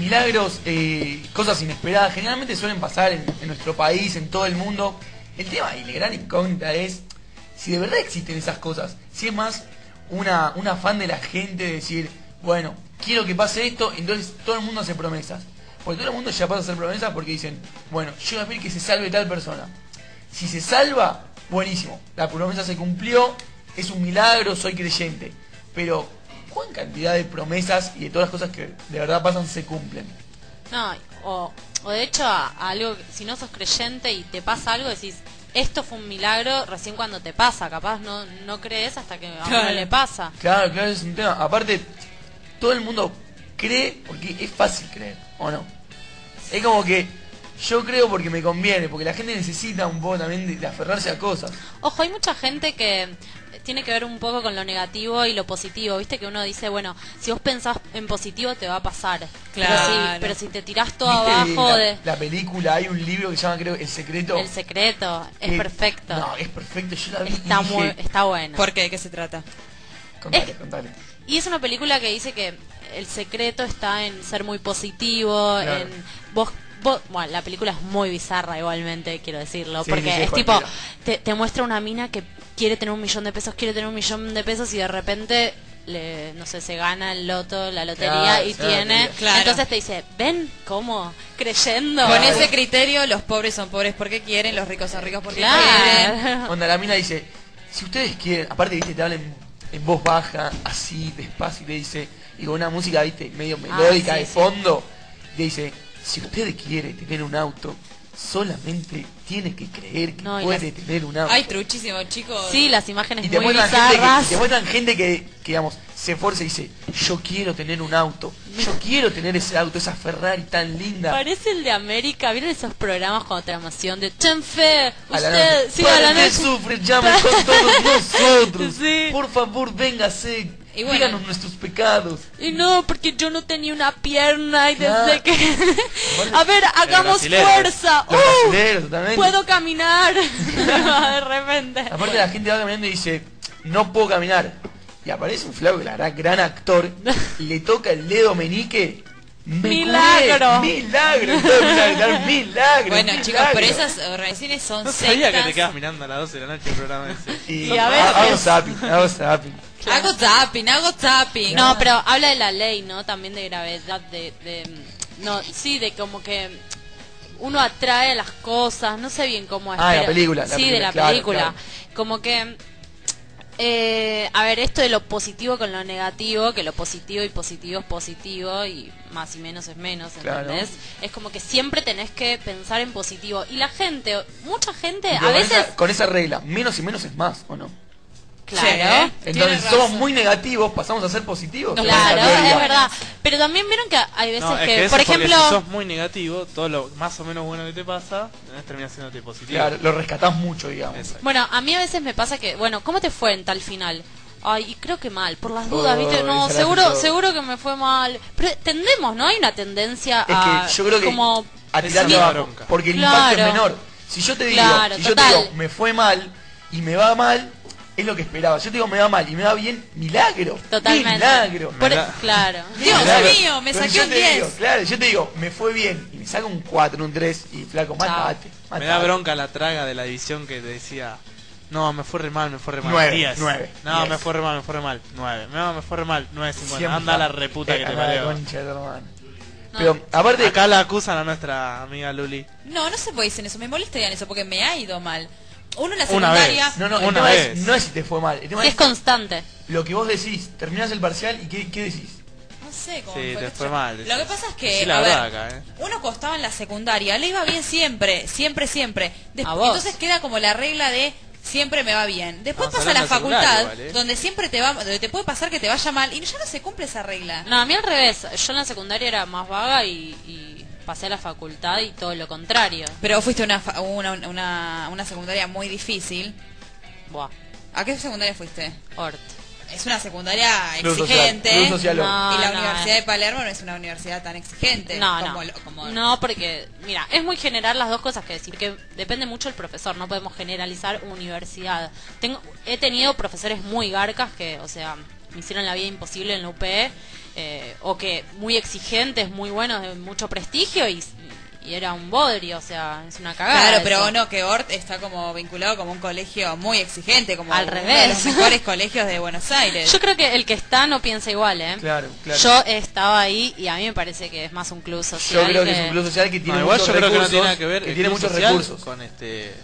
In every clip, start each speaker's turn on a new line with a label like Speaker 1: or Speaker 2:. Speaker 1: milagros, eh, cosas inesperadas, generalmente suelen pasar en, en nuestro país, en todo el mundo. El tema y la gran incógnita es si de verdad existen esas cosas. Si es más una, un afán de la gente de decir, bueno, quiero que pase esto, entonces todo el mundo hace promesas. Porque todo el mundo ya pasa a hacer promesas porque dicen, bueno, yo voy a pedir que se salve tal persona. Si se salva, buenísimo, la promesa se cumplió, es un milagro, soy creyente. Pero, ¿cuán cantidad de promesas y de todas las cosas que de verdad pasan se cumplen?
Speaker 2: No, o, o de hecho, a- a algo, si no sos creyente y te pasa algo, decís, esto fue un milagro recién cuando te pasa, capaz no, no crees hasta que a uno
Speaker 3: Claro.
Speaker 2: le pasa.
Speaker 1: Claro, claro, es un tema. Aparte, todo el mundo cree porque es fácil creer, ¿o no? Es como que yo creo porque me conviene, porque la gente necesita un poco también de, de aferrarse a cosas.
Speaker 2: Ojo, hay mucha gente que tiene que ver un poco con lo negativo y lo positivo. Viste que uno dice, bueno, si vos pensás en positivo te va a pasar. Pero si- Pero si,
Speaker 3: Claro.
Speaker 2: te tirás todo
Speaker 1: ¿Viste
Speaker 2: abajo
Speaker 1: la,
Speaker 2: de
Speaker 1: la película, hay un libro que se llama, creo, El Secreto.
Speaker 2: El secreto, es
Speaker 1: que-
Speaker 3: Eh,
Speaker 2: perfecto.
Speaker 1: No, es perfecto, yo la vi
Speaker 2: Está
Speaker 1: y dije,
Speaker 2: muy, está bueno.
Speaker 3: ¿Por qué? ¿De qué se trata?
Speaker 1: Contale,
Speaker 2: es-
Speaker 1: contale.
Speaker 2: Y es una película que dice que el secreto está en ser muy positivo,
Speaker 1: Claro.
Speaker 2: en vos, vos- bueno, la película es muy bizarra igualmente, quiero decirlo,
Speaker 1: Sí,
Speaker 2: porque
Speaker 1: sí, sí,
Speaker 2: es tipo,
Speaker 1: cualquiera.
Speaker 2: te, te muestra una mina que quiere tener un millón de pesos, quiere tener un millón de pesos y de repente, le, no sé, se gana el loto, la lotería
Speaker 1: Claro,
Speaker 2: y
Speaker 1: se gana la
Speaker 2: tiene,
Speaker 1: lotería.
Speaker 3: Claro.
Speaker 2: entonces te dice, ven, ¿cómo? Creyendo.
Speaker 3: Con
Speaker 1: Claro.
Speaker 3: ese criterio, los pobres son pobres porque quieren, los ricos son ricos porque quieren.
Speaker 2: Claro.
Speaker 1: Onda, la mina dice, si ustedes quieren, aparte, viste, te hablan en, en voz baja, así, despacio, y te dice, y con una música, viste, medio melódica
Speaker 2: Ah, sí,
Speaker 1: de
Speaker 2: sí.
Speaker 1: fondo, te dice, si usted quiere tener un auto, solamente tiene que creer que
Speaker 2: No, y
Speaker 1: puede tener un auto.
Speaker 3: Ay, truchísimo, chicos.
Speaker 2: Sí, las imágenes
Speaker 1: y te
Speaker 2: muy
Speaker 1: muestran, gente que,
Speaker 2: bizarras.
Speaker 1: y te muestran gente que, que, digamos, se esfuerza y dice, yo quiero tener un auto, yo quiero tener ese auto, esa Ferrari tan linda.
Speaker 2: Parece el de América. ¿Vieron esos programas con tramación de Chenfe?
Speaker 1: A la
Speaker 2: Usted,
Speaker 1: noche.
Speaker 2: sí, a
Speaker 1: Para que
Speaker 2: la noche.
Speaker 1: sufre, llame con todos nosotros.
Speaker 2: Sí.
Speaker 1: Por favor, véngase.
Speaker 3: Y bueno.
Speaker 1: Díganos nuestros pecados.
Speaker 2: Y no, porque yo no tenía una pierna y
Speaker 1: Claro.
Speaker 2: desde que. a ver, hagamos
Speaker 4: brasilero.
Speaker 2: fuerza.
Speaker 1: Los
Speaker 2: ¡Uh!
Speaker 1: brasileros, totalmente.
Speaker 2: Puedo caminar. de repente.
Speaker 1: Aparte, la gente va caminando y dice: No puedo caminar. Y aparece un flaco, la verdad, gran actor. le toca el dedo menique. Me
Speaker 2: Milagro.
Speaker 1: curé. Milagro. Todo milagro, milagro.
Speaker 3: Bueno, chicos,
Speaker 1: milagro.
Speaker 3: pero esas organizaciones son
Speaker 4: No sabía que te
Speaker 3: sectas.
Speaker 4: quedabas mirando a las 12 de la noche el programa ese.
Speaker 1: Y,
Speaker 2: Y a veces-
Speaker 1: Hago zapping, hago zapping.
Speaker 3: Hago tapping, hago tapping.
Speaker 2: No, pero habla de la ley, ¿no? También de gravedad, de, de- no, sí, de como que uno atrae las cosas, no sé bien cómo es.
Speaker 1: Ah, de la
Speaker 2: pero-
Speaker 1: película, la
Speaker 2: sí, de
Speaker 1: película,
Speaker 2: la
Speaker 1: claro,
Speaker 2: película.
Speaker 1: claro.
Speaker 2: Como que, eh, a ver, esto de lo positivo con lo negativo, que lo positivo y positivo es positivo y más y menos es menos,
Speaker 1: Claro.
Speaker 2: ¿entendés? Es como que siempre tenés que pensar en positivo. Y la gente, mucha gente,
Speaker 1: Y
Speaker 2: a
Speaker 1: con
Speaker 2: veces...
Speaker 1: esa- con esa regla, menos y menos es más, ¿o no?
Speaker 2: Claro.
Speaker 3: Sí.
Speaker 1: Entonces,
Speaker 3: Tienes
Speaker 1: si somos
Speaker 3: razón.
Speaker 1: muy negativos, pasamos a ser positivos.
Speaker 3: Nos
Speaker 1: Con esa
Speaker 2: Claro,
Speaker 1: teoría.
Speaker 2: es verdad. Pero también vieron que hay veces
Speaker 4: No, es
Speaker 2: que,
Speaker 4: que, eso
Speaker 2: por
Speaker 4: es porque
Speaker 2: ejemplo...
Speaker 4: si sos muy negativo, todo lo más o menos bueno que te pasa, termina siéndote positivo.
Speaker 1: Claro, lo rescatás mucho, digamos.
Speaker 4: Exacto.
Speaker 2: Bueno, a mí a veces me pasa que, bueno, ¿cómo te fue en tal final? Ay, y creo que mal, por las dudas,
Speaker 1: Oh,
Speaker 2: ¿viste? No,
Speaker 1: ya la
Speaker 2: seguro,
Speaker 1: escuchó.
Speaker 2: seguro que me fue mal. Pero tendemos, ¿no? Hay una tendencia
Speaker 1: Es
Speaker 2: a
Speaker 1: que yo creo que
Speaker 2: Ah, como
Speaker 1: a
Speaker 4: Esa
Speaker 1: tirarlo
Speaker 4: es la
Speaker 1: abajo,
Speaker 4: bronca.
Speaker 1: porque el impacto
Speaker 2: Claro.
Speaker 1: es menor. Si yo te digo,
Speaker 2: Claro,
Speaker 1: si yo te
Speaker 2: total.
Speaker 1: digo, me fue mal y me va mal, es lo que esperaba. Yo te digo, me va mal y me va bien, milagro.
Speaker 2: totalmente.
Speaker 1: Milagro.
Speaker 2: Por- e-,
Speaker 4: Milagro.
Speaker 2: claro.
Speaker 3: Dios
Speaker 1: Milagro.
Speaker 3: mío, me
Speaker 1: Entonces
Speaker 3: saqué
Speaker 1: yo
Speaker 3: un
Speaker 1: te digo,
Speaker 3: 10.
Speaker 1: Claro, yo te digo, me fue bien y me saca un 4, un 3 y flaco, matate.
Speaker 4: Me da bronca la traga de la división que te decía, no, me fue re mal, me fue re mal.
Speaker 1: Nueve,
Speaker 4: 10.
Speaker 1: nueve,
Speaker 4: No,
Speaker 1: diez.
Speaker 4: me fue re mal, me fue re mal. 9. No, me fue re mal. 9, 50.
Speaker 1: Siempre.
Speaker 4: Anda a la reputa que
Speaker 1: Eh,
Speaker 4: te
Speaker 1: anda la
Speaker 4: pareo.
Speaker 1: concha de tu hermana. Pero aparte,
Speaker 4: Acá la acusan a nuestra amiga Luli.
Speaker 3: No, no se puede dicen eso. Me molestarían eso porque me ha ido mal. Uno en la
Speaker 4: Una
Speaker 3: secundaria.
Speaker 4: vez.
Speaker 1: no, no, el
Speaker 4: Una
Speaker 1: tema es-
Speaker 4: vez.
Speaker 1: no es si te fue mal. El tema
Speaker 2: Sí, es
Speaker 1: es
Speaker 2: constante.
Speaker 1: lo que vos decís. Terminás el parcial y qué, qué decís.
Speaker 3: No sé cómo
Speaker 4: Sí,
Speaker 3: fue,
Speaker 4: te
Speaker 3: qué sé
Speaker 4: fue
Speaker 3: yo.
Speaker 4: mal,
Speaker 3: Lo
Speaker 4: decís.
Speaker 3: que pasa es que,
Speaker 4: Sí, la
Speaker 3: a ver,
Speaker 4: verdad acá, ¿eh?
Speaker 3: uno cuando estaba en la secundaria, le iba bien siempre, siempre, siempre. Des-
Speaker 2: A vos.
Speaker 3: Entonces queda como la regla de siempre me va bien. Después
Speaker 4: Estamos
Speaker 3: pasa la
Speaker 4: hablando de
Speaker 3: facultad,
Speaker 4: secundaria igual, ¿eh?
Speaker 3: donde siempre te va, donde te puede pasar que te vaya mal y ya no se cumple esa regla.
Speaker 2: No, a mí al revés. Yo en la secundaria era más vaga y, y pasé a la facultad y todo lo contrario.
Speaker 3: Pero fuiste a una, fa- una, una, una secundaria muy difícil.
Speaker 2: Buah,
Speaker 3: ¿A qué secundaria fuiste?
Speaker 2: Hort.
Speaker 3: Es una secundaria
Speaker 1: Luz social,
Speaker 3: exigente.
Speaker 1: luz social.
Speaker 2: No,
Speaker 3: Y la
Speaker 2: no,
Speaker 3: Universidad
Speaker 2: eh.
Speaker 3: de Palermo no es una universidad tan exigente
Speaker 2: No,
Speaker 3: como,
Speaker 2: no.
Speaker 3: lo- como-
Speaker 2: No, porque, mira, es muy general las dos cosas que decir, que depende mucho el profesor, no podemos generalizar universidad. Tengo, he tenido profesores muy garcas que, o sea, me hicieron la vida imposible en la UP, eh, o que muy exigentes, muy buenos, de mucho prestigio, y, y era un bodrio, o sea, es una cagada.
Speaker 3: Claro, pero
Speaker 2: eso.
Speaker 3: no, que Ort está como vinculado como un colegio muy exigente, como
Speaker 2: Al
Speaker 3: uno de
Speaker 2: revés.
Speaker 3: los mejores colegios de Buenos Aires.
Speaker 2: Yo creo que el que está no piensa igual, ¿eh?
Speaker 1: Claro, claro.
Speaker 2: Yo estaba ahí y a mí me parece que es más un club social.
Speaker 1: Yo creo que es un club social que tiene
Speaker 4: No, igual
Speaker 1: muchos
Speaker 4: yo creo que no
Speaker 1: recursos.
Speaker 4: tiene nada que ver el
Speaker 1: tiene
Speaker 4: club
Speaker 1: muchos
Speaker 4: social
Speaker 1: recursos.
Speaker 4: con este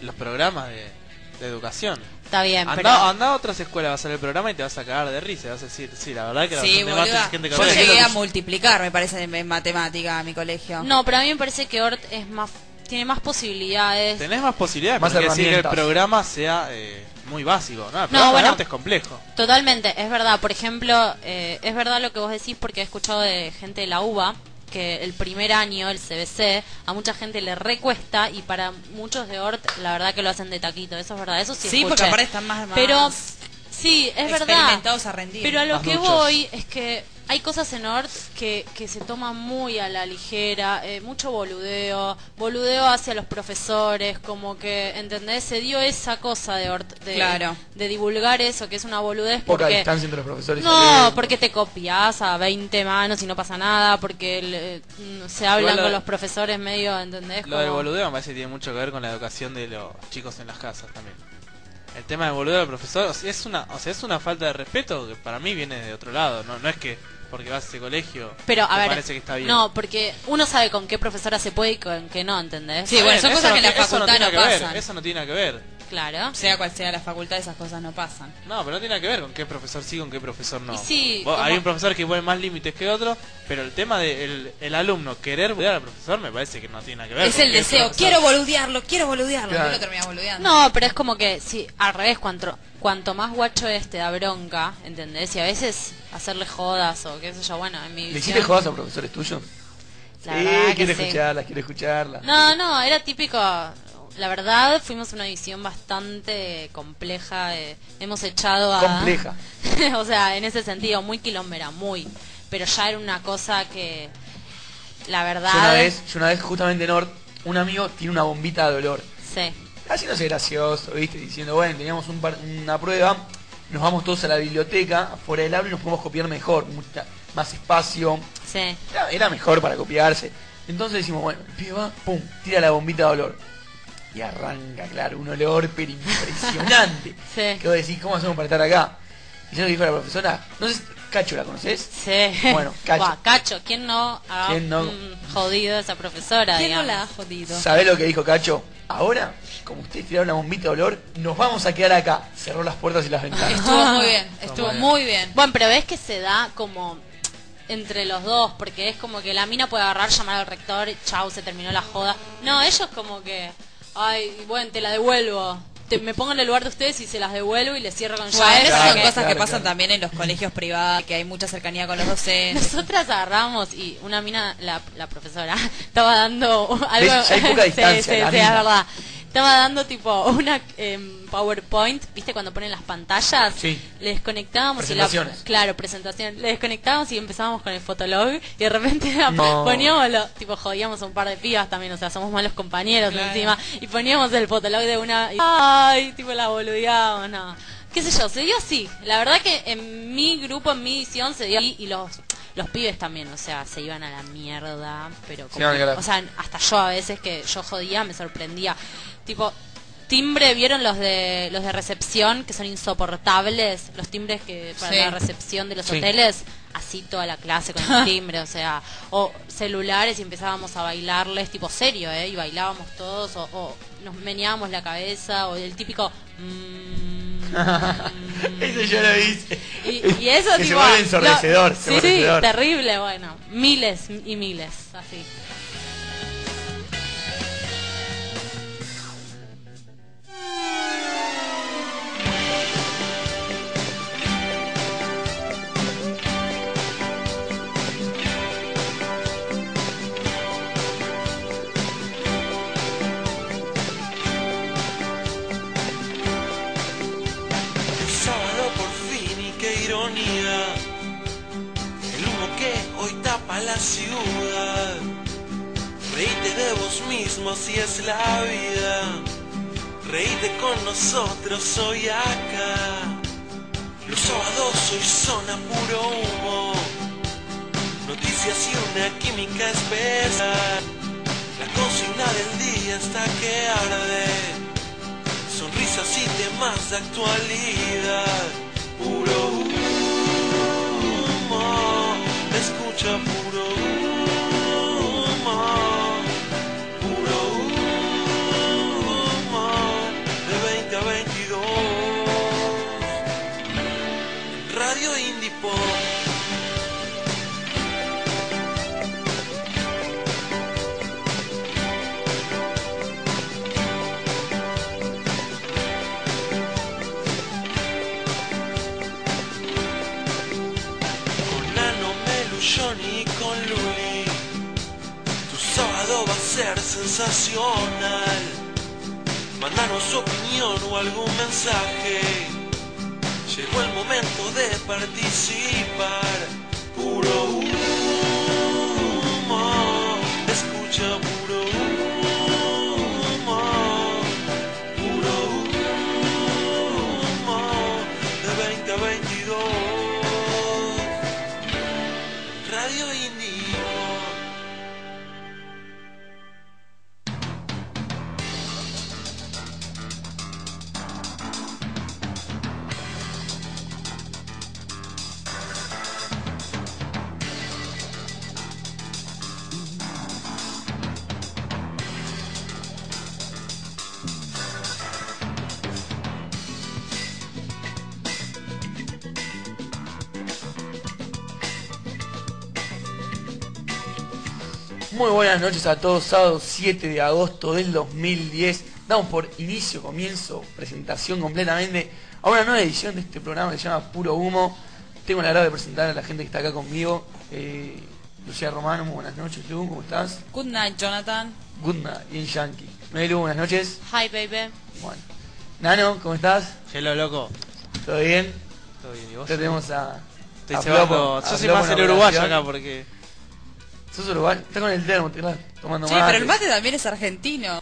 Speaker 4: los programas de, de educación.
Speaker 2: Está bien,
Speaker 4: Andá,
Speaker 2: pero...
Speaker 4: andá a otras escuelas, vas a ver el programa y te vas a cagar de risa. Vas a decir, sí, la verdad que la
Speaker 3: Sí,
Speaker 4: gente más
Speaker 3: boluda.
Speaker 4: exigente que
Speaker 3: Yo
Speaker 4: habrá.
Speaker 3: llegué a multiplicar, me parece, en en matemática a mi colegio.
Speaker 2: No, pero a mí me parece que Ort es más, tiene más posibilidades.
Speaker 4: Tenés más posibilidades,
Speaker 1: Más
Speaker 4: más que decir que el
Speaker 1: herramientas.
Speaker 4: programa sea eh, muy básico. No, el
Speaker 2: No,
Speaker 4: programa de
Speaker 2: bueno.
Speaker 4: arte es complejo.
Speaker 2: Totalmente, es verdad. Por ejemplo, eh, es verdad lo que vos decís porque he escuchado de gente de la UBA que el primer año, el CBC, a mucha gente le recuesta y para muchos de Ort, la verdad que lo hacen de taquito. Eso es verdad, eso sí
Speaker 3: Sí, porque
Speaker 2: escuché.
Speaker 3: aparte están más- más
Speaker 2: Pero, sí, es verdad.
Speaker 3: Experimentados a rendir.
Speaker 2: Pero a lo
Speaker 4: Más
Speaker 2: que
Speaker 4: duchos.
Speaker 2: voy es que hay cosas en Ort que, que se toman muy a la ligera, eh, mucho boludeo, boludeo hacia los profesores, como que, ¿entendés? Se dio esa cosa de Ort, de,
Speaker 3: Claro.
Speaker 2: de divulgar eso, que es una boludez
Speaker 1: Poca
Speaker 2: porque...
Speaker 1: distancia entre los profesores. y
Speaker 2: No,
Speaker 1: alumnos.
Speaker 2: porque te copias a 20 manos y no pasa nada, porque le- mm, se hablan
Speaker 4: Igual lo-
Speaker 2: con los profesores medio, ¿entendés?
Speaker 4: Lo del
Speaker 2: Como-
Speaker 4: boludeo me parece que tiene mucho que ver con la educación de los chicos en las casas también. El tema del boludeo del profesor, o sea, es una, o sea, es una falta de respeto que para mí viene de otro lado. No, no es que porque vas a ese colegio
Speaker 2: Pero, a
Speaker 4: te
Speaker 2: ver,
Speaker 4: parece que está bien.
Speaker 2: no, porque uno sabe con qué profesora se puede y con qué no, ¿entendés?
Speaker 3: Sí, bueno, son
Speaker 4: Eso
Speaker 3: cosas
Speaker 4: no
Speaker 3: que en la
Speaker 4: ti- eso
Speaker 3: facultad
Speaker 4: tiene
Speaker 3: no
Speaker 4: nada que ver,
Speaker 3: pasan.
Speaker 4: Eso no tiene nada que ver.
Speaker 2: Claro.
Speaker 3: Sea cual sea la facultad, esas cosas no pasan.
Speaker 4: No, pero no tiene nada que ver con qué profesor sí, con qué profesor no.
Speaker 2: Y sí,
Speaker 4: Vos-
Speaker 2: como-
Speaker 4: Hay un profesor que pone más límites que otro, pero el tema del el alumno querer boludear al profesor me parece que no tiene nada que ver.
Speaker 3: Es
Speaker 4: con
Speaker 3: el
Speaker 4: qué
Speaker 3: deseo,
Speaker 4: profesor.
Speaker 3: quiero boludearlo, quiero boludearlo.
Speaker 1: Claro.
Speaker 3: Tú lo terminás boludeando.
Speaker 2: No, pero es como que, sí, al revés, cuanto, cuanto más guacho es te da bronca, ¿entendés? Y a veces hacerle jodas o qué sé yo, bueno, en mi
Speaker 1: ¿Le
Speaker 2: visión,
Speaker 1: hiciste jodas a profesores tuyos?
Speaker 2: la
Speaker 1: Sí,
Speaker 2: verdad que
Speaker 1: quiero
Speaker 2: sí.
Speaker 1: escucharlas, quiero escucharlas.
Speaker 2: No, no, era típico. La verdad, fuimos una visión bastante compleja. eh, hemos echado a.
Speaker 1: Compleja.
Speaker 2: o sea, en ese sentido, muy quilombera, muy. Pero ya era una cosa que. La verdad.
Speaker 1: Yo una vez, yo una vez justamente en Ort, un amigo tiene una bombita de dolor.
Speaker 2: Sí.
Speaker 1: Haciéndose gracioso, ¿viste? Diciendo, bueno, teníamos un par- una prueba, nos vamos todos a la biblioteca, afuera del aula y nos podemos copiar mejor, mucha- más espacio.
Speaker 2: Sí.
Speaker 1: Era, era mejor para copiarse. Entonces decimos, bueno, el pibe va, pum, tira la bombita de olor. Y arranca, claro, un olor pero impresionante.
Speaker 2: Sí.
Speaker 1: Que vos decís, ¿cómo hacemos para estar acá? Y yo le dijo a la profesora, no sé, si- Cacho, ¿la conoces?
Speaker 2: Sí.
Speaker 1: Bueno, Cacho.
Speaker 2: Buah, Cacho, ¿quién no ha
Speaker 1: ¿Quién no?
Speaker 2: mm, jodido a esa profesora?
Speaker 3: ¿Quién no
Speaker 2: digamos?
Speaker 3: la ha jodido?
Speaker 1: ¿Sabés lo que dijo Cacho? Ahora, como ustedes tiraron la bombita de olor, nos vamos a quedar acá. Cerró las puertas y las ventanas.
Speaker 3: Estuvo muy bien, estuvo
Speaker 4: bien.
Speaker 3: muy bien.
Speaker 2: Bueno, pero ves que se da como entre los dos, porque es como que la mina puede agarrar, llamar al rector, chau, se terminó la joda. No, ellos como que, ay, bueno, te la devuelvo. Te- me pongo en el lugar de ustedes y se las devuelvo y les cierro con
Speaker 3: Bueno,
Speaker 2: llave.
Speaker 3: esas
Speaker 1: Claro,
Speaker 3: son cosas
Speaker 1: claro,
Speaker 3: que pasan
Speaker 1: claro.
Speaker 3: también en los colegios privados, que hay mucha cercanía con los docentes.
Speaker 2: Nosotras agarramos y una mina, la, la profesora, estaba dando algo.
Speaker 1: ¿Ves? Ya hay poca
Speaker 2: Sí,
Speaker 1: distancia,
Speaker 2: sí,
Speaker 1: la
Speaker 2: sí,
Speaker 1: mina.
Speaker 2: es verdad. Estaba dando tipo una em, PowerPoint, ¿viste cuando ponen las pantallas?
Speaker 1: Sí.
Speaker 2: Le desconectábamos y la.
Speaker 1: Presentaciones.
Speaker 2: Claro, presentación. Le desconectábamos y empezábamos con el fotolog y de repente la-
Speaker 1: No.
Speaker 2: poníamos lo- tipo jodíamos a un par de pibas también, o sea, somos malos compañeros
Speaker 3: Claro.
Speaker 2: encima. Y poníamos el fotolog de una y, ay, tipo la boludeábamos, no. Qué sé yo, se dio así. La verdad que en mi grupo, en mi edición, se dio así y los los pibes también, o sea, se iban a la mierda, pero como,
Speaker 1: iban al carajo.
Speaker 2: o sea, hasta yo a veces que yo jodía, me sorprendía. Tipo, timbre, ¿vieron los de los de recepción que son insoportables? Los timbres que para
Speaker 3: Sí.
Speaker 2: la recepción de los
Speaker 1: Sí.
Speaker 2: hoteles, así toda la clase con el timbre, o sea, o celulares y empezábamos a bailarles, tipo serio, ¿eh? Y bailábamos todos, o, o nos meneábamos la cabeza, o el típico... mm,
Speaker 1: Eso yo lo hice.
Speaker 2: y, y eso
Speaker 1: que se
Speaker 2: tipo,
Speaker 1: vuelve
Speaker 2: lo-
Speaker 1: ensordecedor. se
Speaker 2: sí,
Speaker 1: vuelve
Speaker 2: sí,
Speaker 1: ensordecedor.
Speaker 2: terrible, bueno. Miles y miles, así.
Speaker 5: Sábado por fin y qué ironía El humo que hoy tapa la ciudad Reíte de vos mismo si es la vida Reíte con nosotros hoy acá Lo Los sábados hoy son a puro humo. Noticias y una química espesa. La cocina del día está que arde. Sonrisas y temas de actualidad. Puro humo. Escucha puro humo. Puro humo. De 20 a 22. Radio Indie Pop. Con Nano Melullón y con Luli. Tu sábado va a ser sensacional. Mandanos su opinión o algún mensaje. Llegó el momento de participar. Puro humo. Escucha puro humo. Puro humo. De 20 a 22. Radio Indigo.
Speaker 1: Muy buenas noches a todos, sábado 7 de agosto del 2010. Damos por inicio, comienzo, presentación completamente a una nueva edición de este programa que se llama Puro Humo. Tengo la agrado de presentar a la gente que está acá conmigo. Eh, Lucía Romano, muy buenas noches, Lu, ¿cómo estás?
Speaker 3: Good night, Jonathan.
Speaker 1: Gunda, bien yankee. Melu, buenas noches.
Speaker 2: Hi, baby.
Speaker 1: Bueno. Nano, ¿cómo estás?
Speaker 4: Hello, loco.
Speaker 1: ¿Todo bien?
Speaker 4: ¿Todo bien? ¿Y vos?
Speaker 1: Acá tenemos a...
Speaker 4: Estoy
Speaker 1: a
Speaker 4: cebando.
Speaker 1: Flopo- a
Speaker 4: Yo soy
Speaker 1: Flopo
Speaker 4: más
Speaker 1: en la
Speaker 4: el uruguayo
Speaker 1: operación.
Speaker 4: acá porque.
Speaker 1: ¿Sos uruguayo? Está con el termo, te estás tomando
Speaker 3: Sí,
Speaker 1: mate.
Speaker 3: pero el mate también es argentino.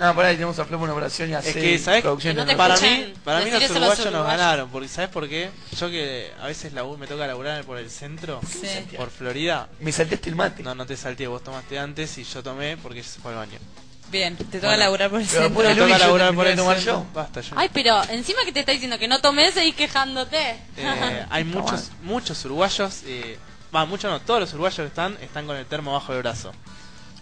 Speaker 1: Ah, por ahí tenemos a Flopo en operación y a
Speaker 4: Es que,
Speaker 1: Celi,
Speaker 4: ¿sabes?
Speaker 1: producción
Speaker 2: Que no
Speaker 1: de
Speaker 2: te
Speaker 1: nosotros.
Speaker 4: Para
Speaker 2: escuchan.
Speaker 4: mí, para mí
Speaker 2: Decir
Speaker 4: los
Speaker 2: eso a los
Speaker 4: uruguayos nos
Speaker 2: uruguayos.
Speaker 4: ganaron, porque ¿sabes por qué? Yo que a veces la U me toca laburar por el centro,
Speaker 3: Sí.
Speaker 4: por Florida.
Speaker 1: Me saltaste el mate.
Speaker 4: No, no te salté, vos tomaste antes y yo tomé porque ella se fue al baño.
Speaker 3: Bien, te toca
Speaker 4: Bueno,
Speaker 3: laburar por el
Speaker 1: pero
Speaker 3: centro.
Speaker 1: Bueno,
Speaker 4: Me
Speaker 1: Luli,
Speaker 4: toca
Speaker 1: yo
Speaker 4: laburar por
Speaker 1: tendría
Speaker 4: el
Speaker 1: que tomar
Speaker 4: centro.
Speaker 1: yo.
Speaker 4: Basta, yo.
Speaker 2: Ay, pero encima que te está diciendo que no tomes, seguís quejándote.
Speaker 4: Eh, hay
Speaker 1: Está
Speaker 4: muchos muchos uruguayos, eh, va, muchos no, todos los uruguayos que están están con el termo bajo el brazo,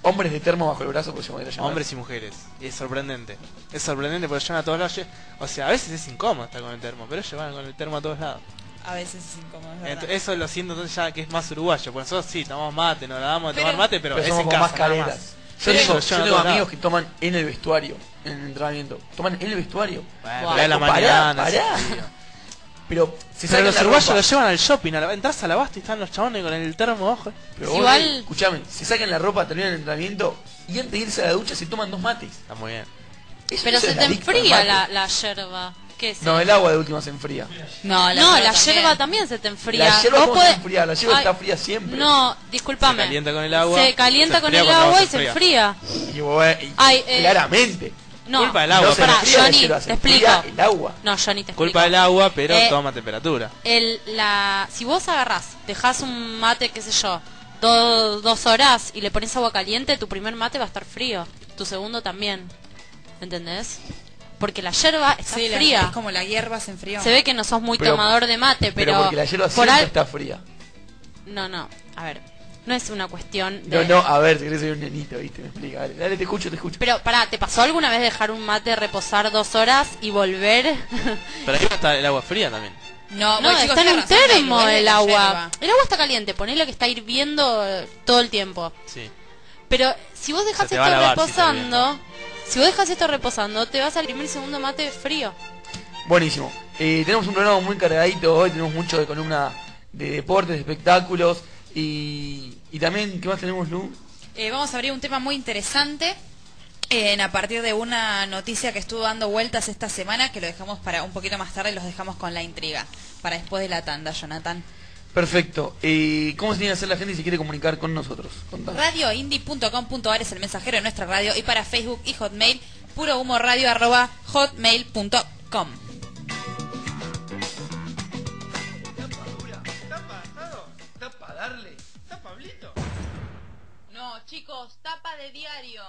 Speaker 1: Hombres de termo bajo el brazo, por si me quería llamar.
Speaker 4: hombres y mujeres. Y es sorprendente. Es sorprendente porque llevan a todos lados. lle- O sea, a veces es incómodo estar con el termo, pero ellos van con el termo a todos lados.
Speaker 3: A veces es incómodo, es verdad.
Speaker 4: Ent- eso lo siento entonces ya que es más uruguayo, porque nosotros sí tomamos mate, nos la damos de
Speaker 3: Pero-
Speaker 4: tomar mate, pero,
Speaker 1: pero
Speaker 4: es
Speaker 1: somos
Speaker 4: en
Speaker 1: con
Speaker 4: casa,
Speaker 1: más
Speaker 4: nada
Speaker 1: careras.
Speaker 4: más.
Speaker 1: Yo,
Speaker 4: Sí,
Speaker 1: tengo,
Speaker 4: lo
Speaker 1: yo
Speaker 4: llevan a
Speaker 1: tengo
Speaker 4: todos
Speaker 1: amigos
Speaker 4: lados.
Speaker 1: que toman en el vestuario, en el entrenamiento. Toman en el vestuario.
Speaker 4: Bueno,
Speaker 2: Wow.
Speaker 4: pero a la
Speaker 1: Pará,
Speaker 4: mañana.
Speaker 1: pará.
Speaker 4: sí.
Speaker 1: Pero se
Speaker 4: Pero
Speaker 1: sacan
Speaker 4: los
Speaker 1: la
Speaker 4: uruguayos
Speaker 1: ropa.
Speaker 4: lo llevan al shopping, a la- entras al abasto y están los chabones con el termo bajo.
Speaker 1: Pero vos,
Speaker 2: Igual-
Speaker 1: eh, Escuchame, se sacan la ropa, terminan el entrenamiento y antes de irse a la ducha se toman dos mates.
Speaker 4: Está muy bien.
Speaker 1: Eso-
Speaker 2: Pero
Speaker 1: eso
Speaker 2: se
Speaker 1: es
Speaker 2: te
Speaker 1: adicto al
Speaker 2: enfría
Speaker 1: mate.
Speaker 2: la, la yerba. ¿Qué es?
Speaker 1: No, el agua de última se enfría.
Speaker 3: No,
Speaker 2: No, la
Speaker 3: también.
Speaker 2: yerba también se te enfría.
Speaker 1: La yerba
Speaker 2: Vos
Speaker 1: cómo
Speaker 2: podés-
Speaker 1: se enfría, la yerba
Speaker 2: Ay,
Speaker 1: está fría siempre.
Speaker 2: No,
Speaker 4: Se
Speaker 2: discúlpame.
Speaker 4: calienta con el agua.
Speaker 2: Se calienta
Speaker 4: se
Speaker 2: con
Speaker 4: enfría
Speaker 2: el
Speaker 4: cuando
Speaker 2: agua
Speaker 4: se
Speaker 2: y se
Speaker 4: enfría.
Speaker 2: enfría.
Speaker 1: Y vos, eh,
Speaker 2: Ay, eh,
Speaker 1: claramente.
Speaker 2: No,
Speaker 4: Culpa del
Speaker 1: No
Speaker 4: agua,
Speaker 1: se
Speaker 2: pará,
Speaker 1: enfría la
Speaker 2: Johnny,
Speaker 1: yerba,
Speaker 2: te
Speaker 1: se
Speaker 2: explico.
Speaker 1: enfría el agua.
Speaker 2: No, Johnny, te explico.
Speaker 4: Culpa del agua, pero
Speaker 2: Eh,
Speaker 4: toma temperatura.
Speaker 2: El, la, si vos agarrás, dejás un mate, qué sé yo, do- dos horas y le pones agua caliente, tu primer mate va a estar frío. Tu segundo también. ¿Entendés? Porque la yerba está
Speaker 3: Sí, la-
Speaker 2: fría.
Speaker 3: es como la hierba se enfrió.
Speaker 2: Se ve que no sos muy
Speaker 1: Pero-
Speaker 2: tomador de mate, pero.
Speaker 1: Pero porque la yerba
Speaker 2: por
Speaker 1: siempre
Speaker 2: al-
Speaker 1: está fría.
Speaker 2: No, no. A ver. No es una cuestión.
Speaker 1: No,
Speaker 2: De...
Speaker 1: no, a ver, si querés soy un nenito, viste, me explica. Dale, dale, te escucho, te escucho.
Speaker 2: Pero pará, ¿te pasó alguna vez dejar un mate reposar dos horas y volver?
Speaker 4: Pero ahí está el agua fría también.
Speaker 3: No,
Speaker 2: no,
Speaker 3: bueno, chicos,
Speaker 2: está en
Speaker 3: tiene
Speaker 2: un
Speaker 3: razón, Melu,
Speaker 2: termo
Speaker 3: es de
Speaker 2: el
Speaker 3: la
Speaker 2: agua.
Speaker 3: yerba.
Speaker 2: El agua está caliente, ponele que está hirviendo eh, todo el tiempo.
Speaker 4: Sí.
Speaker 2: Pero si vos
Speaker 4: Se
Speaker 2: dejas
Speaker 4: te
Speaker 2: esto
Speaker 4: va a lavar, si está
Speaker 2: reposando, si vos dejas esto reposando, te vas al primer y segundo mate frío.
Speaker 1: Buenísimo. Eh, tenemos un programa muy cargadito hoy, tenemos mucho de columna de deportes, de espectáculos y, y también, ¿qué más tenemos, Lu?
Speaker 3: Eh, vamos a abrir un tema muy interesante en a partir de una noticia que estuvo dando vueltas esta semana, que lo dejamos para un poquito más tarde y los dejamos con la intriga, para después de la tanda, Jonathan.
Speaker 1: Perfecto. Eh, ¿Cómo se tiene que hacer la gente si quiere comunicar con nosotros? Contanos.
Speaker 3: Radioindie.com.ar es el mensajero de nuestra radio y para Facebook y Hotmail, puro humo radio arroba hotmail punto com.
Speaker 6: Bueno, chicos, tapa de diario.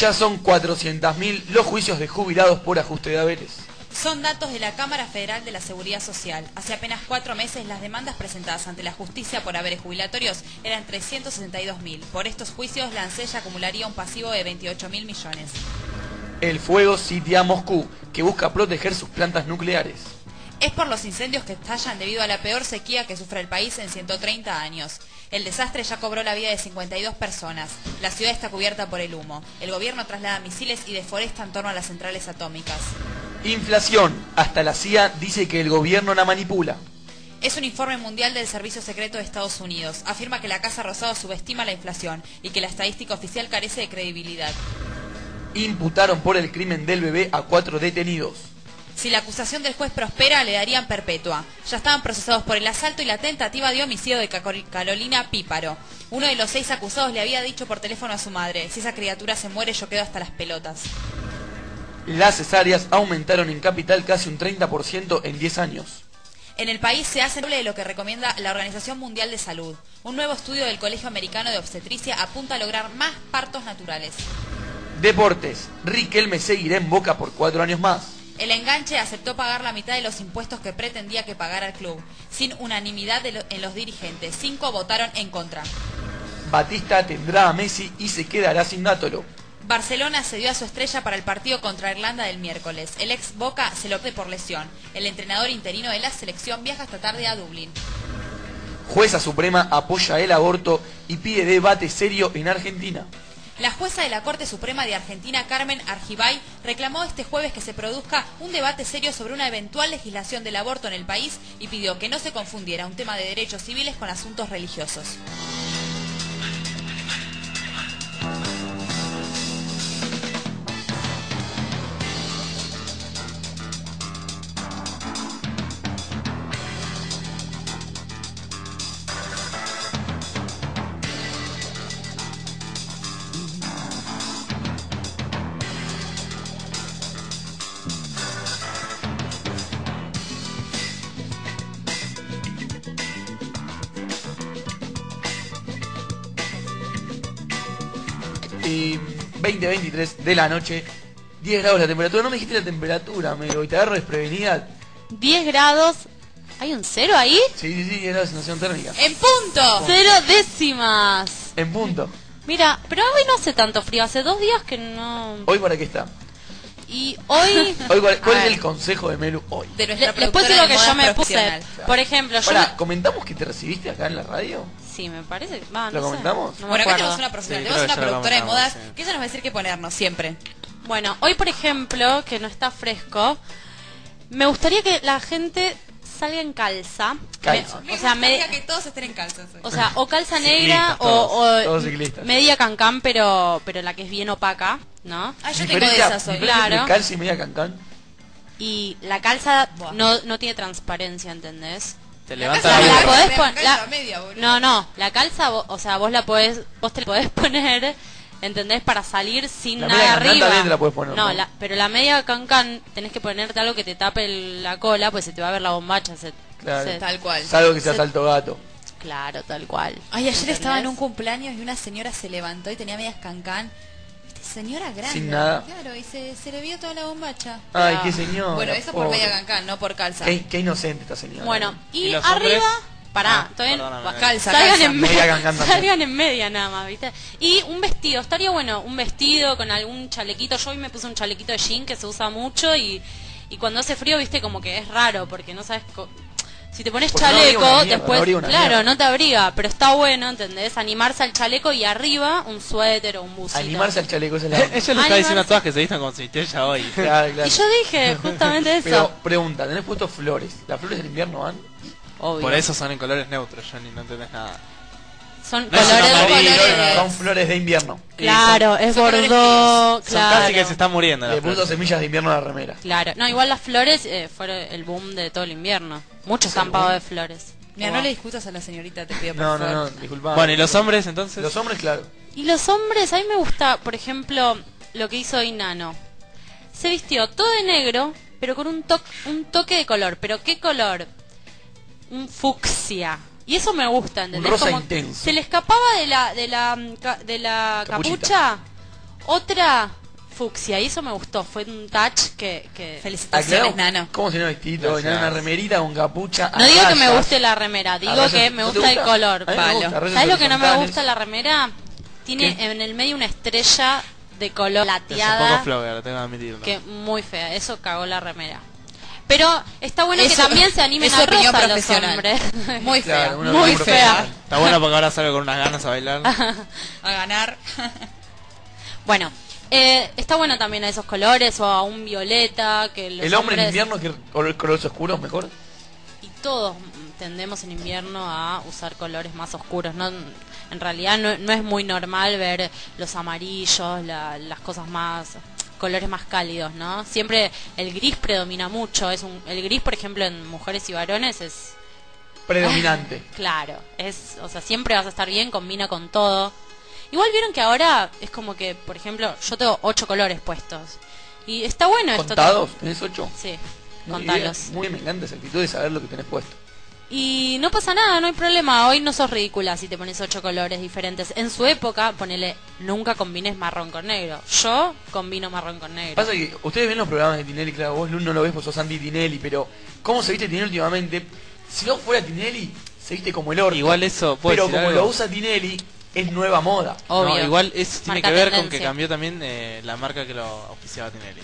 Speaker 1: Ya son 400.000 los juicios de jubilados por ajuste de haberes.
Speaker 3: Son datos de la Cámara Federal de la Seguridad Social. Hace apenas cuatro meses las demandas presentadas ante la justicia por haberes jubilatorios eran 362.000. Por estos juicios, la ANSES acumularía un pasivo de 28.000 millones.
Speaker 1: El fuego sitia Moscú, que busca proteger sus plantas nucleares.
Speaker 3: Es por los incendios que estallan debido a la peor sequía que sufre el país en 130 años. El desastre ya cobró la vida de 52 personas. La ciudad está cubierta por el humo. El gobierno traslada misiles y deforesta en torno a las centrales atómicas.
Speaker 1: Inflación. Hasta la CIA dice que el gobierno la manipula.
Speaker 3: Es un informe mundial del Servicio Secreto de Estados Unidos. Afirma que la Casa Rosada subestima la inflación y que la estadística oficial carece de credibilidad.
Speaker 1: Imputaron por el crimen del bebé a cuatro detenidos.
Speaker 3: Si la acusación del juez prospera, le darían perpetua. Ya estaban procesados por el asalto y la tentativa de homicidio de Cacor- Carolina Píparo. Uno de los seis acusados le había dicho por teléfono a su madre, si esa criatura se muere yo quedo hasta las pelotas.
Speaker 1: Las cesáreas aumentaron en capital casi un 30% en 10 años.
Speaker 3: En el país se hace el doble de lo que recomienda la Organización Mundial de Salud. Un nuevo estudio del Colegio Americano de Obstetricia apunta a lograr más partos naturales.
Speaker 1: Deportes. Riquelme seguirá en Boca por cuatro años más.
Speaker 3: El enganche aceptó pagar la mitad de los impuestos que pretendía que pagara el club, sin unanimidad de lo- en los dirigentes. Cinco votaron en contra.
Speaker 1: Batista tendrá a Messi y se quedará sin Nátolo.
Speaker 3: Barcelona cedió a su estrella para el partido contra Irlanda del miércoles. El ex Boca se lo opte por lesión. El entrenador interino de la selección viaja esta tarde a Dublín.
Speaker 1: Jueza Suprema apoya el aborto y pide debate serio en Argentina.
Speaker 3: La jueza de la Corte Suprema de Argentina, Carmen Argibay, reclamó este jueves que se produzca un debate serio sobre una eventual legislación del aborto en el país y pidió que no se confundiera un tema de derechos civiles con asuntos religiosos.
Speaker 1: Y 20-23 de la noche, 10 grados la temperatura. No me dijiste la temperatura, amigo, y te agarro desprevenida.
Speaker 2: 10 grados. ¿Hay un cero ahí?
Speaker 1: Sí, sí, sí, era la sensación térmica.
Speaker 3: ¡En punto!
Speaker 2: Cero décimas.
Speaker 1: En punto.
Speaker 2: Mira, pero hoy no hace tanto frío. Hace dos días que no.
Speaker 1: ¿Hoy para qué está?
Speaker 2: Y hoy.
Speaker 1: Hoy, ¿Cuál, cuál
Speaker 3: A
Speaker 1: es
Speaker 3: ver.
Speaker 1: el consejo de Melu hoy?
Speaker 3: De nuestra
Speaker 2: le- después de
Speaker 3: productora
Speaker 2: lo que
Speaker 3: de
Speaker 2: yo
Speaker 3: moda
Speaker 2: me puse.
Speaker 3: profesional.
Speaker 2: Por ejemplo, yo.
Speaker 1: Pará,
Speaker 2: me-
Speaker 1: ¿comentamos que te recibiste acá en la radio?
Speaker 2: Sí, me parece. Va,
Speaker 1: ¿Lo
Speaker 2: no sé.
Speaker 1: comentamos?
Speaker 2: No me
Speaker 3: Bueno, acá
Speaker 2: acuerdo.
Speaker 3: tenemos una profesional,
Speaker 4: Sí, creo
Speaker 3: tenemos una
Speaker 4: que ya lo
Speaker 3: productora de modas
Speaker 4: comentamos, Ah, sí.
Speaker 3: que ella nos va a decir qué ponernos siempre.
Speaker 2: Bueno, hoy por ejemplo, que no está fresco, me gustaría que la gente salga en calza.
Speaker 1: Calza.
Speaker 2: Me- o sea, me-
Speaker 3: que todos estén en calzas. hoy.
Speaker 2: o sea, o calza
Speaker 4: Ciclistas,
Speaker 2: negra o,
Speaker 1: todos,
Speaker 2: o
Speaker 1: todos ciclistas.
Speaker 2: media cancán, pero pero la que es bien opaca, ¿no?
Speaker 3: Ah, yo tengo de
Speaker 1: Diferencia-
Speaker 3: esas hoy.
Speaker 1: diferencia entre
Speaker 2: Claro.
Speaker 1: calza y media cancán.
Speaker 2: Y la calza
Speaker 3: Buah.
Speaker 2: no, no tiene transparencia, ¿entendés?
Speaker 4: Te
Speaker 2: O
Speaker 1: Ah,
Speaker 4: levanta
Speaker 2: sea,
Speaker 4: la
Speaker 2: la
Speaker 4: birra.
Speaker 3: podés-
Speaker 2: podés pon-
Speaker 3: Calza
Speaker 2: la-
Speaker 3: media, boludo.
Speaker 2: No, no, la calza, vo- o sea, vos la podés, vos te la podés poner, ¿entendés? Para salir sin
Speaker 1: La media
Speaker 2: nada
Speaker 1: cancán
Speaker 2: arriba.
Speaker 1: también te la podés poner,
Speaker 2: no,
Speaker 1: ¿no?
Speaker 2: la- pero la media cancán tenés que ponerte algo que te tape el- la cola, pues se te va a ver la bombacha. se-
Speaker 1: Claro.
Speaker 2: se-
Speaker 3: Tal cual.
Speaker 1: Salvo que sea
Speaker 2: Se-
Speaker 1: salto gato.
Speaker 2: claro, tal cual.
Speaker 3: Ay, ayer estaba en
Speaker 2: ¿Entendés?
Speaker 3: un cumpleaños y una señora se levantó y tenía medias cancán. Viste, Señora grande.
Speaker 1: Sin nada.
Speaker 3: Claro, y se, se le vio toda la bombacha.
Speaker 1: Ay,
Speaker 2: Ah.
Speaker 1: qué señor.
Speaker 3: bueno, eso por media cancán, no por calza.
Speaker 1: Qué, qué inocente esta señora. ¿eh?
Speaker 2: Bueno, y,
Speaker 4: ¿Y los
Speaker 2: arriba,
Speaker 4: hombres?
Speaker 2: pará,
Speaker 4: Ah,
Speaker 2: todavía
Speaker 4: perdóname.
Speaker 2: bah,
Speaker 3: Calza,
Speaker 2: salgan,
Speaker 3: calza.
Speaker 2: En
Speaker 1: Media
Speaker 2: media,
Speaker 1: cancán también.
Speaker 2: salgan en media nada más, ¿viste? Y un vestido, estaría bueno, un vestido con algún chalequito. Yo hoy me puse un chalequito de jean que se usa mucho y, y cuando hace frío, ¿viste? Como que es raro porque no sabes... co- si te pones
Speaker 1: Porque no
Speaker 2: chaleco,
Speaker 1: abriga una mierda, no
Speaker 2: después,
Speaker 1: abriga una
Speaker 2: claro,
Speaker 1: mierda.
Speaker 2: no te abriga, pero está bueno, ¿entendés? Animarse al chaleco y arriba un suéter o un bucito.
Speaker 1: Animarse al chaleco, esa es
Speaker 4: Ella le
Speaker 1: la...
Speaker 4: está
Speaker 2: Ay,
Speaker 4: diciendo
Speaker 2: no.
Speaker 4: a todas que se vistan con cintilla hoy.
Speaker 1: Claro, claro.
Speaker 2: Y yo dije justamente eso.
Speaker 1: Pero pregunta, tenés puesto flores. ¿Las flores del invierno van?
Speaker 2: Obvio.
Speaker 4: Por eso son en colores neutros, Johnny, no entendés nada.
Speaker 2: Son
Speaker 4: No, es un
Speaker 2: colores.
Speaker 4: amarillo,
Speaker 3: colores.
Speaker 1: Son flores de invierno.
Speaker 2: Claro, es
Speaker 3: son colores
Speaker 2: bordó,
Speaker 4: Son casi que
Speaker 2: claro.
Speaker 4: se está muriendo. la
Speaker 1: Le puso
Speaker 4: flor.
Speaker 1: semillas de invierno a la remera.
Speaker 2: Claro. No, igual las flores eh, fueron el boom de todo el invierno. Mucho estampado de flores.
Speaker 3: Mira, no le discutas a la señorita, te pido por
Speaker 1: No, no,
Speaker 3: favor.
Speaker 1: no, disculpa.
Speaker 4: Bueno, ¿y los hombres entonces?
Speaker 1: Los hombres, claro.
Speaker 2: Y los hombres, a mí me gusta, por ejemplo, lo que hizo Inano. Se vistió todo de negro, pero con un, toc- un toque de color. ¿Pero qué color? Un fucsia. Y eso me gusta, ¿entendés?
Speaker 1: Un rosa
Speaker 2: Como
Speaker 1: intenso.
Speaker 2: Se le escapaba de la, de la, mm, ca- de la
Speaker 1: Capuchita.
Speaker 2: capucha otra fucsia. Y eso me gustó. Fue un touch que... que-
Speaker 3: Felicitaciones, Nano.
Speaker 1: ¿Cómo se llama vestido?
Speaker 4: Gracias.
Speaker 1: Nano, una remerita con capucha.
Speaker 2: No
Speaker 1: a
Speaker 2: digo que me
Speaker 1: rayas.
Speaker 2: guste la remera, digo
Speaker 1: rayas.
Speaker 2: que me
Speaker 1: ¿No te
Speaker 2: gusta el
Speaker 1: gusta?
Speaker 2: color,
Speaker 1: A mí me
Speaker 2: palo.
Speaker 1: gusta, rayas
Speaker 2: ¿Sabes lo que no me
Speaker 1: horizontales.
Speaker 2: gusta la remera? Tiene
Speaker 1: ¿Qué?
Speaker 2: en el medio una estrella de color
Speaker 4: Es un poco
Speaker 2: plateada
Speaker 4: flogger, tengo que admitirlo.
Speaker 2: que muy fea, eso cagó la remera. Pero está bueno que
Speaker 3: Eso-
Speaker 2: también se animen
Speaker 3: es
Speaker 2: a
Speaker 3: opinión
Speaker 2: rosa los
Speaker 3: profesional.
Speaker 2: hombres.
Speaker 3: Muy fea.
Speaker 1: Claro, una
Speaker 2: Muy
Speaker 1: locura.
Speaker 2: fea.
Speaker 4: Está bueno porque ahora sale con unas ganas a bailar.
Speaker 3: A ganar.
Speaker 2: Bueno, eh, está bueno también a esos colores o a un violeta que los
Speaker 1: El hombre en
Speaker 2: hombres
Speaker 1: invierno que color- colores oscuros mejor.
Speaker 2: y todos tendemos en invierno a usar colores más oscuros. No, en realidad no, no es muy normal ver los amarillos, la- las cosas más colores más cálidos, ¿no? Siempre el gris predomina mucho. Es un, el gris, por ejemplo, en mujeres y varones es
Speaker 1: Predominante.
Speaker 2: Claro, es, o sea, siempre vas a estar bien, combina con todo. Igual vieron que ahora es como que, por ejemplo, yo tengo ocho colores puestos. Y está bueno esto.
Speaker 1: ¿Contados? ¿Tenés ocho?
Speaker 2: Sí,
Speaker 1: Muy bien,
Speaker 2: contalos.
Speaker 1: Muy bien, me encanta esa actitud de saber lo que tenés puesto.
Speaker 2: Y no pasa nada, no hay problema. Hoy no sos ridícula si te pones ocho colores diferentes. En su época, ponele, nunca combines marrón con negro. Yo combino marrón con negro.
Speaker 1: Pasa que ustedes ven los programas de Tinelli, claro, vos Luz no lo ves, vos sos Andy Tinelli, pero ¿cómo se viste Tinelli últimamente? Si no fuera Tinelli, se viste como el orto.
Speaker 4: Igual eso, puede
Speaker 1: pero
Speaker 4: decir
Speaker 1: como
Speaker 4: algo.
Speaker 1: lo usa Tinelli, es nueva moda.
Speaker 2: Obvio.
Speaker 4: No, igual eso tiene
Speaker 2: Marca
Speaker 4: que ver con
Speaker 2: tendencia.
Speaker 4: que cambió también eh, la marca que lo auspiciaba Tinelli.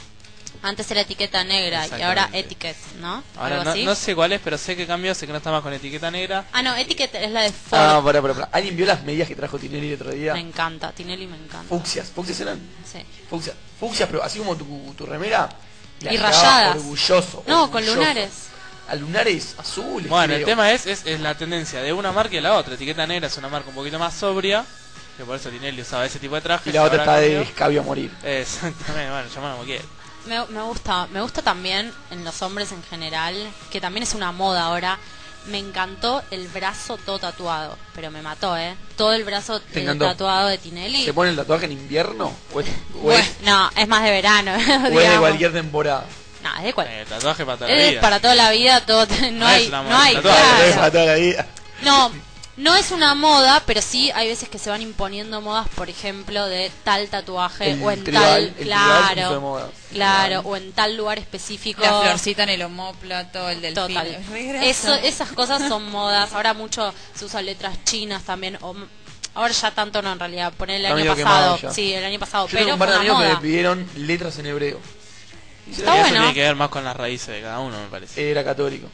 Speaker 2: Antes era etiqueta negra y ahora
Speaker 4: Exactamente.
Speaker 2: etiquet,
Speaker 1: Ah,
Speaker 2: ¿no?
Speaker 4: Ahora
Speaker 2: Algo
Speaker 4: no,
Speaker 2: así.
Speaker 4: no sé cuál es, pero sé que cambió, sé que no está más con etiqueta negra.
Speaker 2: Ah, no, etiquet es la de Ford.
Speaker 1: Ah, pará, pará, pará. ¿Alguien vio las medidas que trajo Tinelli el otro
Speaker 2: Me
Speaker 1: día?
Speaker 2: encanta, Tinelli me encanta.
Speaker 1: Fucsias, fucsias eran.
Speaker 2: Sí.
Speaker 1: Fucsias, fucsias, pero así como tu, tu remera. la
Speaker 2: Y
Speaker 1: llevaba
Speaker 2: rayadas.
Speaker 1: Orgulloso.
Speaker 2: No, con
Speaker 1: orgulloso.
Speaker 2: lunares.
Speaker 1: A lunares azules.
Speaker 4: Bueno, el
Speaker 1: creo.
Speaker 4: tema es, es, es la tendencia de una marca y la otra. Etiqueta negra es una marca un poquito más sobria, que por eso Tinelli usaba ese tipo de trajes.
Speaker 1: Y la otra está
Speaker 4: ahora
Speaker 1: de
Speaker 4: cambió.
Speaker 1: escabio a morir.
Speaker 4: Exactamente, bueno, llamalo como quieras.
Speaker 2: Me, me gusta, me gusta también en los hombres en general, que también es una moda ahora. Me encantó el brazo todo tatuado, pero me mató, ¿eh? Todo el brazo
Speaker 1: Te
Speaker 2: eh,
Speaker 1: encantó.
Speaker 2: tatuado de Tinelli.
Speaker 1: ¿Se pone el tatuaje en invierno? ¿O es, o
Speaker 2: Bueno,
Speaker 1: es-
Speaker 2: no, es más de verano.
Speaker 1: o es de
Speaker 2: digamos.
Speaker 1: cualquier temporada?
Speaker 2: No, es de cual-
Speaker 4: Eh, tatuaje para toda la
Speaker 2: Es
Speaker 4: vida.
Speaker 2: para toda la vida, todo, no
Speaker 4: es
Speaker 2: hay,
Speaker 4: una moda,
Speaker 2: no hay,
Speaker 4: es un tatuaje,
Speaker 2: claro.
Speaker 1: Para toda la vida.
Speaker 2: No, no es una moda, pero sí hay veces que se van imponiendo modas, por ejemplo, de tal tatuaje
Speaker 1: El
Speaker 2: o en
Speaker 1: tribal, el
Speaker 2: tal,
Speaker 1: tribal se puso de
Speaker 2: claro,
Speaker 1: moda.
Speaker 2: claro, o en tal lugar específico.
Speaker 3: La florcita en el homóplato, el delfín.
Speaker 2: Total.
Speaker 3: Es re gracioso.
Speaker 2: Eso, esas cosas son modas. Ahora mucho se usan letras chinas también. o m- ahora ya tanto no en realidad. Poner el
Speaker 1: Está
Speaker 2: año
Speaker 1: medio quemado
Speaker 2: pasado.
Speaker 1: ya.
Speaker 2: Sí, el año pasado.
Speaker 1: Yo
Speaker 2: pero
Speaker 1: tengo un par de
Speaker 2: fue una
Speaker 1: amigos que me
Speaker 2: moda.
Speaker 1: pidieron letras en hebreo.
Speaker 2: Está
Speaker 4: Y eso
Speaker 2: bueno.
Speaker 4: tiene que ver más con las raíces de cada uno, me parece.
Speaker 1: Era católico.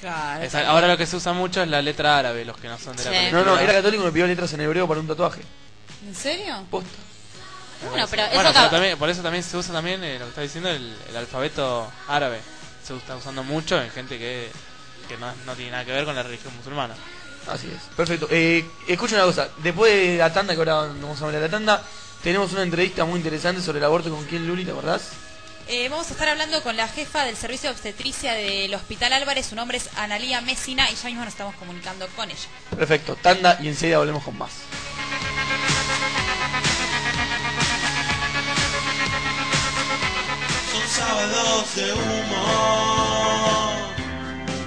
Speaker 3: Claro.
Speaker 4: Esa- ahora lo que se usa mucho es la letra árabe, los que no son de la
Speaker 2: Sí.
Speaker 4: película.
Speaker 1: No, no, era católico y me pidió letras en hebreo para un tatuaje.
Speaker 3: ¿En serio?
Speaker 1: Posta.
Speaker 2: Bueno, pero
Speaker 4: Bueno,
Speaker 2: eso
Speaker 4: pero
Speaker 2: acaba-
Speaker 4: también, por eso también se usa también eh, lo que está diciendo el, el alfabeto árabe. Se está usando mucho en gente que, que no, no tiene nada que ver con la religión musulmana.
Speaker 1: Así es. Perfecto. Eh, escucha una cosa. Después de la tanda, que ahora vamos a hablar de la tanda, tenemos una entrevista muy interesante sobre el aborto con quien Luli, ¿te acordás?
Speaker 3: Eh, vamos a estar hablando con la jefa del servicio de obstetricia del Hospital Álvarez. Su nombre es Analía Messina y ya mismo nos estamos comunicando con ella.
Speaker 1: Perfecto. Tanda y enseguida volvemos con más.
Speaker 5: Son sábados de humo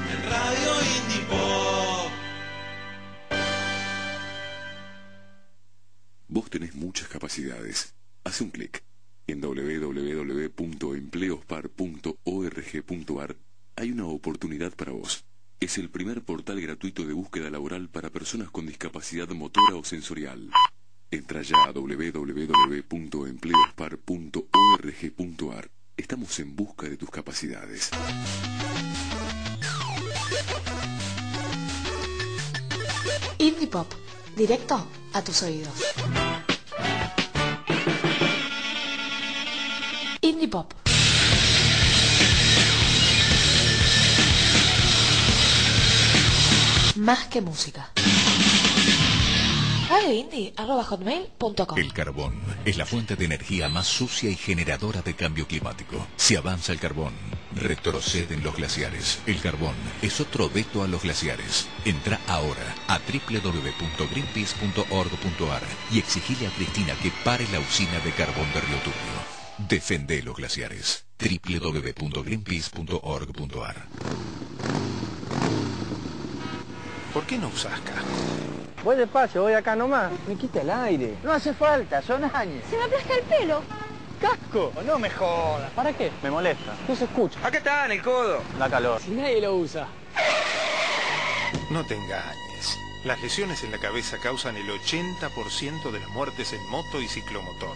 Speaker 5: en Radio Indie Pop.
Speaker 7: Vos tenés muchas capacidades. Haz un clic. En www.empleospar.org.ar hay una oportunidad para vos. Es el primer portal gratuito de búsqueda laboral para personas con discapacidad motora o sensorial. Entra ya a www.empleospar.org.ar. Estamos en busca de tus capacidades.
Speaker 8: Indie Pop, directo a tus oídos. Indie Pop. Más que música. radioindie.com.
Speaker 9: El carbón es la fuente de energía más sucia y generadora de cambio climático. Si avanza el carbón, retroceden los glaciares. El carbón es otro veto a los glaciares. Entra ahora a www.greenpeace.org.ar y exigile a Cristina que pare la usina de carbón de Río Turbio. Defende los glaciares. www.greenpeace.org.ar
Speaker 10: ¿Por qué no usas casco?
Speaker 11: Voy despacio, voy acá nomás. Me quita el aire. No hace falta, son años.
Speaker 12: Se me aplasta el pelo.
Speaker 11: ¡Casco! No me jodas. ¿Para qué? Me molesta. No se escucha. Acá está, en el codo. La calor. Si nadie lo usa.
Speaker 10: No te engañes. Las lesiones en la cabeza causan el 80% de las muertes en moto y ciclomotor.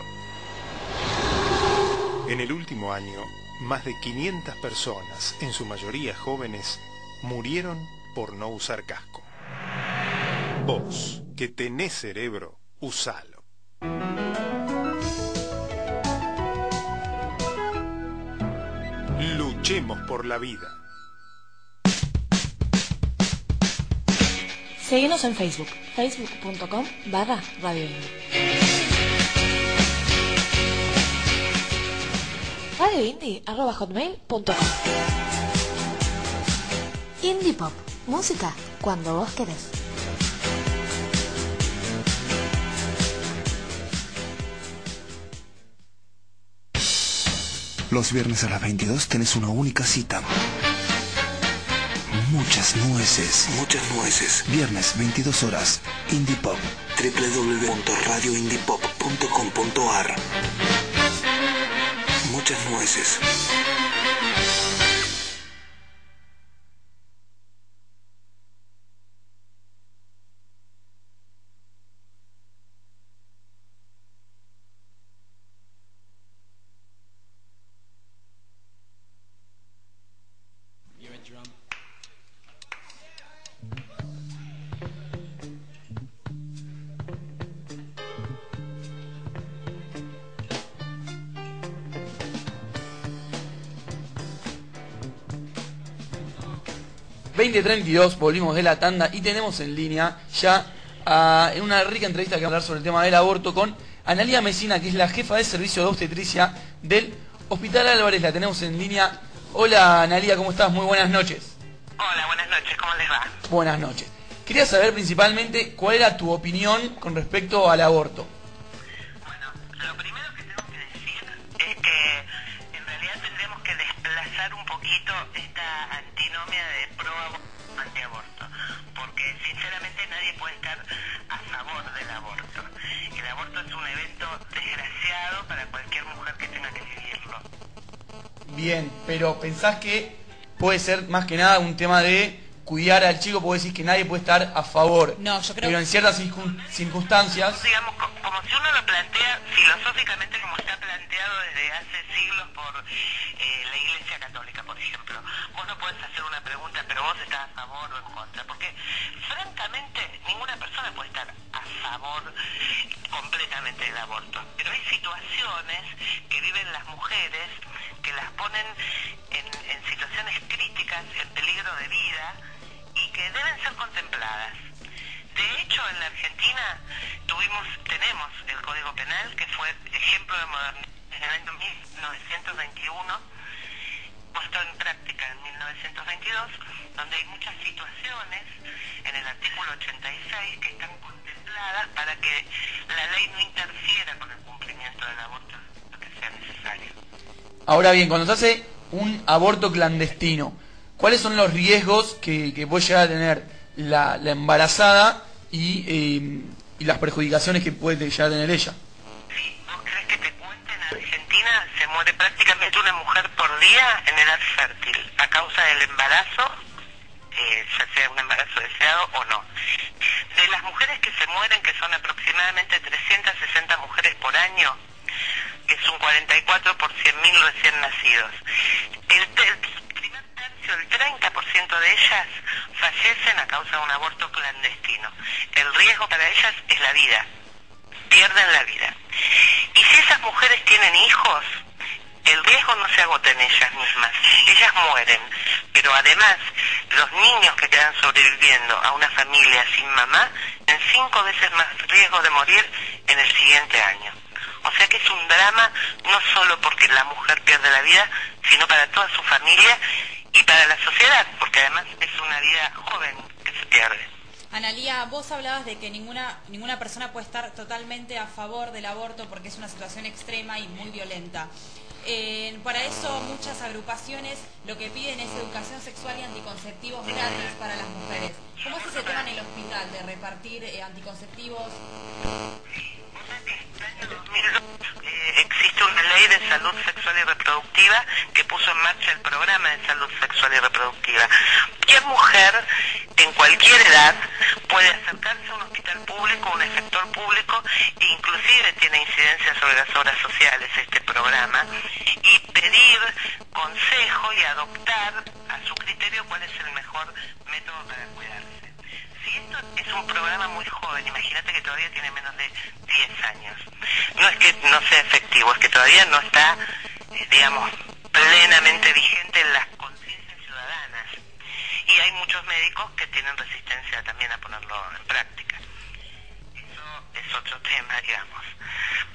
Speaker 10: En el último año, más de 500 personas, en su mayoría jóvenes, murieron por no usar casco. Vos, que tenés cerebro, usalo. Luchemos por la vida.
Speaker 8: Seguinos en Facebook, facebook.com barra Radio Indie. Radioindie.com Indie Pop, música cuando vos querés.
Speaker 13: Los viernes a las 22 tenés una única cita. Muchas nueces.
Speaker 5: Muchas nueces.
Speaker 13: Viernes, 22 horas. Indie Pop.
Speaker 5: www.radioindiepop.com.ar Muchas nueces.
Speaker 1: .32, volvimos de la tanda y tenemos en línea ya a- en una rica entrevista que va a hablar sobre el tema del aborto con Analia Mesina, que es la jefa de servicio de obstetricia del Hospital Álvarez. La tenemos en línea. Hola Analia, ¿cómo estás? Muy buenas noches.
Speaker 14: Hola, buenas noches, ¿cómo les va?
Speaker 1: Buenas noches. Quería saber principalmente cuál era tu opinión con respecto al aborto. Bien, pero pensás que puede ser más que nada un tema de cuidar al chico, porque decís que nadie puede estar a favor.
Speaker 3: No, yo creo
Speaker 1: Pero en ciertas circun- circunstancias... Ahora bien, cuando se hace un aborto clandestino, ¿cuáles son los riesgos que, que puede llegar a tener la, la embarazada y, eh, y las perjudicaciones que puede llegar a tener ella?
Speaker 14: eh, Pero además, los niños que quedan sobreviviendo a una familia sin mamá en cinco veces más riesgo de morir en el siguiente año. O sea que es un drama no solo porque la mujer pierde la vida, sino para toda su familia y para la sociedad, porque además es una vida joven que se pierde.
Speaker 3: Analía, vos hablabas de que ninguna, ninguna persona puede estar totalmente a favor del aborto porque es una situación extrema y muy violenta. Eh, para eso muchas agrupaciones lo que piden es educación sexual y anticonceptivos gratis para las mujeres. ¿Cómo es ese tema en el hospital de repartir eh, anticonceptivos?
Speaker 14: Eh, existe una ley de salud sexual y reproductiva que puso en marcha el programa de salud sexual y reproductiva. Cualquier mujer en cualquier edad puede acercarse a un hospital público, un sector público, e inclusive tiene incidencia sobre las obras sociales este programa, y pedir consejo y adoptar a su criterio cuál es el mejor método para cuidarse. Si esto es un programa muy joven, imagínate que todavía tiene menos de 10 años. No es que no sea efectivo, es que todavía no está, eh, digamos, plenamente vigente en las conciencias ciudadanas. Y hay muchos médicos que tienen resistencia también a ponerlo en práctica. Eso es otro tema, digamos.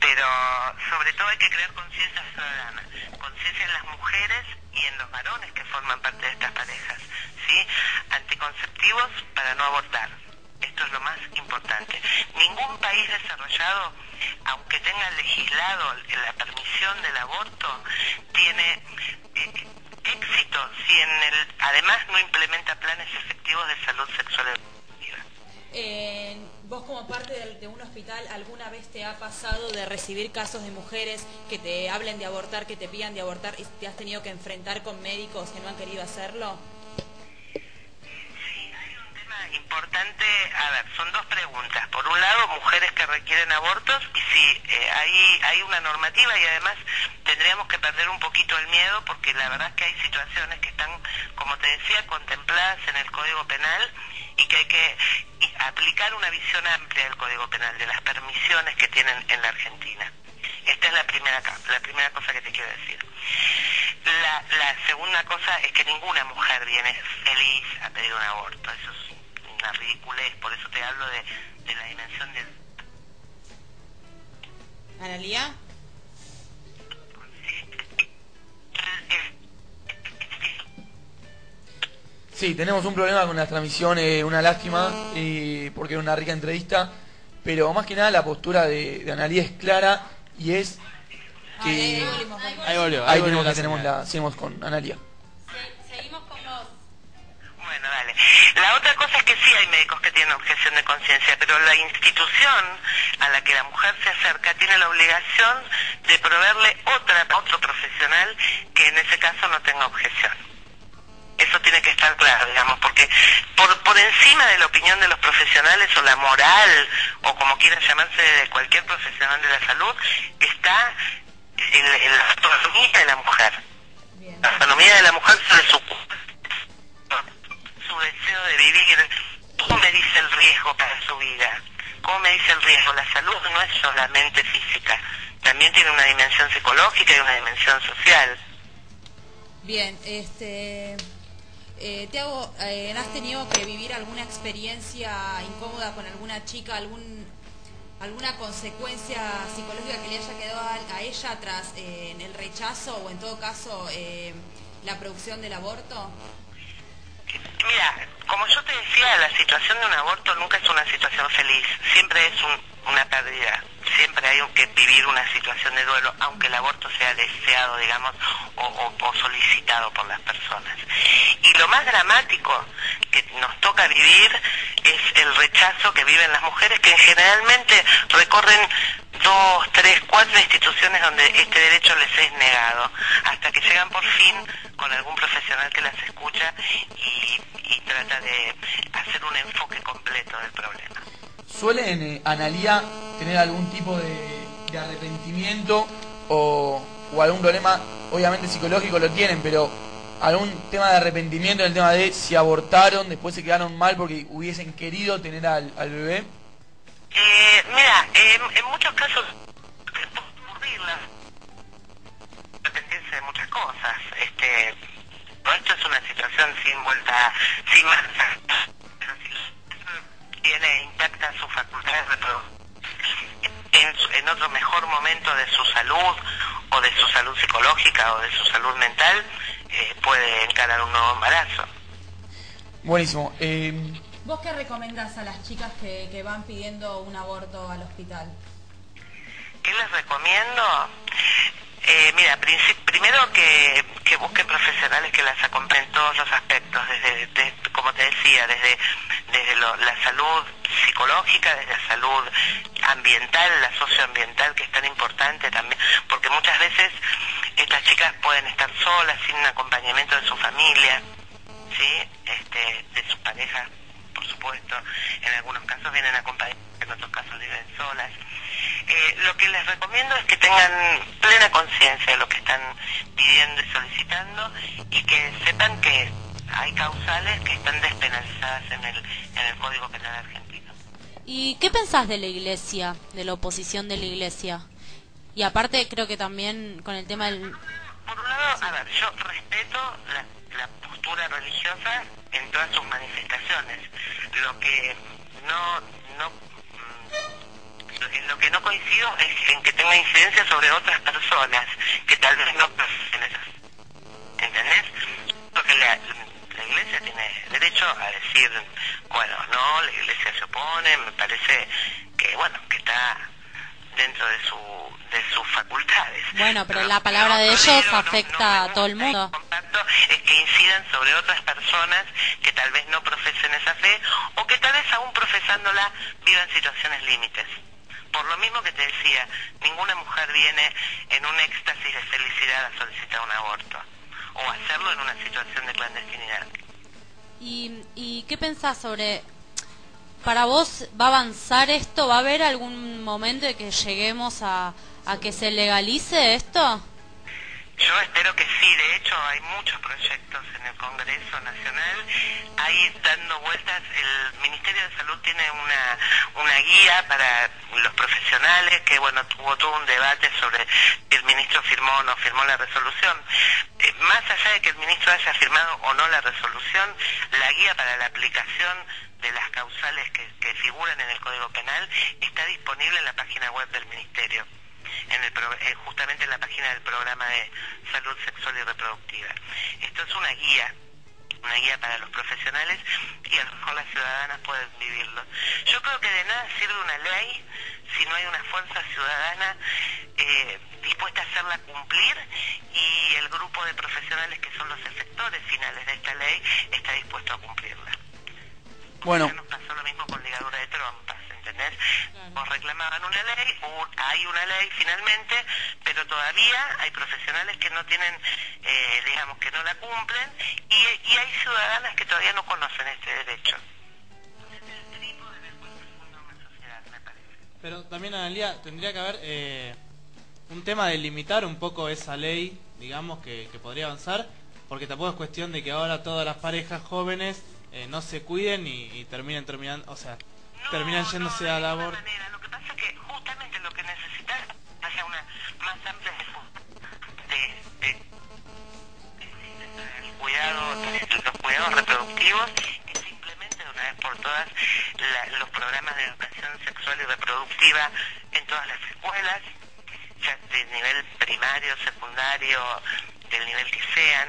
Speaker 14: Pero sobre todo hay que crear conciencia ciudadana, conciencia en las mujeres y en los varones que forman parte de estas parejas. ¿sí? Anticonceptivos para no abortar. Esto es lo más importante. Ningún país desarrollado, aunque tenga legislado la permisión del aborto, tiene eh, éxito si en el, además no implementa planes efectivos de salud sexual.
Speaker 3: Eh, vos como parte del- de, un hospital, ¿alguna vez te ha pasado de recibir casos de mujeres que te hablen de abortar, que te pidan de abortar y te has tenido que enfrentar con médicos que no han querido hacerlo?
Speaker 14: importante, a ver, son dos preguntas. Por un lado, mujeres que requieren abortos y si eh, hay, hay una normativa y además tendríamos que perder un poquito el miedo porque la verdad es que hay situaciones que están, como te decía, contempladas en el Código Penal y que hay que y- aplicar una visión amplia del Código Penal, de las permisiones que tienen en la Argentina. Esta es la primera, ca- la primera cosa que te quiero decir. La, la segunda cosa es que ninguna mujer viene feliz a pedir un aborto. Eso es una ridiculez, por eso te hablo de, de la dimensión del...
Speaker 3: ¿Analía?
Speaker 1: Sí, tenemos un problema con las transmisiones, una lástima, eh, porque era una rica entrevista, pero más que nada la postura de, de Analía es clara y es que...
Speaker 4: Ahí volvió, ahí
Speaker 1: Ahí
Speaker 4: volvió la
Speaker 1: tenemos, la tenemos,
Speaker 4: señal.
Speaker 1: la, seguimos con Analía.
Speaker 2: Seguimos con vos.
Speaker 14: Bueno, dale. La otra cosa es que sí hay médicos que tienen objeción de conciencia, pero la institución a la que la mujer se acerca tiene la obligación de proveerle otra, otro profesional que en ese caso no tenga objeción. Eso tiene que estar claro, digamos, porque por, por encima de la opinión de los profesionales o la moral, o como quiera llamarse, de cualquier profesional de la salud, está el- el- la autonomía de la mujer. La autonomía de la mujer sobre su su deseo de vivir, ¿cómo me dice el riesgo para su vida? ¿Cómo me dice el riesgo? La salud no es solamente física, también tiene una dimensión psicológica y una dimensión social.
Speaker 3: Bien, este, eh, te hago, eh, ¿has tenido que vivir alguna experiencia incómoda con alguna chica, algún, alguna consecuencia psicológica que le haya quedado a, a ella tras eh, en el rechazo o en todo caso eh, la producción del aborto?
Speaker 14: Mira, como yo te decía, la situación de un aborto nunca es una situación feliz, siempre es un- una pérdida, siempre hay que vivir una situación de duelo, aunque el aborto sea deseado, digamos, o, o- o solicitado por las personas. Y lo más dramático que nos toca vivir es el rechazo que viven las mujeres, que generalmente recorren dos, tres, cuatro instituciones donde este derecho les es negado, hasta que llegan por fin con algún profesional que las escucha y, y trata de hacer un enfoque completo del problema.
Speaker 1: ¿Suelen eh, Analía tener algún tipo de, de arrepentimiento o, o algún problema? Obviamente psicológico lo tienen, pero algún tema de arrepentimiento en el tema de si abortaron, después se quedaron mal porque hubiesen querido tener al, al bebé.
Speaker 14: Eh, mira, en, en muchos casos se puede ocurrir la dependencia de muchas cosas. Este, todo esto es una situación sin vuelta, sin marcha. tiene intactas sus facultades reproductivas en, su- en otro mejor momento de su salud o de su salud psicológica o de su salud mental eh, puede encarar un nuevo embarazo.
Speaker 1: Buenísimo. Eh,
Speaker 3: ¿Vos qué recomendás a las chicas que, que van pidiendo un aborto al hospital?
Speaker 14: ¿Qué les recomiendo? Eh, mira, princi- primero que, que busquen profesionales que las acompañen en todos los aspectos, desde, de- como te decía, desde, desde lo- la salud psicológica, desde la salud ambiental, la socioambiental, que es tan importante también, porque muchas veces estas chicas pueden estar solas, sin un acompañamiento de su familia, ¿sí? este, de sus parejas, por supuesto, en algunos casos vienen acompañadas, en otros casos viven solas. Eh, lo que les recomiendo es que tengan plena conciencia de lo que están pidiendo y solicitando y que sepan que hay causales que están despenalizadas en el, en el Código Penal Argentino.
Speaker 2: ¿Y qué pensás de la iglesia, de la oposición de la iglesia? Y aparte creo que también con el tema del...
Speaker 14: Por un lado, a ver, yo respeto la, la postura religiosa en todas sus manifestaciones. Lo que no, no mm, en lo que no coincido es en que tenga incidencia sobre otras personas que tal vez no pertenecen. ¿Entendés? Porque la, la iglesia tiene derecho a decir, bueno, no, la iglesia se opone, me parece que, bueno, que está dentro de, su, de sus facultades.
Speaker 2: Bueno, pero la palabra de ellos afecta a todo el mundo.
Speaker 14: es eh, que incidan sobre otras personas que tal vez no profesen esa fe o que tal vez aún profesándola vivan situaciones límites. Por lo mismo que te decía, ninguna mujer viene en un éxtasis de felicidad a solicitar un aborto o hacerlo en una situación de clandestinidad.
Speaker 2: ¿Y, y qué pensás sobre... Para vos, ¿va a avanzar esto? ¿Va a haber algún momento de que lleguemos a, a que se legalice esto?
Speaker 14: Yo espero que sí, de hecho hay muchos proyectos en el Congreso Nacional, ahí dando vueltas, el Ministerio de Salud tiene una, una guía para los profesionales, que bueno, tuvo todo un debate sobre si el ministro firmó o no firmó la resolución. Eh, más allá de que el ministro haya firmado o no la resolución, la guía para la aplicación de las causales que, que figuran en el Código Penal está disponible en la página web del Ministerio en el pro- eh, justamente en la página del programa de salud sexual y reproductiva. Esto es una guía, una guía para los profesionales y a lo mejor las ciudadanas pueden vivirlo. Yo creo que de nada sirve una ley si no hay una fuerza ciudadana eh, dispuesta a hacerla cumplir y el grupo de profesionales que son los efectores finales de esta ley está dispuesto a cumplirla.
Speaker 1: bueno,
Speaker 14: Pasó lo mismo con ligadura de trompas, ¿entendés? Nos reclamaban una ley, hubo- hay una ley finalmente, pero todavía hay profesionales que no tienen, eh, digamos, que no la cumplen y, y hay ciudadanas que todavía no conocen este derecho.
Speaker 4: Pero también, Analia, tendría que haber eh, un tema de limitar un poco esa ley, digamos, que, que podría avanzar, porque tampoco es cuestión de que ahora todas las parejas jóvenes eh, no se cuiden y, y terminen, terminan, o sea, terminan yéndose al aborto.
Speaker 14: Haya una más amplia de, de- el cuidado, de los cuidados reproductivos y simplemente de una vez por todas la- los programas de educación sexual y reproductiva en todas las escuelas, ya de nivel primario, secundario, del nivel que sean.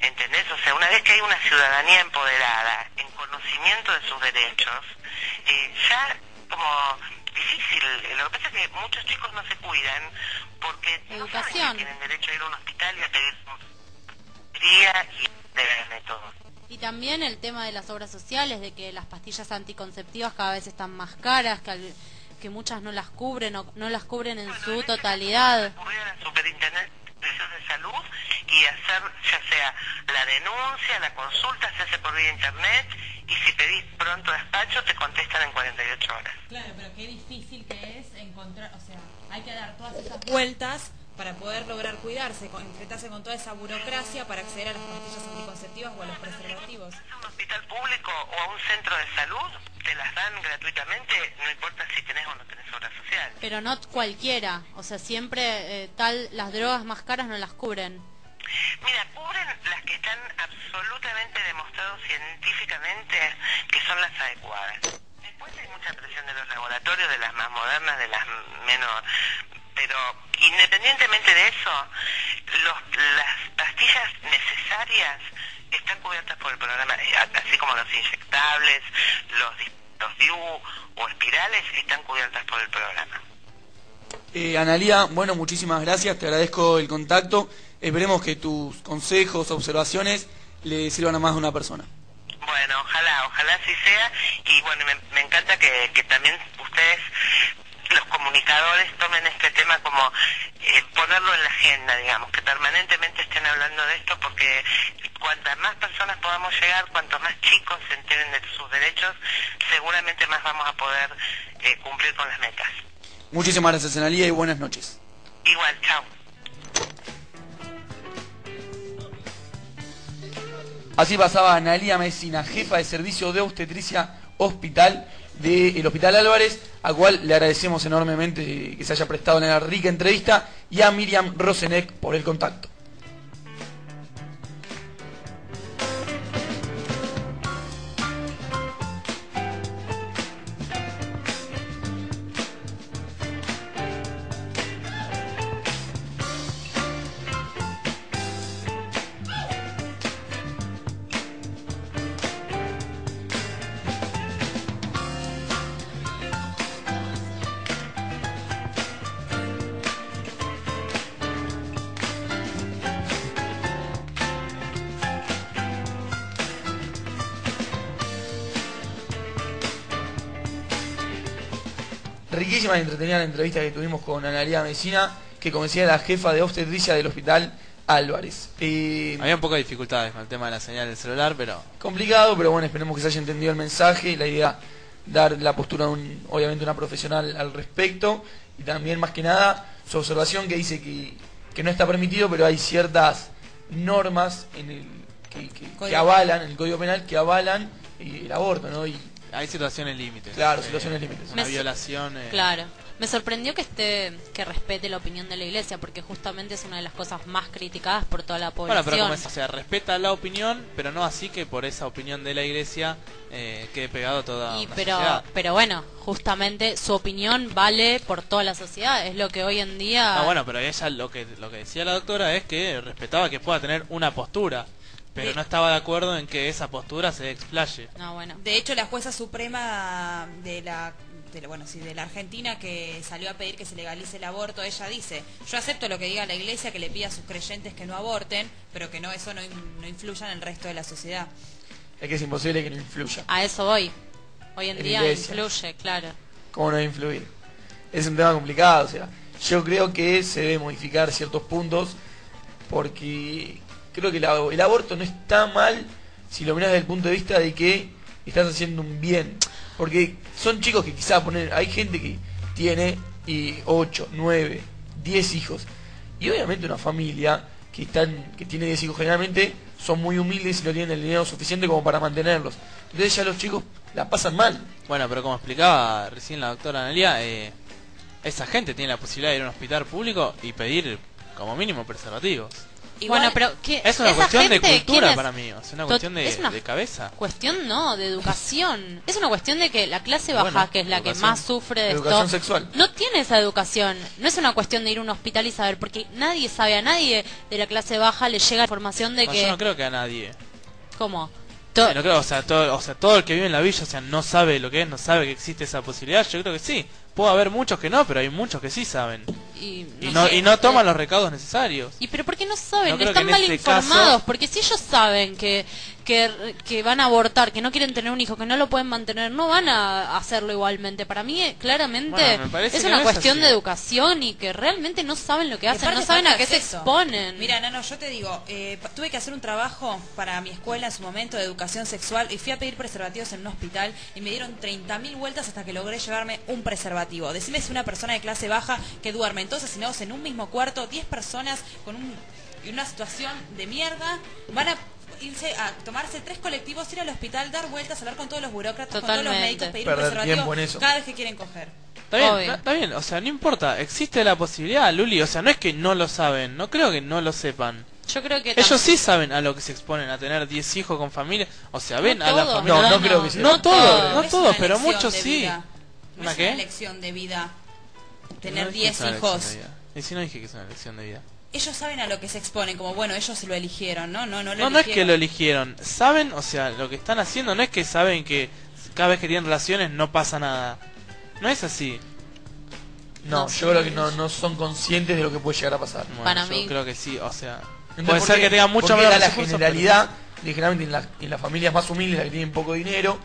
Speaker 14: ¿Entendés? O sea, una vez que hay una ciudadanía empoderada, en conocimiento de sus derechos, eh, ya como difícil, lo que pasa es que muchos chicos no se cuidan porque no saben que
Speaker 2: Educación.
Speaker 14: tienen derecho a ir a un hospital y a pedir día y de, de todo.
Speaker 2: Y también el tema de las obras sociales, de que las pastillas anticonceptivas cada vez están más caras, que, al- que muchas no las cubren o no las cubren en su totalidad.
Speaker 14: Superintendente de salud y hacer ya sea la denuncia, la consulta, se hace por vía internet y si pedís pronto despacho te contestan en 48 horas.
Speaker 3: Claro, pero qué difícil que es encontrar, o sea, hay que dar todas esas vueltas para poder lograr cuidarse, con- enfrentarse con toda esa burocracia para acceder a las pastillas anticonceptivas o a los preservativos.
Speaker 14: hospital público o a un centro de salud te las dan gratuitamente, no importa si tenés o no tenés obra social.
Speaker 2: Pero no cualquiera, o sea, siempre eh, tal las drogas más caras no las cubren.
Speaker 4: Eh.
Speaker 14: Mira, cubren las que están absolutamente demostrados científicamente que son las adecuadas. aparte hay mucha presión de los laboratorios, de las más modernas, de las menos... Pero independientemente de eso, los- las pastillas necesarias están cubiertas por el programa, eh, a- así como los inyectables, los, dis- los DIU o espirales están cubiertas por el programa.
Speaker 1: Eh, Analía, bueno, muchísimas gracias, te agradezco el contacto. Esperemos que tus consejos, observaciones le sirvan a más de una persona.
Speaker 14: Bueno, ojalá, ojalá así sea. Y bueno, me, me encanta que, que también ustedes, los comunicadores, tomen este tema como eh, ponerlo en la agenda, digamos, que permanentemente estén hablando de esto, porque cuantas más personas podamos llegar, cuantos más chicos se enteren de sus derechos, seguramente más vamos a poder eh, cumplir con las metas.
Speaker 1: Muchísimas gracias, Analía, y buenas noches.
Speaker 14: Igual, chao.
Speaker 1: Así pasaba Analía Mesina, jefa de servicio de obstetricia hospital del Hospital Álvarez, a cual le agradecemos enormemente que se haya prestado en la rica entrevista, y a Miriam Rosenek por el contacto. Riquísima y entretenida la entrevista que tuvimos con Analía Mesina, que como decía, la jefa de obstetricia del Hospital Álvarez. Eh,
Speaker 4: Había un poco de dificultades con el tema de la señal del celular, pero
Speaker 1: complicado, pero bueno, esperemos que se haya entendido el mensaje y la idea dar la postura de un, obviamente una profesional al respecto y también más que nada su observación que dice que, que no está permitido, pero hay ciertas normas en el que, que- que
Speaker 4: Código
Speaker 1: avalan, en el Código Penal que avalan eh, el aborto, ¿no? Y
Speaker 4: hay situaciones límites. Eh,
Speaker 1: Claro, situaciones límites.
Speaker 4: Una
Speaker 1: Me-
Speaker 4: violación. eh,
Speaker 2: Claro. Me sorprendió que esté que respete la opinión de la iglesia porque justamente es una de las cosas más criticadas por toda la
Speaker 4: Bueno,
Speaker 2: población.
Speaker 4: pero como es, o sea, respeta la opinión, pero no así que por esa opinión de la iglesia eh, quede pegado toda
Speaker 2: Y
Speaker 4: una
Speaker 2: pero,
Speaker 4: sociedad.
Speaker 2: pero bueno, justamente su opinión vale por toda la sociedad. Es lo que hoy en día.
Speaker 4: Ah, bueno, pero ella lo que lo que decía la doctora es que respetaba que pueda tener una postura, pero no estaba de acuerdo en que esa postura se explaye.
Speaker 3: De hecho, la jueza suprema de la, de la- bueno, sí, de la Argentina que salió a pedir que se legalice el aborto, ella dice, yo acepto lo que diga la iglesia, que le pida a sus creyentes que no aborten, pero que no eso no, in- no influya en el resto de la sociedad.
Speaker 1: es que es imposible que no influya.
Speaker 2: A eso voy. Hoy en
Speaker 1: La
Speaker 2: día
Speaker 1: iglesia.
Speaker 2: influye, claro.
Speaker 1: ¿Cómo no va a influir? Es un tema complicado, o sea, yo creo que se debe modificar ciertos puntos porque creo que el ab- el aborto no está mal si lo miras desde el punto de vista de que estás haciendo un bien. Porque son chicos que quizás poner, hay gente que tiene 8, 9, 10 hijos. Y obviamente una familia que están que tiene 10 hijos generalmente son muy humildes y no tienen el dinero suficiente como para mantenerlos. Entonces ya los chicos la pasan mal.
Speaker 4: Bueno, pero como explicaba recién la doctora Analia, eh, esa gente tiene la posibilidad de ir a un hospital público y pedir como mínimo preservativos.
Speaker 2: bueno, pero ¿qué-
Speaker 4: Es una
Speaker 2: esa
Speaker 4: cuestión de
Speaker 2: gente, ¿quién
Speaker 4: cultura
Speaker 2: es?
Speaker 4: para mí, es una
Speaker 2: Tot-
Speaker 4: cuestión de,
Speaker 2: es una
Speaker 4: de cabeza.
Speaker 2: Cuestión no, de educación. Es una cuestión de que la clase baja,
Speaker 4: Bueno,
Speaker 2: que es la que
Speaker 4: educación.
Speaker 2: más sufre de
Speaker 4: Educación
Speaker 2: esto,
Speaker 4: sexual.
Speaker 2: no tiene esa educación. No es una cuestión de ir a un hospital y saber, porque nadie sabe, a nadie de la clase baja le llega información de
Speaker 4: No,
Speaker 2: que...
Speaker 4: Yo no creo que a nadie.
Speaker 2: ¿Cómo?
Speaker 4: Sí, no creo, o sea, todo, o sea, todo el que vive en la villa, o sea, no sabe lo que es, no sabe que existe esa posibilidad. Yo creo que sí. Puede haber muchos que no, pero hay muchos que sí saben.
Speaker 2: Y
Speaker 4: Y
Speaker 2: no
Speaker 4: no,
Speaker 2: sé.
Speaker 4: y no toman los recaudos necesarios.
Speaker 2: ¿Y pero por qué no saben?
Speaker 4: No creo
Speaker 2: Están
Speaker 4: que en
Speaker 2: mal
Speaker 4: este
Speaker 2: informados,
Speaker 4: caso-
Speaker 2: porque si ellos saben que, que, que van a abortar, que no quieren tener un hijo, que no lo pueden mantener, no van a hacerlo igualmente. Para mí, eh, claramente,
Speaker 3: Bueno, me parece
Speaker 2: es
Speaker 3: que
Speaker 2: una
Speaker 3: no es
Speaker 2: cuestión
Speaker 3: así.
Speaker 2: de educación y que realmente no saben lo que hacen,
Speaker 3: Aparte,
Speaker 2: no saben a
Speaker 3: falta
Speaker 2: qué se
Speaker 3: acceso.
Speaker 2: exponen.
Speaker 3: Mira, Nano, yo te digo, eh, pa- tuve que hacer un trabajo para mi escuela en su momento de educación sexual y fui a pedir preservativos en un hospital y me dieron 30.000 vueltas hasta que logré llevarme un preservativo. Decime si una persona de clase baja que duerme entonces, si no, en un mismo cuarto, 10 personas con un- y una situación de mierda, van a irse a tomarse tres colectivos, ir al hospital, dar vueltas, hablar con todos los burócratas, con todos los
Speaker 2: Totalmente.
Speaker 3: médicos, pedir
Speaker 1: Perder
Speaker 3: un preservativo
Speaker 1: tiempo en eso.
Speaker 3: cada vez que quieren coger.
Speaker 4: Está bien,
Speaker 2: Obvio.
Speaker 4: está- está bien, o sea, no importa, existe la posibilidad, Luli, o sea, no es que no lo saben, no creo que no lo sepan.
Speaker 2: Yo creo que
Speaker 4: Ellos sí saben a lo que se exponen, a tener 10 hijos con familia, o sea, ven a la
Speaker 2: todos,
Speaker 4: familia.
Speaker 1: no, no creo que
Speaker 4: No
Speaker 1: sepan.
Speaker 4: todos, no
Speaker 3: Es
Speaker 4: todos,
Speaker 3: una
Speaker 4: pero
Speaker 3: elección
Speaker 4: muchos
Speaker 3: de
Speaker 4: sí.
Speaker 3: vida. No
Speaker 4: ¿Una
Speaker 3: es
Speaker 4: qué?
Speaker 3: una elección de vida
Speaker 4: No
Speaker 3: tener
Speaker 4: dije
Speaker 3: 10
Speaker 4: que es una
Speaker 3: hijos.
Speaker 4: elección de vida. Y si no dije que es una elección de vida.
Speaker 3: Ellos saben a lo que se exponen, como bueno, ellos se lo eligieron, ¿no? No, no, lo
Speaker 4: No, no es que
Speaker 3: eligieron.
Speaker 4: lo eligieron. Saben, o sea, lo que están haciendo no es que saben que cada vez que tienen relaciones no pasa nada. No es así.
Speaker 1: No, yo creo que no, no son conscientes de lo que puede llegar a pasar.
Speaker 4: Bueno,
Speaker 2: Para
Speaker 4: yo
Speaker 2: mí-
Speaker 4: creo que sí, o sea.
Speaker 1: Entonces,
Speaker 4: puede
Speaker 1: ¿por
Speaker 4: ser
Speaker 1: qué-
Speaker 4: que tengan
Speaker 1: por
Speaker 4: mucha
Speaker 1: qué
Speaker 4: menos
Speaker 1: da la
Speaker 4: recursos,
Speaker 1: generalidad, de generalmente en, las- en las familias más humildes, las que tienen poco dinero,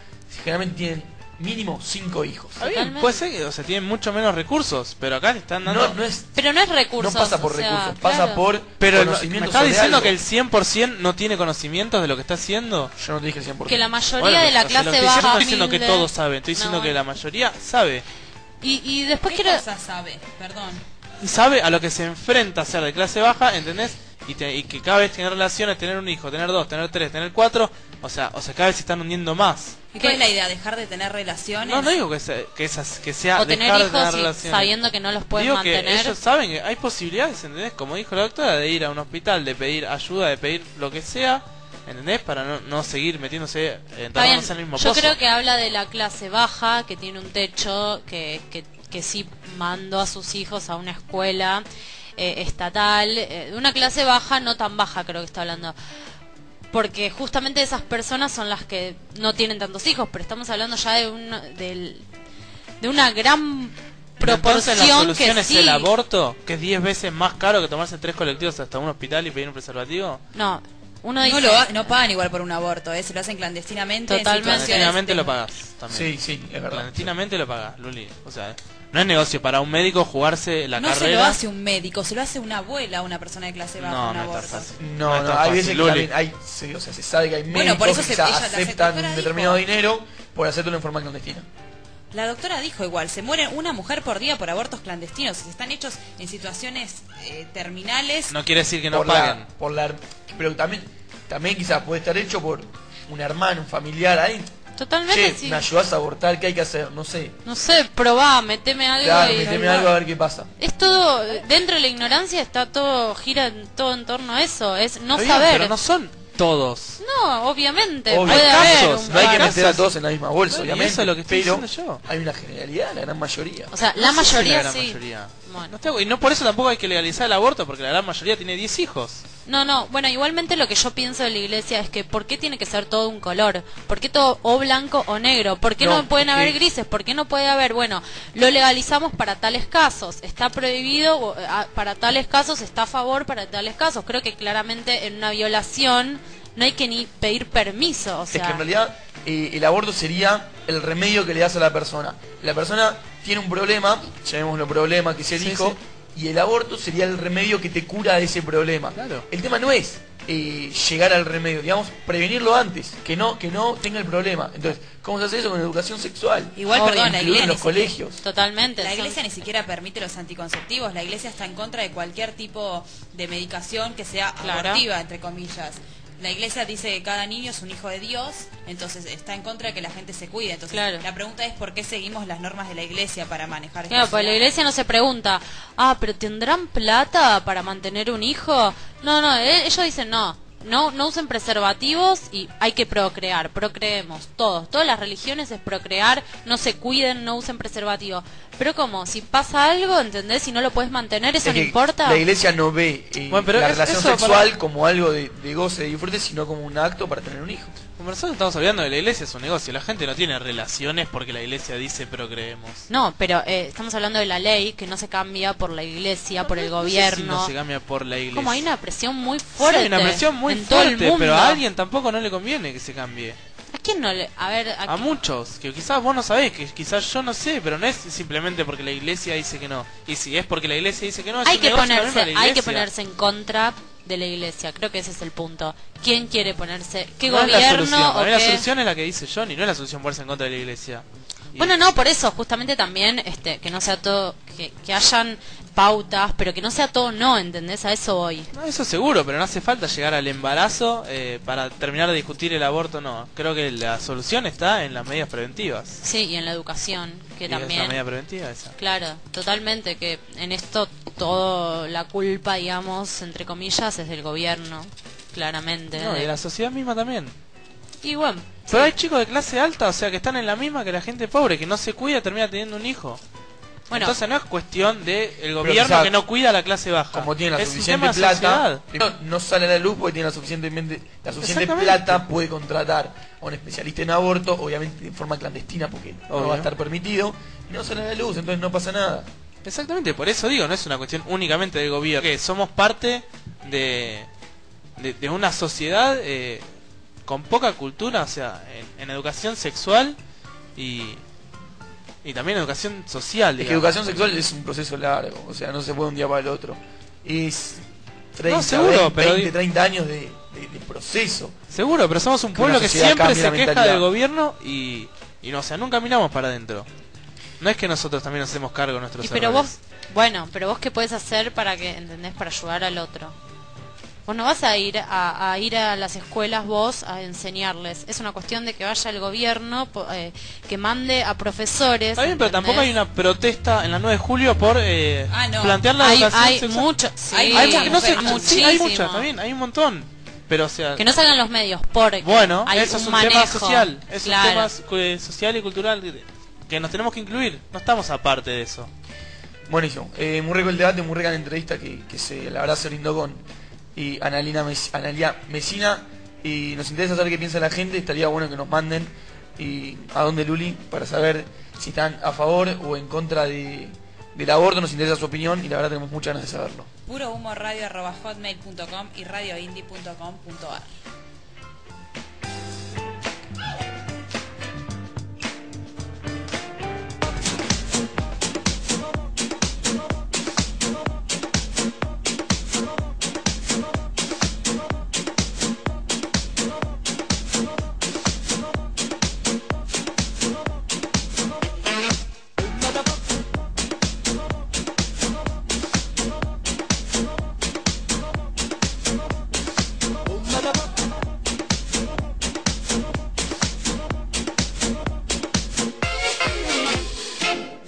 Speaker 1: generalmente tienen mínimo cinco hijos.
Speaker 4: pero- Está bien, puede ser que, o sea, tienen mucho menos recursos, pero acá le están dando.
Speaker 1: No, no es
Speaker 2: Pero no es recursos.
Speaker 1: No pasa por
Speaker 2: o sea,
Speaker 1: recursos, pasa
Speaker 2: claro.
Speaker 1: por
Speaker 4: pero no-
Speaker 1: conocimiento
Speaker 4: me está
Speaker 1: sobre
Speaker 4: diciendo
Speaker 1: algo.
Speaker 4: que el 100% no tiene conocimientos de lo que está haciendo.
Speaker 1: Yo no te dije el 100%.
Speaker 2: Que la mayoría de la clase baja,
Speaker 4: Estoy diciendo que
Speaker 2: humilde-
Speaker 4: todos saben, estoy diciendo
Speaker 2: No.
Speaker 4: que la mayoría sabe.
Speaker 2: Y, y después
Speaker 3: ¿Qué
Speaker 2: quiero...
Speaker 3: cosa sabe? Perdón.
Speaker 4: sabe a lo que se enfrenta a ser de clase baja, ¿entendés? Y, te- y que cada vez tener relaciones, tener un hijo, tener dos, tener tres, tener cuatro, o sea, o sea cada vez se están hundiendo más.
Speaker 3: ¿Y cuál es la idea? ¿Dejar de tener relaciones?
Speaker 4: No, no digo que sea, que esas, que sea
Speaker 2: O tener
Speaker 4: dejar de
Speaker 2: hijos
Speaker 4: tener
Speaker 2: y
Speaker 4: relaciones.
Speaker 2: sabiendo que no los pueden
Speaker 4: digo que
Speaker 2: mantener.
Speaker 4: ellos saben que hay posibilidades, ¿entendés? Como dijo la doctora, de ir a un hospital, de pedir ayuda, de pedir lo que sea, ¿entendés? Para no, no seguir metiéndose,
Speaker 2: Está bien,
Speaker 4: entrándonos en el mismo
Speaker 2: Yo
Speaker 4: pozo.
Speaker 2: creo que habla de la clase baja, que tiene un techo, que, que, que sí mandó a sus hijos a una escuela eh, estatal. eh, de una clase baja, no tan baja creo que está hablando. Porque justamente esas personas son las que no tienen tantos hijos, pero estamos hablando ya de, un, del- de una gran
Speaker 4: Entonces,
Speaker 2: proporción
Speaker 4: la solución
Speaker 2: que
Speaker 4: es
Speaker 2: sí.
Speaker 4: el aborto, que es 10 veces más caro que tomarse tres colectivos hasta un hospital y pedir un preservativo.
Speaker 2: No, uno
Speaker 3: No,
Speaker 2: dice...
Speaker 3: lo ha- no pagan igual por un aborto, ¿eh? se lo hacen clandestinamente. en
Speaker 2: Totalmente. Este.
Speaker 3: situaciones
Speaker 4: Clandestinamente
Speaker 3: de-
Speaker 4: lo pagas también.
Speaker 1: Sí, sí, es verdad.
Speaker 4: Clandestinamente lo pagas, Luli. O sea, no es negocio para un médico jugarse la
Speaker 3: No se lo
Speaker 4: carrera.
Speaker 3: hace un médico, se lo hace una abuela a una persona de clase baja
Speaker 4: no,
Speaker 3: un
Speaker 4: no está
Speaker 3: aborto.
Speaker 4: fácil.
Speaker 1: No, no,
Speaker 4: es tan
Speaker 1: hay
Speaker 4: fácil,
Speaker 1: veces que
Speaker 4: Luli.
Speaker 1: también hay, sí, o sea, se sabe que hay médicos
Speaker 3: Bueno, por eso
Speaker 1: que
Speaker 3: se-
Speaker 1: quizá
Speaker 3: ella, la
Speaker 1: aceptan
Speaker 3: secretaria
Speaker 1: determinado
Speaker 3: dijo.
Speaker 1: dinero por hacerlo en forma clandestina.
Speaker 3: La doctora dijo igual, se muere una mujer por día por abortos clandestinos, que están hechos en situaciones eh, terminales.
Speaker 4: No quiere decir que no
Speaker 1: por
Speaker 4: paguen.
Speaker 1: La, por la, pero también, también quizás puede estar hecho por un hermano, un familiar, alguien.
Speaker 2: Totalmente
Speaker 1: Che,
Speaker 2: sí.
Speaker 1: me ayudás a abortar, ¿qué hay que hacer? No sé.
Speaker 2: No sé, probá, meteme algo
Speaker 1: Claro,
Speaker 2: y...
Speaker 1: meteme algo a ver qué pasa.
Speaker 2: Es todo, dentro de la ignorancia está todo, gira en- todo en torno a eso, es no
Speaker 4: Está bien,
Speaker 2: saber.
Speaker 4: Pero no son todos.
Speaker 2: No, obviamente,
Speaker 1: Obvio.
Speaker 2: puede
Speaker 1: Hay
Speaker 2: haber
Speaker 1: casos,
Speaker 2: un
Speaker 1: no hay
Speaker 2: par.
Speaker 1: que meter a todos en la misma bolsa,
Speaker 4: Bueno, y
Speaker 1: obviamente.
Speaker 4: eso es lo que estoy
Speaker 1: pero
Speaker 4: diciendo
Speaker 1: hay una generalidad, la gran mayoría.
Speaker 2: O sea, la
Speaker 4: No sé si
Speaker 2: mayoría
Speaker 4: gran
Speaker 2: sí.
Speaker 4: mayoría.
Speaker 2: Bueno.
Speaker 4: No está- y no por eso tampoco hay que legalizar el aborto, porque la gran mayoría tiene 10 hijos.
Speaker 2: No, no, bueno, igualmente lo que yo pienso de la iglesia es que ¿por qué tiene que ser todo un color? ¿Por qué todo o blanco o negro? ¿Por qué no,
Speaker 1: No,
Speaker 2: pueden
Speaker 1: porque-
Speaker 2: haber grises? ¿Por qué no puede haber, bueno, lo legalizamos para tales casos, está prohibido o, eh, a- para tales casos, está a favor para tales casos? Creo que claramente en una violación no hay que ni pedir permiso, o sea...
Speaker 1: es que en realidad eh, el aborto sería el remedio que le das a la persona. La persona tiene un problema, llamémoslo problema que se dijo, y el aborto sería el remedio que te cura de ese problema.
Speaker 4: Claro.
Speaker 1: El tema no es eh, llegar al remedio, digamos, prevenirlo antes, que no, que no tenga el problema. Entonces, ¿cómo se hace eso con educación sexual?
Speaker 3: Igual, perdón, la
Speaker 1: Incluir
Speaker 3: iglesia
Speaker 1: en los
Speaker 3: ni
Speaker 1: colegios.
Speaker 2: Totalmente.
Speaker 3: La
Speaker 2: son-
Speaker 3: iglesia ni siquiera permite los anticonceptivos, la iglesia está en contra de cualquier tipo de medicación que sea
Speaker 2: Claro.
Speaker 3: abortiva, entre comillas. La iglesia dice que cada niño es un hijo de Dios, entonces está en contra de que la gente se cuide. Entonces,
Speaker 2: Claro.
Speaker 3: la pregunta es por qué seguimos las normas de la iglesia para manejar esta
Speaker 2: Claro, pues la
Speaker 3: sociedad.
Speaker 2: iglesia no se pregunta, ah, pero ¿tendrán plata para mantener un hijo? No, no, e- ellos dicen no. No, no usen preservativos y hay que procrear, procreemos, todos, todas las religiones es procrear, no se cuiden, no usen preservativo. Pero como, si pasa algo, ¿entendés? Si no lo puedes mantener, eso
Speaker 1: Es
Speaker 2: no
Speaker 1: que
Speaker 2: importa.
Speaker 1: La iglesia no ve eh,
Speaker 4: Bueno, pero
Speaker 1: la
Speaker 4: es-
Speaker 1: relación
Speaker 4: eso para-
Speaker 1: sexual como algo de, de goce, de disfrute, sino como un acto para tener un hijo.
Speaker 4: Como nosotros estamos hablando de la iglesia, es un negocio. La gente no tiene relaciones porque la iglesia dice procreemos.
Speaker 2: No, pero eh, estamos hablando de la ley que no se cambia por la iglesia, por el
Speaker 4: No sé si
Speaker 2: gobierno.
Speaker 4: no se cambia por la iglesia.
Speaker 2: como hay una presión muy
Speaker 4: Sí,
Speaker 2: fuerte.
Speaker 4: hay una presión muy
Speaker 2: en todo el
Speaker 4: fuerte, pero
Speaker 2: mundo.
Speaker 4: a alguien tampoco no le conviene que se cambie.
Speaker 2: ¿A quién no le.? A ver, ¿a
Speaker 4: A muchos, que quizás vos no sabés, que quizás yo no sé, pero no es simplemente porque la iglesia dice que no. Y si es porque la iglesia dice que no, es
Speaker 2: hay
Speaker 4: un
Speaker 2: que
Speaker 4: negocio también
Speaker 2: ponerse
Speaker 4: para la
Speaker 2: hay que
Speaker 4: iglesia.
Speaker 2: ponerse en contra de la iglesia creo que ese es el punto quién quiere ponerse qué
Speaker 4: No es la solución,
Speaker 2: gobierno
Speaker 4: para
Speaker 2: o
Speaker 4: mí la
Speaker 2: qué-
Speaker 4: solución es la que dice Johnny, no es la solución ponerse en contra de la iglesia. Y-
Speaker 2: bueno no por eso justamente también este que no sea todo que, que hayan pautas, pero que no sea todo no, ¿entendés? A eso voy.
Speaker 4: No, eso seguro, pero no hace falta llegar al embarazo eh, para terminar de discutir el aborto, no. Creo que la solución está en las medidas preventivas.
Speaker 2: Sí, y en la educación, que
Speaker 4: Y
Speaker 2: también...
Speaker 4: Esa medida preventiva, esa.
Speaker 2: Claro, totalmente, que en esto toda la culpa, digamos, entre comillas, es del gobierno, claramente. eh.
Speaker 4: No, y de la sociedad misma también.
Speaker 2: Y bueno,
Speaker 4: Pero hay chicos de clase alta, o sea, que están en la misma que la gente pobre, que no se cuida, termina teniendo un hijo.
Speaker 2: Bueno.
Speaker 4: Entonces no es cuestión del el
Speaker 1: Pero
Speaker 4: gobierno
Speaker 1: quizá-
Speaker 4: que no cuida a la clase baja.
Speaker 1: como tiene la
Speaker 4: es un
Speaker 1: suficiente
Speaker 4: tema de sociedad.
Speaker 1: plata, primero, no sale a la luz porque tiene la suficientemente la suficiente
Speaker 4: Exactamente.
Speaker 1: plata, puede contratar a un especialista en aborto, obviamente de forma clandestina porque no
Speaker 4: Obvio.
Speaker 1: va a estar permitido, y no sale a la luz, entonces no pasa nada.
Speaker 4: Exactamente, por eso digo, no es una cuestión únicamente del gobierno, que somos parte de, de, de una sociedad eh, con poca cultura, o sea, en, en educación sexual y, y también educación social.
Speaker 1: Es que
Speaker 4: digamos.
Speaker 1: educación sexual es un proceso largo, o sea, no se puede un día para el otro. Es 30,
Speaker 4: No, seguro,
Speaker 1: 20,
Speaker 4: pero
Speaker 1: 20,
Speaker 4: di-
Speaker 1: 30 años de, de- de proceso.
Speaker 4: Seguro, pero somos un
Speaker 1: Que
Speaker 4: pueblo
Speaker 1: una
Speaker 4: que
Speaker 1: sociedad
Speaker 4: siempre
Speaker 1: cambie
Speaker 4: se
Speaker 1: la
Speaker 4: queja
Speaker 1: mentalidad.
Speaker 4: del gobierno y, y no, o sea, nunca miramos para adentro. No es que nosotros también nos hacemos cargo de nuestros
Speaker 2: y pero
Speaker 4: errores.
Speaker 2: vos, bueno, pero vos qué puedes hacer para que, ¿entendés? Para ayudar al otro. Vos no vas a ir a, a ir a las escuelas vos a enseñarles. Es una cuestión de que vaya el gobierno, po- eh, que mande a profesores.
Speaker 4: Está bien, pero tampoco hay
Speaker 2: ¿entendés?
Speaker 4: una protesta en la 9 de julio por eh,
Speaker 2: Ah, no.
Speaker 4: plantear la
Speaker 2: Hay-
Speaker 4: educación
Speaker 2: hay
Speaker 4: sexual.
Speaker 2: mucho- sí,
Speaker 4: hay, muchas, no sé,
Speaker 2: muchísimo.
Speaker 4: sí, hay muchas, está bien, hay un montón. Pero, o sea,
Speaker 2: Que no salgan los medios, porque
Speaker 4: bueno,
Speaker 2: hay
Speaker 4: eso es un
Speaker 2: manejo.
Speaker 4: tema social. Es
Speaker 2: Claro.
Speaker 4: un tema so- eh, social y cultural que- que nos tenemos que incluir. No estamos aparte de eso.
Speaker 1: Buenísimo. Eh, muy rico el debate, muy rica la entrevista que, que se, la verdad se brindó con y Analina Mes- Analia Mesina. Y nos interesa saber qué piensa la gente. Estaría bueno que nos manden y a dónde Luli para saber si están a favor o en contra de, del aborto. Nos interesa su opinión y la verdad tenemos muchas ganas de saberlo.
Speaker 3: Puro humo radio arroba hotmail.com y radioindie.com.ar.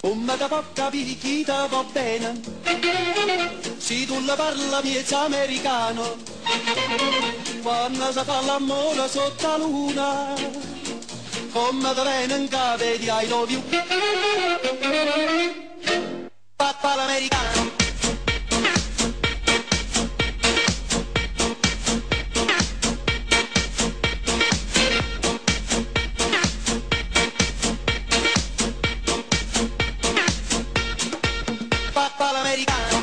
Speaker 12: Come Oh, da può capire chi te va bene Se tu la parla miezza americano Quando si fa l'amore sotto la luna Come da bene in cave di I love you Papà l'americano Papà l'americano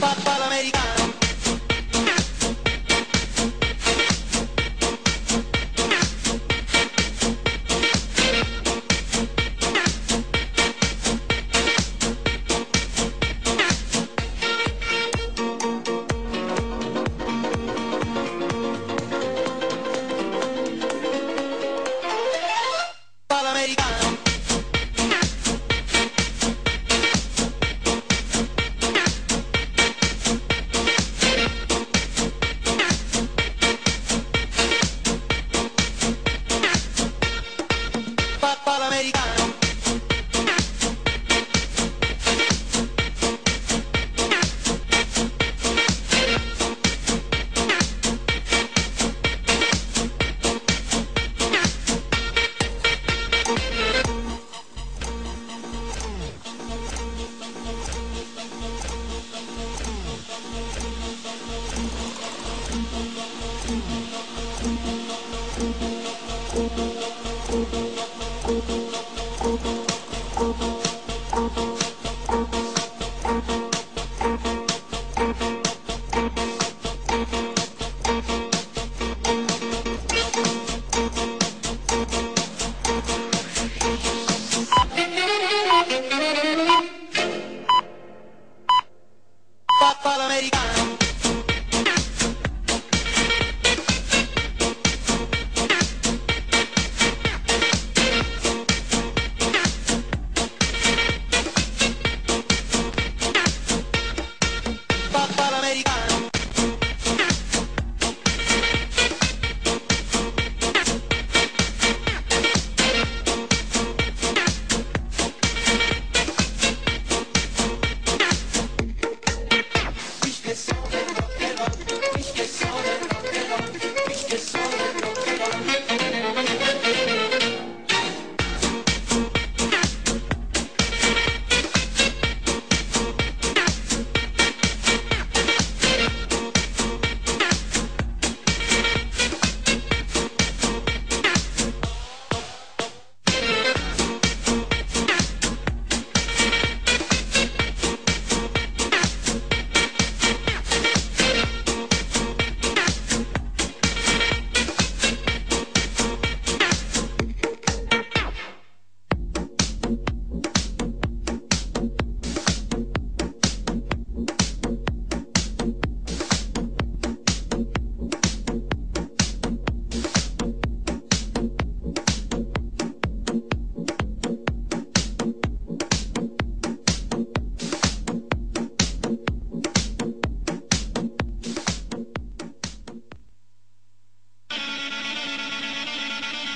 Speaker 12: Papà l'americano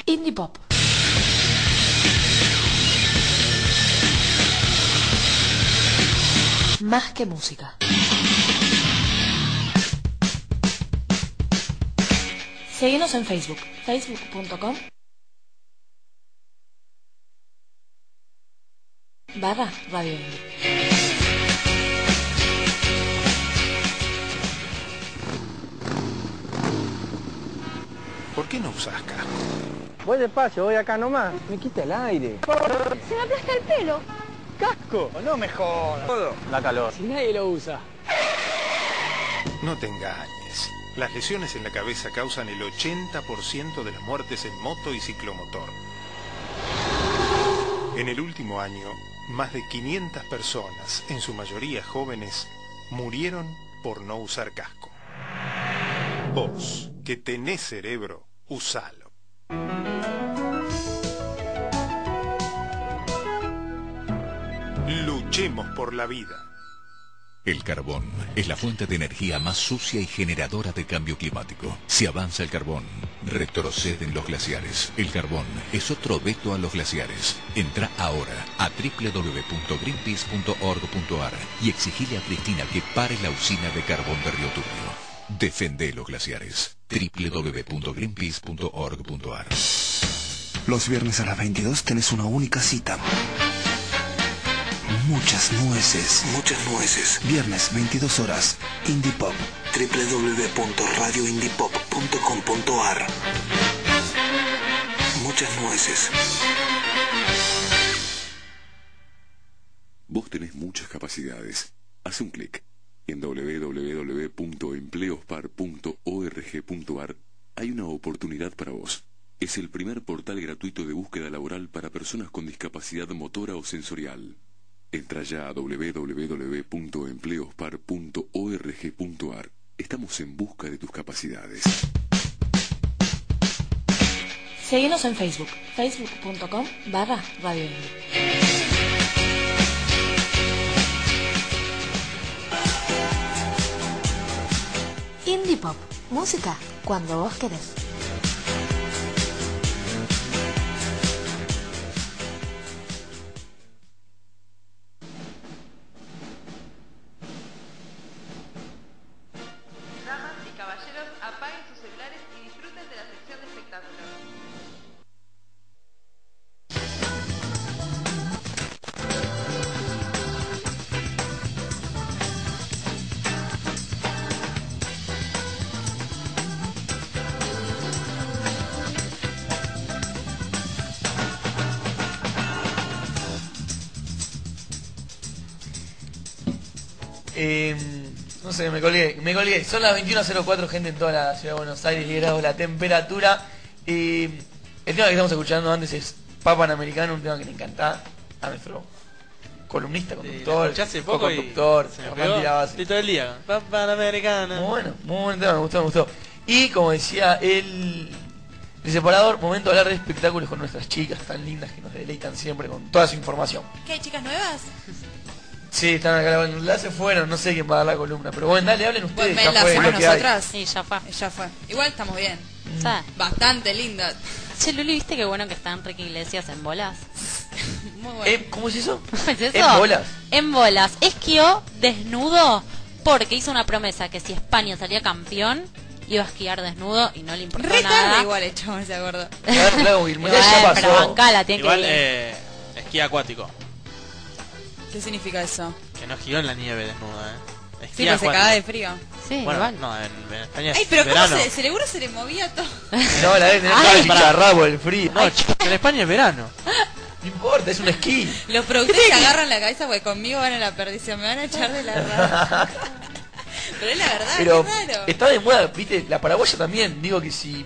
Speaker 8: Indie Pop. Más que música. Seguinos en Facebook, facebook.com barra Radio Indie.
Speaker 10: ¿Por qué no usas casco?
Speaker 11: Voy despacio, voy acá nomás. Me quita el aire.
Speaker 6: Se me aplasta el pelo.
Speaker 11: ¡Casco! Oh, No me jodas.
Speaker 10: La calor.
Speaker 11: Si nadie lo usa.
Speaker 10: No te engañes. Las lesiones en la cabeza causan el 80% de las muertes en moto y ciclomotor. En el último año, más de 500 personas, en su mayoría jóvenes, murieron por no usar casco. Vos, que tenés cerebro, usalo. Luchemos por la vida.
Speaker 9: El carbón es la fuente de energía más sucia y generadora de cambio climático. Si avanza el carbón, retroceden los glaciares. El carbón es otro veto a los glaciares. Entra ahora a www.greenpeace.org.ar y exigile a Cristina que pare la usina de carbón de Río Turbio. Defende los glaciares. www.greenpeace.org.ar
Speaker 13: Los viernes a las 22 tenés una única cita. Muchas nueces. Muchas nueces. Viernes, 22 horas. Indie Pop. www.radioindiepop.com.ar Muchas nueces.
Speaker 7: Vos tenés muchas capacidades. Haz un clic. En www.empleospar.org.ar hay una oportunidad para vos. Es el primer portal gratuito de búsqueda laboral para personas con discapacidad motora o sensorial. Entra ya a www.empleospar.org.ar. Estamos en busca de tus capacidades.
Speaker 8: Seguinos en Facebook, facebook.com barra Radio Indie. Indie Pop, música cuando vos querés.
Speaker 6: Damas y caballeros, apaguen sus celulares y disfruten de la sección de espectáculos.
Speaker 1: Eh, no sé, me colgué, me colgué. Son las 21.04, gente, en toda la ciudad de Buenos Aires, 10 grados la temperatura. Y el tema que estamos escuchando antes es Papan Americano, un tema que le encanta a nuestro columnista,
Speaker 4: la
Speaker 1: conductor,
Speaker 4: escuché hace poco y
Speaker 1: co-conductor,
Speaker 4: se me
Speaker 1: Hernán
Speaker 4: pegó.
Speaker 1: Tirabas.
Speaker 4: Estoy todo el día. Papá americana.
Speaker 1: Muy bueno, muy buen tema, me gustó, me gustó. Y como decía el, el separador, momento de hablar de espectáculos con nuestras chicas tan lindas que nos deleitan siempre con toda su información.
Speaker 3: ¿Qué hay chicas nuevas?
Speaker 1: Sí, están acá, bueno, la se fueron, no sé quién va a dar la columna, pero bueno, dale, hablen ustedes,
Speaker 3: ¿Ven
Speaker 1: ya
Speaker 3: la
Speaker 1: fue
Speaker 3: fuimos
Speaker 1: lo que hay.
Speaker 3: nosotras?
Speaker 2: Sí, ya fue.
Speaker 3: Ya fue. Igual estamos bien.
Speaker 2: ¿Sabes?
Speaker 3: Bastante lindas.
Speaker 2: Che, Luli, ¿viste qué bueno que están Ricky Iglesias en bolas?
Speaker 3: Muy bueno.
Speaker 1: Eh, ¿Cómo es eso?
Speaker 2: ¿Es eso?
Speaker 1: ¿En bolas?
Speaker 2: En bolas. Esquió desnudo porque hizo una promesa que si España salía campeón, iba a esquiar desnudo y no le importó
Speaker 3: Re
Speaker 2: nada.
Speaker 3: tarde igual el chabón se acordó.
Speaker 1: Claro, claro, Guilmo, ya
Speaker 2: Igual,
Speaker 1: pasó.
Speaker 2: pero bancala, tiene
Speaker 4: Igual,
Speaker 2: que
Speaker 4: eh, esquí acuático.
Speaker 3: ¿Qué significa eso?
Speaker 4: Que no giró en la nieve desnuda, eh. Esquí
Speaker 3: Sí, pero se
Speaker 4: acuático.
Speaker 3: cagaba de frío.
Speaker 2: Sí,
Speaker 4: bueno, no, en, en España es
Speaker 3: Ay, pero ¿cómo
Speaker 4: verano.
Speaker 3: se, seguro se le movía todo?
Speaker 1: No, la debe tener toda
Speaker 4: Ay,
Speaker 1: chicharrada por el frío.
Speaker 4: No, chico, en España es verano.
Speaker 1: No importa, es un esquí.
Speaker 3: Los productores se agarran la cabeza porque conmigo van a la perdición, me van a echar de la radio. Pero es la verdad,
Speaker 1: Pero
Speaker 3: qué raro.
Speaker 1: está de moda, viste, la paraguaya también, digo que si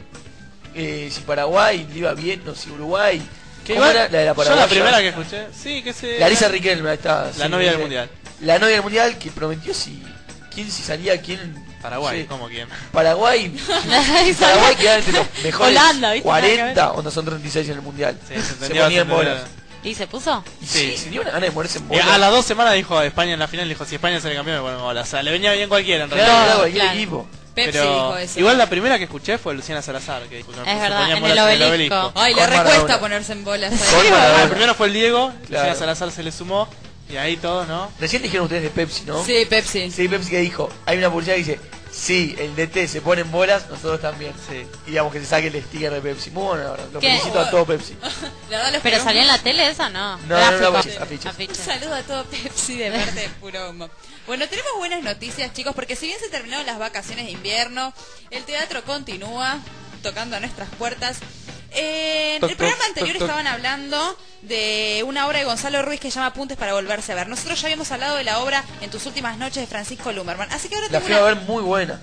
Speaker 1: eh, si Paraguay le iba bien, no si Uruguay,
Speaker 4: Que
Speaker 1: ¿cómo
Speaker 4: igual,
Speaker 1: era la de la
Speaker 4: yo
Speaker 1: paraguaya?
Speaker 4: la primera que escuché. Sí, que se.
Speaker 1: Larisa Riquelme, ahí está.
Speaker 4: La
Speaker 1: sí,
Speaker 4: novia del
Speaker 1: eh,
Speaker 4: mundial.
Speaker 1: La novia del mundial que prometió si quién si salía quién
Speaker 4: Paraguay,
Speaker 1: sí.
Speaker 4: como quién.
Speaker 1: Paraguay. Paraguay quedaba entre los mejores
Speaker 2: Holanda, ¿viste? Nada que
Speaker 1: 40, onda son 36 en el mundial.
Speaker 4: Sí, se
Speaker 1: se
Speaker 4: entendió
Speaker 1: ponía en
Speaker 4: bastante
Speaker 1: bolas.
Speaker 4: bien.
Speaker 2: ir. ¿Y se puso?
Speaker 1: Y sí, se dio una gana de morirse en
Speaker 4: Eh,
Speaker 1: bolas.
Speaker 4: a las dos semanas dijo España en la final, dijo si España sale campeón me pongo bolas. O sea, le venía bien cualquiera en
Speaker 1: Claro,
Speaker 4: realidad.
Speaker 1: claro, cualquier
Speaker 2: claro.
Speaker 1: equipo.
Speaker 3: Pepsi
Speaker 4: Pero
Speaker 3: dijo eso.
Speaker 4: Igual la primera que escuché fue Luciana Salazar. Que dijo que se
Speaker 3: Es
Speaker 4: ponía
Speaker 3: verdad, en
Speaker 4: bolas
Speaker 3: el obelisco. Ay, le
Speaker 4: Con
Speaker 3: recuesta
Speaker 4: Maradona.
Speaker 3: ponerse en bolas.
Speaker 4: Con Maradona. El primero fue el Diego, Luciana
Speaker 1: Claro.
Speaker 4: Salazar se le sumó y ahí todos, ¿no?
Speaker 1: Recién dijeron ustedes de Pepsi, ¿no?
Speaker 3: Sí, Pepsi.
Speaker 1: Sí, Pepsi que dijo, hay una publicidad que dice, si el DT se pone en bolas, nosotros también. Y digamos que se saque el sticker de Pepsi. Muy bueno, la verdad, lo
Speaker 2: ¿Qué?
Speaker 1: felicito a todo Pepsi.
Speaker 2: Pero salió en la tele esa, ¿no?
Speaker 1: No, no, no, no, afiches, afiches.
Speaker 3: Un saludo a todo Pepsi de parte de Puro Humo. Bueno, tenemos buenas noticias, chicos, porque si bien se terminaron las vacaciones de invierno, el teatro continúa tocando a nuestras puertas. Eh, en
Speaker 2: Toc,
Speaker 3: el
Speaker 2: toc,
Speaker 3: programa
Speaker 2: toc,
Speaker 3: anterior
Speaker 2: toc.
Speaker 3: estaban hablando de una obra de Gonzalo Ruiz que se llama Apuntes para volverse a ver. Nosotros ya habíamos hablado de la obra en tus últimas noches de Francisco Lumerman. Así que ahora
Speaker 1: La
Speaker 3: tengo
Speaker 1: fui a
Speaker 3: una,
Speaker 1: ver muy buena.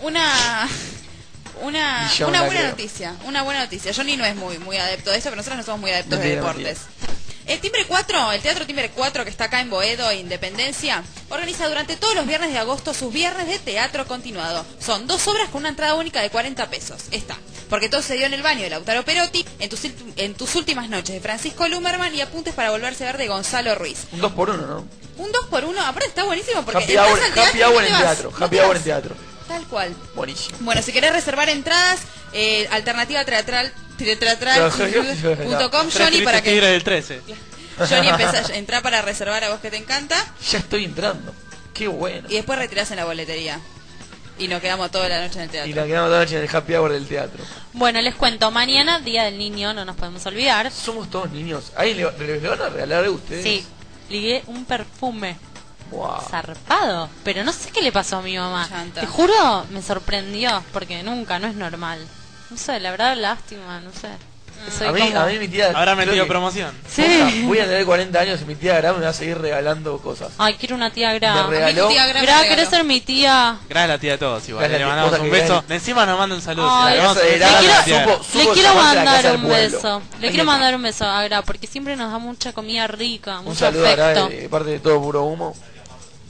Speaker 3: una, una,
Speaker 1: Y yo
Speaker 3: una
Speaker 1: me la
Speaker 3: buena
Speaker 1: creo.
Speaker 3: noticia. Una buena noticia. Johnny no es muy, muy adepto de esto, pero nosotros no somos muy adeptos de
Speaker 1: Mentira,
Speaker 3: deportes.
Speaker 1: mentira.
Speaker 3: El Timbre 4, el Teatro Timbre 4 que está acá en Boedo, e Independencia, organiza durante todos los viernes de agosto sus viernes de teatro continuado. Son dos obras con una entrada única de 40 pesos. Está. Porque todo se dio en el baño de Lautaro Perotti, en tus, ulti- en tus últimas noches de Francisco Lumerman y apuntes para volverse a ver de Gonzalo Ruiz.
Speaker 1: Un 2 por 1 ¿no?
Speaker 3: Un 2 por 1 aparte está buenísimo porque
Speaker 1: Happy
Speaker 3: entras
Speaker 1: hour,
Speaker 3: al teatro
Speaker 1: happy
Speaker 3: y no
Speaker 1: hour
Speaker 3: te
Speaker 1: en
Speaker 3: vas.
Speaker 1: teatro.
Speaker 3: No
Speaker 1: Happy
Speaker 3: te
Speaker 1: hour
Speaker 3: vas.
Speaker 1: en teatro.
Speaker 3: Tal cual.
Speaker 1: Buenísimo.
Speaker 3: Bueno, si querés reservar entradas, eh, alternativa teatral, teatral.com, Johnny, para que...
Speaker 4: Tigre del 13.
Speaker 3: Johnny empieza a entrar para reservar a vos que te encanta
Speaker 1: Ya estoy entrando. Qué bueno.
Speaker 3: y después retirás en la boletería. Y nos quedamos toda la noche en el
Speaker 1: Y
Speaker 3: teatro.
Speaker 1: la quedamos toda la noche en el happy hour del teatro.
Speaker 2: Bueno, les cuento, mañana, Día del Niño, no nos podemos olvidar.
Speaker 1: Somos todos niños. Ahí le, le- le van a regalar a ustedes.
Speaker 2: Sí, ligué un perfume
Speaker 1: Wow.
Speaker 2: zarpado, pero no sé qué le pasó a mi mamá.
Speaker 3: Chanta.
Speaker 2: Te juro, me sorprendió, porque nunca, no es normal. No sé, la verdad, lástima, no sé.
Speaker 3: Mm.
Speaker 2: Que soy
Speaker 1: a, mí,
Speaker 2: como-
Speaker 1: a mí mi tía...
Speaker 4: Habrá
Speaker 1: creo
Speaker 4: metido
Speaker 1: que-
Speaker 4: promoción.
Speaker 2: Sí.
Speaker 1: O sea, voy a tener 40 años y mi tía Gram me va a seguir regalando cosas.
Speaker 2: Ay, quiero una tía Gra.
Speaker 1: Me regaló- A mí tu tía Gra me
Speaker 2: Gra,
Speaker 1: regaló.
Speaker 2: ¿querés ser mi tía?
Speaker 4: Gracias a la tía de todos, igual.
Speaker 1: Gracias a
Speaker 4: le
Speaker 1: la
Speaker 4: mandamos
Speaker 1: esposa
Speaker 4: un
Speaker 1: que
Speaker 4: beso.
Speaker 1: gana.
Speaker 4: De encima nos manda un saludo.
Speaker 2: Ay,
Speaker 4: Le mandamos un
Speaker 1: Le
Speaker 4: beso a la
Speaker 1: quiero-
Speaker 4: tía.
Speaker 1: supo-
Speaker 2: Le
Speaker 1: Subo
Speaker 2: quiero
Speaker 1: llamarte a la casa
Speaker 2: mandar
Speaker 1: del
Speaker 2: un
Speaker 1: pueblo.
Speaker 2: beso. Le
Speaker 1: Ahí
Speaker 2: quiero
Speaker 1: está.
Speaker 2: mandar un beso a Gra, porque siempre nos da mucha comida rica,
Speaker 1: Un
Speaker 2: mucho
Speaker 1: saludo a Gra
Speaker 2: afecto.
Speaker 1: de, de parte de todo puro humo.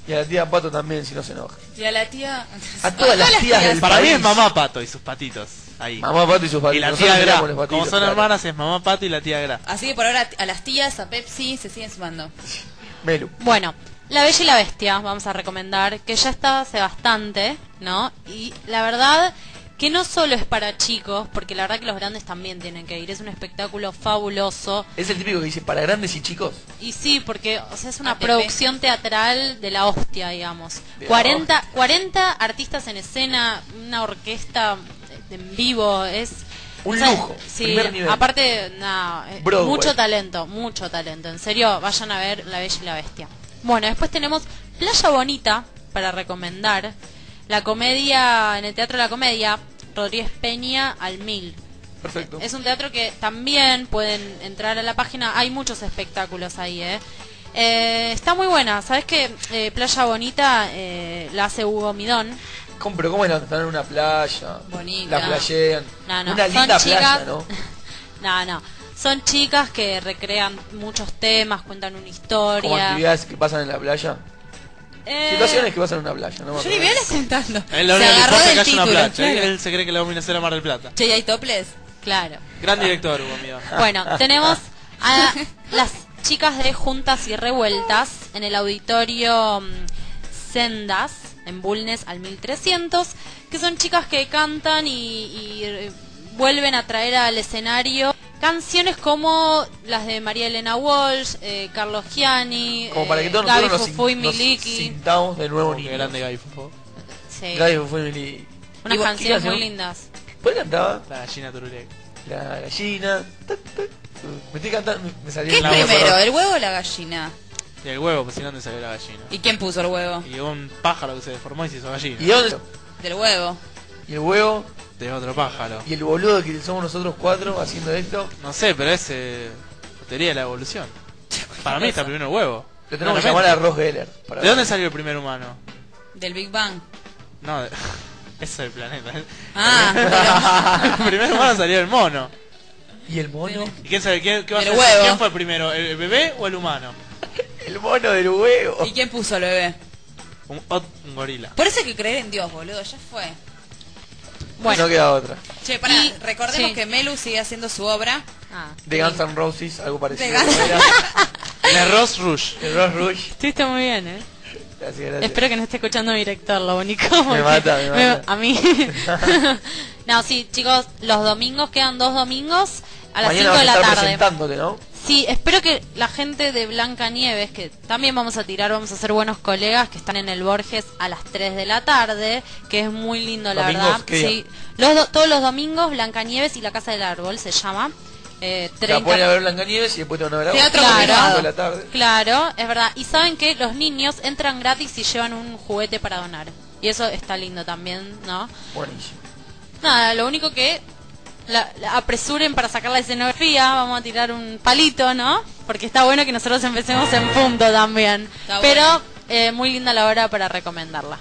Speaker 1: Y a la tía Pato también, si no se enoja.
Speaker 3: Y a la tía...
Speaker 1: A todas las tías del
Speaker 4: Para mí
Speaker 1: país.
Speaker 4: es mamá pato y sus patitos. Ahí.
Speaker 1: Mamá Pato y sus patitos.
Speaker 4: Y la
Speaker 1: Nosotros
Speaker 4: tía Gra.
Speaker 1: miramos los patitos,
Speaker 4: Como son
Speaker 1: claro.
Speaker 4: hermanas es mamá pato y la tía Gra.
Speaker 3: Así que por ahora a las tías, a Pepsi, se siguen sumando.
Speaker 1: Melu.
Speaker 2: Bueno, La Bella y la Bestia, vamos a recomendar, que ya está hace bastante, ¿no? Y la verdad que no solo es para chicos, porque la verdad que los grandes también tienen que ir, es un espectáculo fabuloso.
Speaker 1: Es el típico que dice, para grandes y chicos.
Speaker 2: Y sí, porque o sea, es una
Speaker 1: ATP.
Speaker 2: producción teatral de la hostia, digamos.
Speaker 1: De la
Speaker 2: 40, 40 artistas en escena, una orquesta eh, en vivo, es...
Speaker 1: Un
Speaker 2: o sea,
Speaker 1: lujo,
Speaker 2: Sí,
Speaker 1: primer nivel.
Speaker 2: aparte, nada, eh,
Speaker 1: Broadway.
Speaker 2: mucho talento, mucho talento. En serio, vayan a ver La Bella y la Bestia. Bueno, después tenemos Playa Bonita, para recomendar. La comedia, en el Teatro de la Comedia, Rodríguez Peña al Mil.
Speaker 1: Perfecto.
Speaker 2: Es un teatro que también pueden entrar a la página. Hay muchos espectáculos ahí, ¿eh? Eh, está muy buena. ¿Sabes que Playa Bonita eh, la hace Hugo Midón?
Speaker 1: ¿Cómo- pero ¿cómo es la están en una playa?
Speaker 2: Bonita.
Speaker 1: La playean.
Speaker 2: No, no,
Speaker 1: Una
Speaker 2: son
Speaker 1: linda playa,
Speaker 2: chicas-
Speaker 1: ¿no?
Speaker 2: No, no. Son chicas que recrean muchos temas, cuentan una
Speaker 1: Como
Speaker 2: historia.
Speaker 1: actividades que pasan en la playa.
Speaker 2: Eh,
Speaker 1: Situaciones que pasan en una playa, no me
Speaker 3: Yo
Speaker 1: acuerdo.
Speaker 3: ni veo sentando.
Speaker 4: Él lo único
Speaker 3: Se
Speaker 4: que
Speaker 3: agarró
Speaker 4: importa es
Speaker 3: del
Speaker 4: que haya una
Speaker 3: título.
Speaker 4: playa. ¿eh?
Speaker 3: claro.
Speaker 4: Él se cree que la vamos a ir a hacer a Mar del Plata.
Speaker 3: Che, ¿y hay toples?
Speaker 2: Claro.
Speaker 4: Gran director, Hugo, amigo.
Speaker 2: Bueno, tenemos a las chicas de Juntas y Revueltas en el auditorio mm, Sendas, en Bulnes al 1300, que son chicas que cantan y, y, eh, vuelven a traer al escenario canciones como las de María Elena Walsh, eh, Carlos Gianni,
Speaker 1: Como para que todos
Speaker 2: eh, Gaby
Speaker 1: nosotros nos,
Speaker 2: Fufú y
Speaker 1: nos
Speaker 2: Miliki.
Speaker 1: sintamos de nuevo
Speaker 4: Qué
Speaker 1: niños.
Speaker 4: grande Gaby Fofo.
Speaker 2: Sí.
Speaker 1: Gaby Fufú y Miliki.
Speaker 2: Unas
Speaker 1: Igual,
Speaker 2: canciones
Speaker 1: ¿qué
Speaker 2: muy
Speaker 1: canción?
Speaker 2: lindas.
Speaker 1: ¿Cuál cantaba?
Speaker 4: La gallina Tururek.
Speaker 1: La gallina. tac, tac, tu. Me estoy cantando, me- me salió
Speaker 3: ¿Qué es
Speaker 1: la voz,
Speaker 3: primero,
Speaker 1: perdón.
Speaker 3: el huevo o la gallina?
Speaker 4: Y el huevo, pues si no, ¿dónde salió la gallina?
Speaker 3: ¿Y quién puso el huevo?
Speaker 4: Y un pájaro que se deformó y se hizo gallina.
Speaker 1: ¿Y dónde?
Speaker 3: Del huevo.
Speaker 1: ¿Y el huevo?
Speaker 4: De otro pájaro.
Speaker 1: ¿Y el boludo que somos nosotros cuatro haciendo esto?
Speaker 4: No sé, pero es eh, la teoría de la evolución. Para mí está primero el huevo.
Speaker 1: Lo tenemos que
Speaker 4: Claramente.
Speaker 1: llamar a Ross Geller. para
Speaker 4: ¿De
Speaker 1: ver.
Speaker 4: dónde salió el primer humano?
Speaker 3: Del Big Bang.
Speaker 4: No, de... eso del planeta.
Speaker 3: Ah.
Speaker 4: el primer humano salió el mono.
Speaker 1: ¿Y el mono?
Speaker 4: ¿Y quién sabe quién, qué va a
Speaker 3: Del
Speaker 4: ser-
Speaker 3: huevo.
Speaker 4: quién fue primero? ¿El bebé o el humano?
Speaker 1: El mono del huevo.
Speaker 3: ¿Y quién puso el bebé?
Speaker 4: Un, ot- un gorila.
Speaker 3: Por eso hay que creer en Dios, boludo, ya fue.
Speaker 1: Bueno. No queda otra.
Speaker 3: Che, pará, recordemos que Melu sigue haciendo su obra.
Speaker 2: Ah,
Speaker 1: De Guns N' Roses, algo parecido.
Speaker 3: De Guns-
Speaker 1: Era-
Speaker 4: El arroz Rush.
Speaker 1: El Ross Rush.
Speaker 2: Estuviste muy bien, ¿eh?
Speaker 1: Gracias, gracias.
Speaker 2: Espero que no esté escuchando mi director, lo único. porque
Speaker 1: mata, me mata.
Speaker 2: A mí. no, sí, chicos, los domingos quedan dos domingos a las
Speaker 1: Mañana
Speaker 2: 5
Speaker 1: vas
Speaker 2: de la
Speaker 1: estar
Speaker 2: tarde.
Speaker 1: presentándote, ¿no?
Speaker 2: Sí, espero que la gente de Blanca Nieves, que también vamos a tirar, vamos a ser buenos colegas, que están en el Borges a las 3 de la tarde, que es muy lindo, la
Speaker 1: ¿Domingos?
Speaker 2: verdad.
Speaker 1: ¿Qué día?
Speaker 2: Sí. Los do- todos los domingos, Blanca Nieves y la Casa del Árbol se llama. Eh,
Speaker 1: La
Speaker 2: 30
Speaker 1: ponen a ver Blancanieves y después te van a ver a vos.
Speaker 2: Teatro
Speaker 1: A las
Speaker 2: Claro.
Speaker 1: cinco de la tarde.
Speaker 2: Claro, es verdad. Y saben que los niños entran gratis y llevan un juguete para donar. Y eso está lindo también, ¿no?
Speaker 1: Buenísimo.
Speaker 2: Nada, lo único que la, la apresuren para sacar la escenografía, vamos a tirar un palito, ¿no? Porque está bueno que nosotros empecemos en punto también.
Speaker 3: Está
Speaker 2: Pero
Speaker 3: bueno.
Speaker 2: eh, muy linda la hora para recomendarla.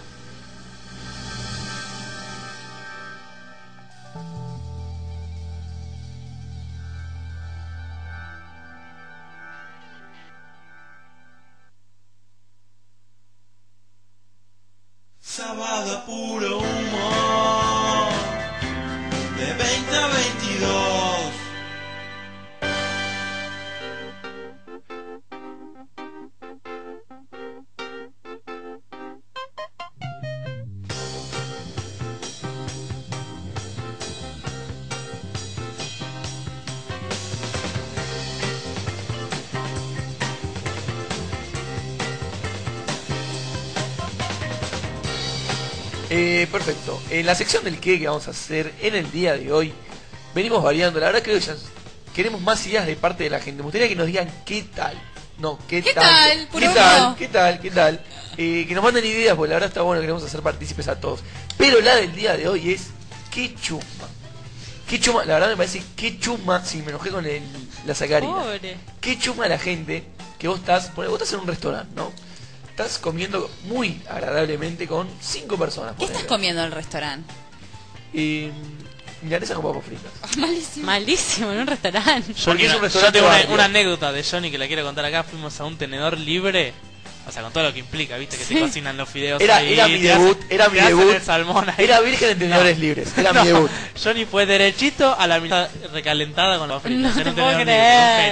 Speaker 5: Sábado puro humor de 20 a 22.
Speaker 1: Eh, perfecto. En la sección del qué que vamos a hacer en el día de hoy, venimos variando. La verdad creo que ya queremos más ideas de parte de la gente. Me gustaría que nos digan qué tal. No, qué,
Speaker 3: ¿Qué
Speaker 1: tanto?
Speaker 3: tal?
Speaker 1: ¿Qué
Speaker 3: Puro
Speaker 1: tal?
Speaker 3: uno.
Speaker 1: ¿Qué tal? ¿Qué tal? Eh, que nos manden ideas, porque la verdad está bueno, queremos hacer partícipes a todos. Pero la del día de hoy es qué chuma. Qué chuma, la verdad me parece qué chuma, si me enojé con el, la sacarina.
Speaker 2: Pobre.
Speaker 1: Qué chuma la gente que vos estás, ponele, vos estás en un restaurante, ¿no? Estás comiendo muy agradablemente con cinco personas.
Speaker 3: ¿Qué estás comiendo en el restaurante?
Speaker 1: Y milanesa con papas fritas.
Speaker 2: Malísimo. Malísimo, en un restaurante.
Speaker 1: Porque es un
Speaker 4: Yo
Speaker 1: restaurante
Speaker 4: tengo una,
Speaker 1: barrio.
Speaker 4: una anécdota de Johnny que la quiero contar acá. Fuimos a un tenedor libre. O sea, con todo lo que implica, viste, que
Speaker 1: Sí.
Speaker 4: te cocinan los fideos
Speaker 1: Era,
Speaker 4: ahí,
Speaker 1: era mi
Speaker 4: te hacen-
Speaker 1: debut, era
Speaker 4: te
Speaker 1: mi
Speaker 4: hacen
Speaker 1: debut.
Speaker 4: el salmón ahí.
Speaker 1: Era virgen de tenedores libres, era
Speaker 4: No,
Speaker 1: mi debut.
Speaker 4: Johnny fue derechito a la mitad recalentada con los fritos.
Speaker 2: No
Speaker 4: Era
Speaker 2: te
Speaker 4: un
Speaker 2: puedo
Speaker 4: tenedor libre,
Speaker 2: creer.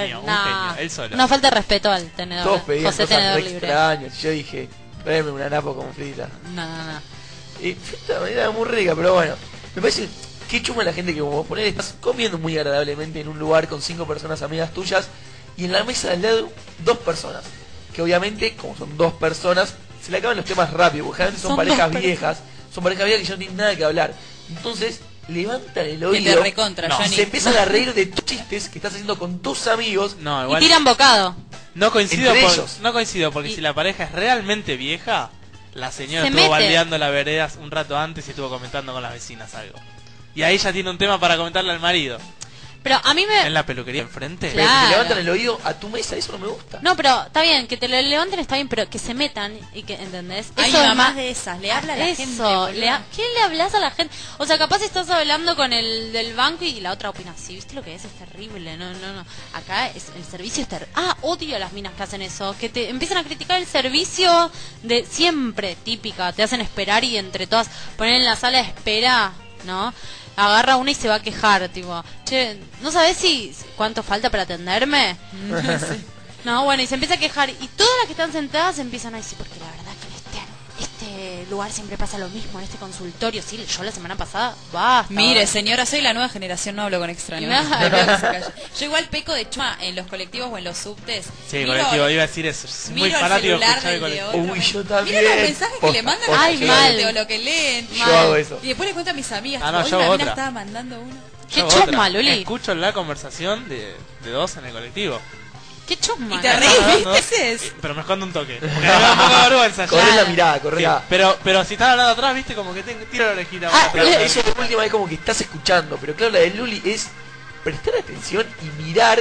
Speaker 4: Un genio, un
Speaker 2: No.
Speaker 4: genio, él solo.
Speaker 2: Una falta de respeto al tenedor.
Speaker 1: Todos pedían
Speaker 2: José
Speaker 1: cosas
Speaker 2: Tenedor
Speaker 1: re
Speaker 2: Libre.
Speaker 1: extrañas. Yo dije, tráeme una napo con frita.
Speaker 2: No, no, no.
Speaker 1: Y frita era muy rica, pero bueno. Me parece que chuma la gente que vos ponés. Estás comiendo muy agradablemente en un lugar con cinco personas amigas tuyas y en la mesa del lado dos personas. Que obviamente, como son dos personas, se le acaban los temas rápido, porque generalmente son,
Speaker 3: Son dos
Speaker 1: parejas
Speaker 3: personas.
Speaker 1: viejas, son parejas viejas que ya no tienen nada que hablar. Entonces, levantan el
Speaker 3: Que
Speaker 1: oído
Speaker 3: te recontra,
Speaker 1: y
Speaker 3: Johnny.
Speaker 1: se empiezan a reír de tus chistes que estás haciendo con tus amigos.
Speaker 4: No,
Speaker 2: Y
Speaker 4: igual.
Speaker 2: tiran bocado.
Speaker 4: No coincido,
Speaker 1: Entre
Speaker 4: por-
Speaker 1: ellos.
Speaker 4: no coincido porque si la pareja es realmente vieja, la señora
Speaker 2: Se
Speaker 4: estuvo
Speaker 2: mete.
Speaker 4: baldeando la vereda un rato antes y estuvo comentando con las vecinas algo. Y ahí ya tiene un tema para comentarle al marido.
Speaker 2: Pero a mí me,
Speaker 4: En la peluquería enfrente.
Speaker 1: Pero te
Speaker 2: Claro.
Speaker 1: levantan el oído a tu mesa, eso no me gusta.
Speaker 2: No, pero está bien, que te lo levanten está bien, pero que se metan y que, ¿entendés?
Speaker 3: Hay
Speaker 2: Eso es
Speaker 3: mamás
Speaker 2: más-
Speaker 3: de esas, le habla a la
Speaker 2: Eso,
Speaker 3: gente, boludo.
Speaker 2: le ha- ¿qué le hablas a la gente? O sea, capaz estás hablando con el del banco y la otra opina, sí, ¿viste lo que es? Es terrible, no, no, no. Acá es, el servicio es terrible. Ah, odio a las minas que hacen eso, que te empiezan a criticar el servicio de siempre, típica, te hacen esperar y entre todas, poner en la sala de espera, ¿no? Agarra una y se va a quejar, tipo, che, ¿no sabes si cuánto falta para atenderme? No, bueno, y se empieza a quejar. Y todas las que están sentadas empiezan a decir, porque la verdad que en este, este lugar siempre pasa lo mismo, en este consultorio. Sí, yo la semana pasada, basta.
Speaker 3: Mire, señora, soy la nueva generación, no hablo con extraños.
Speaker 2: Claro.
Speaker 3: No, no se calla. Yo igual peco de chuma en los colectivos o en los subtes.
Speaker 4: Sí,
Speaker 3: Miro-
Speaker 4: colectivo, iba a decir eso. Soy muy
Speaker 3: miro el
Speaker 4: fanático de
Speaker 3: celular
Speaker 4: escuchar el
Speaker 3: del de
Speaker 4: colectivo.
Speaker 3: otro.
Speaker 1: Uy, yo
Speaker 3: Mira
Speaker 1: también.
Speaker 3: los mensajes que
Speaker 1: Posta,
Speaker 3: le mandan
Speaker 1: posta,
Speaker 3: a
Speaker 1: yo
Speaker 3: la
Speaker 1: lo hago.
Speaker 3: gente o lo que leen.
Speaker 1: Yo hago eso.
Speaker 3: Y después le cuento a mis amigas.
Speaker 4: Ah, no,
Speaker 3: tipo,
Speaker 4: yo
Speaker 3: "Hoy
Speaker 4: hago
Speaker 3: la mina
Speaker 4: otra.
Speaker 3: estaba mandando uno.
Speaker 2: Qué
Speaker 4: Yo, otra,
Speaker 2: chusma, Luli.
Speaker 4: Escucho la conversación de, de dos en el colectivo.
Speaker 2: Qué chusma.
Speaker 3: Y te reís, ¿viste? Es-
Speaker 4: Pero me escondo un toque. Porque me da un poco de vergüenza.
Speaker 1: Corré
Speaker 4: ya.
Speaker 1: la mirada, corré
Speaker 4: Sí,
Speaker 1: la- Ah,
Speaker 4: Pero, pero si están hablando atrás, viste, como que te tiro la orejita. para
Speaker 1: Pero
Speaker 4: atrás.
Speaker 1: eh, eso por última es como que estás escuchando, pero claro, la de Luli es prestar atención y mirar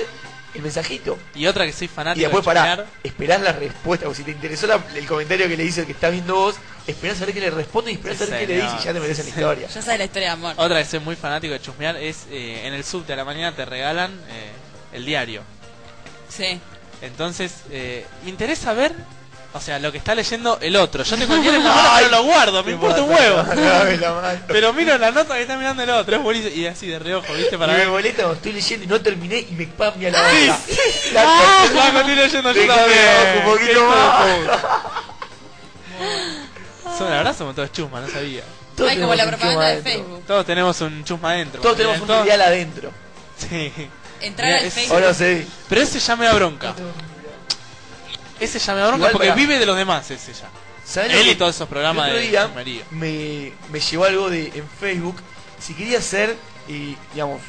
Speaker 1: el mensajito.
Speaker 4: Y otra que soy fanático
Speaker 1: Y después
Speaker 4: de
Speaker 1: pará,
Speaker 4: chusmear.
Speaker 1: esperás la respuesta, porque si te interesó la- el comentario que le hizo el que está viendo vos, esperás a ver qué le responde y esperás a ver qué le dice y ya te mereces la historia.
Speaker 3: Ya sabes la historia de amor.
Speaker 4: Otra que soy muy fanático de chusmear es eh, en el subte a la mañana te regalan eh, el diario.
Speaker 3: Sí.
Speaker 4: Entonces, eh, me interesa ver, o sea, lo que está leyendo el otro. Yo tengo el diario en la mano, pero lo guardo, me importa un huevo. pero miro la nota que está mirando el otro, es buenísimo. Y así de reojo, viste, para
Speaker 1: y me
Speaker 4: ver.
Speaker 1: molesta cuando estoy leyendo y no terminé y me cambia la
Speaker 4: Sí, Ah.
Speaker 1: boca.
Speaker 4: La, la continué leyendo yo
Speaker 1: Dejame
Speaker 4: también.
Speaker 1: abajo un poquito
Speaker 4: Qué hijo de
Speaker 1: más.
Speaker 4: puta. Somos- la verdad somos todos chusmas, no sabía.
Speaker 1: Todos Ah. Ay, como tenemos la un propaganda chusma de adentro.
Speaker 3: Facebook.
Speaker 4: Todos tenemos un chusma adentro.
Speaker 1: Todos tenemos un trivial adentro.
Speaker 4: Sí.
Speaker 3: Entrar
Speaker 4: Mirá,
Speaker 3: al
Speaker 4: es-
Speaker 3: Facebook. Ahora sí.
Speaker 4: Pero ese ya me da bronca. Ese ya me da bronca
Speaker 1: Igual,
Speaker 4: porque
Speaker 1: pará.
Speaker 4: vive de los demás ese ya.
Speaker 1: ¿Sabés lo
Speaker 4: Él y
Speaker 1: que-
Speaker 4: todos esos programas
Speaker 1: el otro
Speaker 4: de
Speaker 1: día
Speaker 4: María.
Speaker 1: me, me llegó algo de en Facebook. Si quería ser, y, digamos,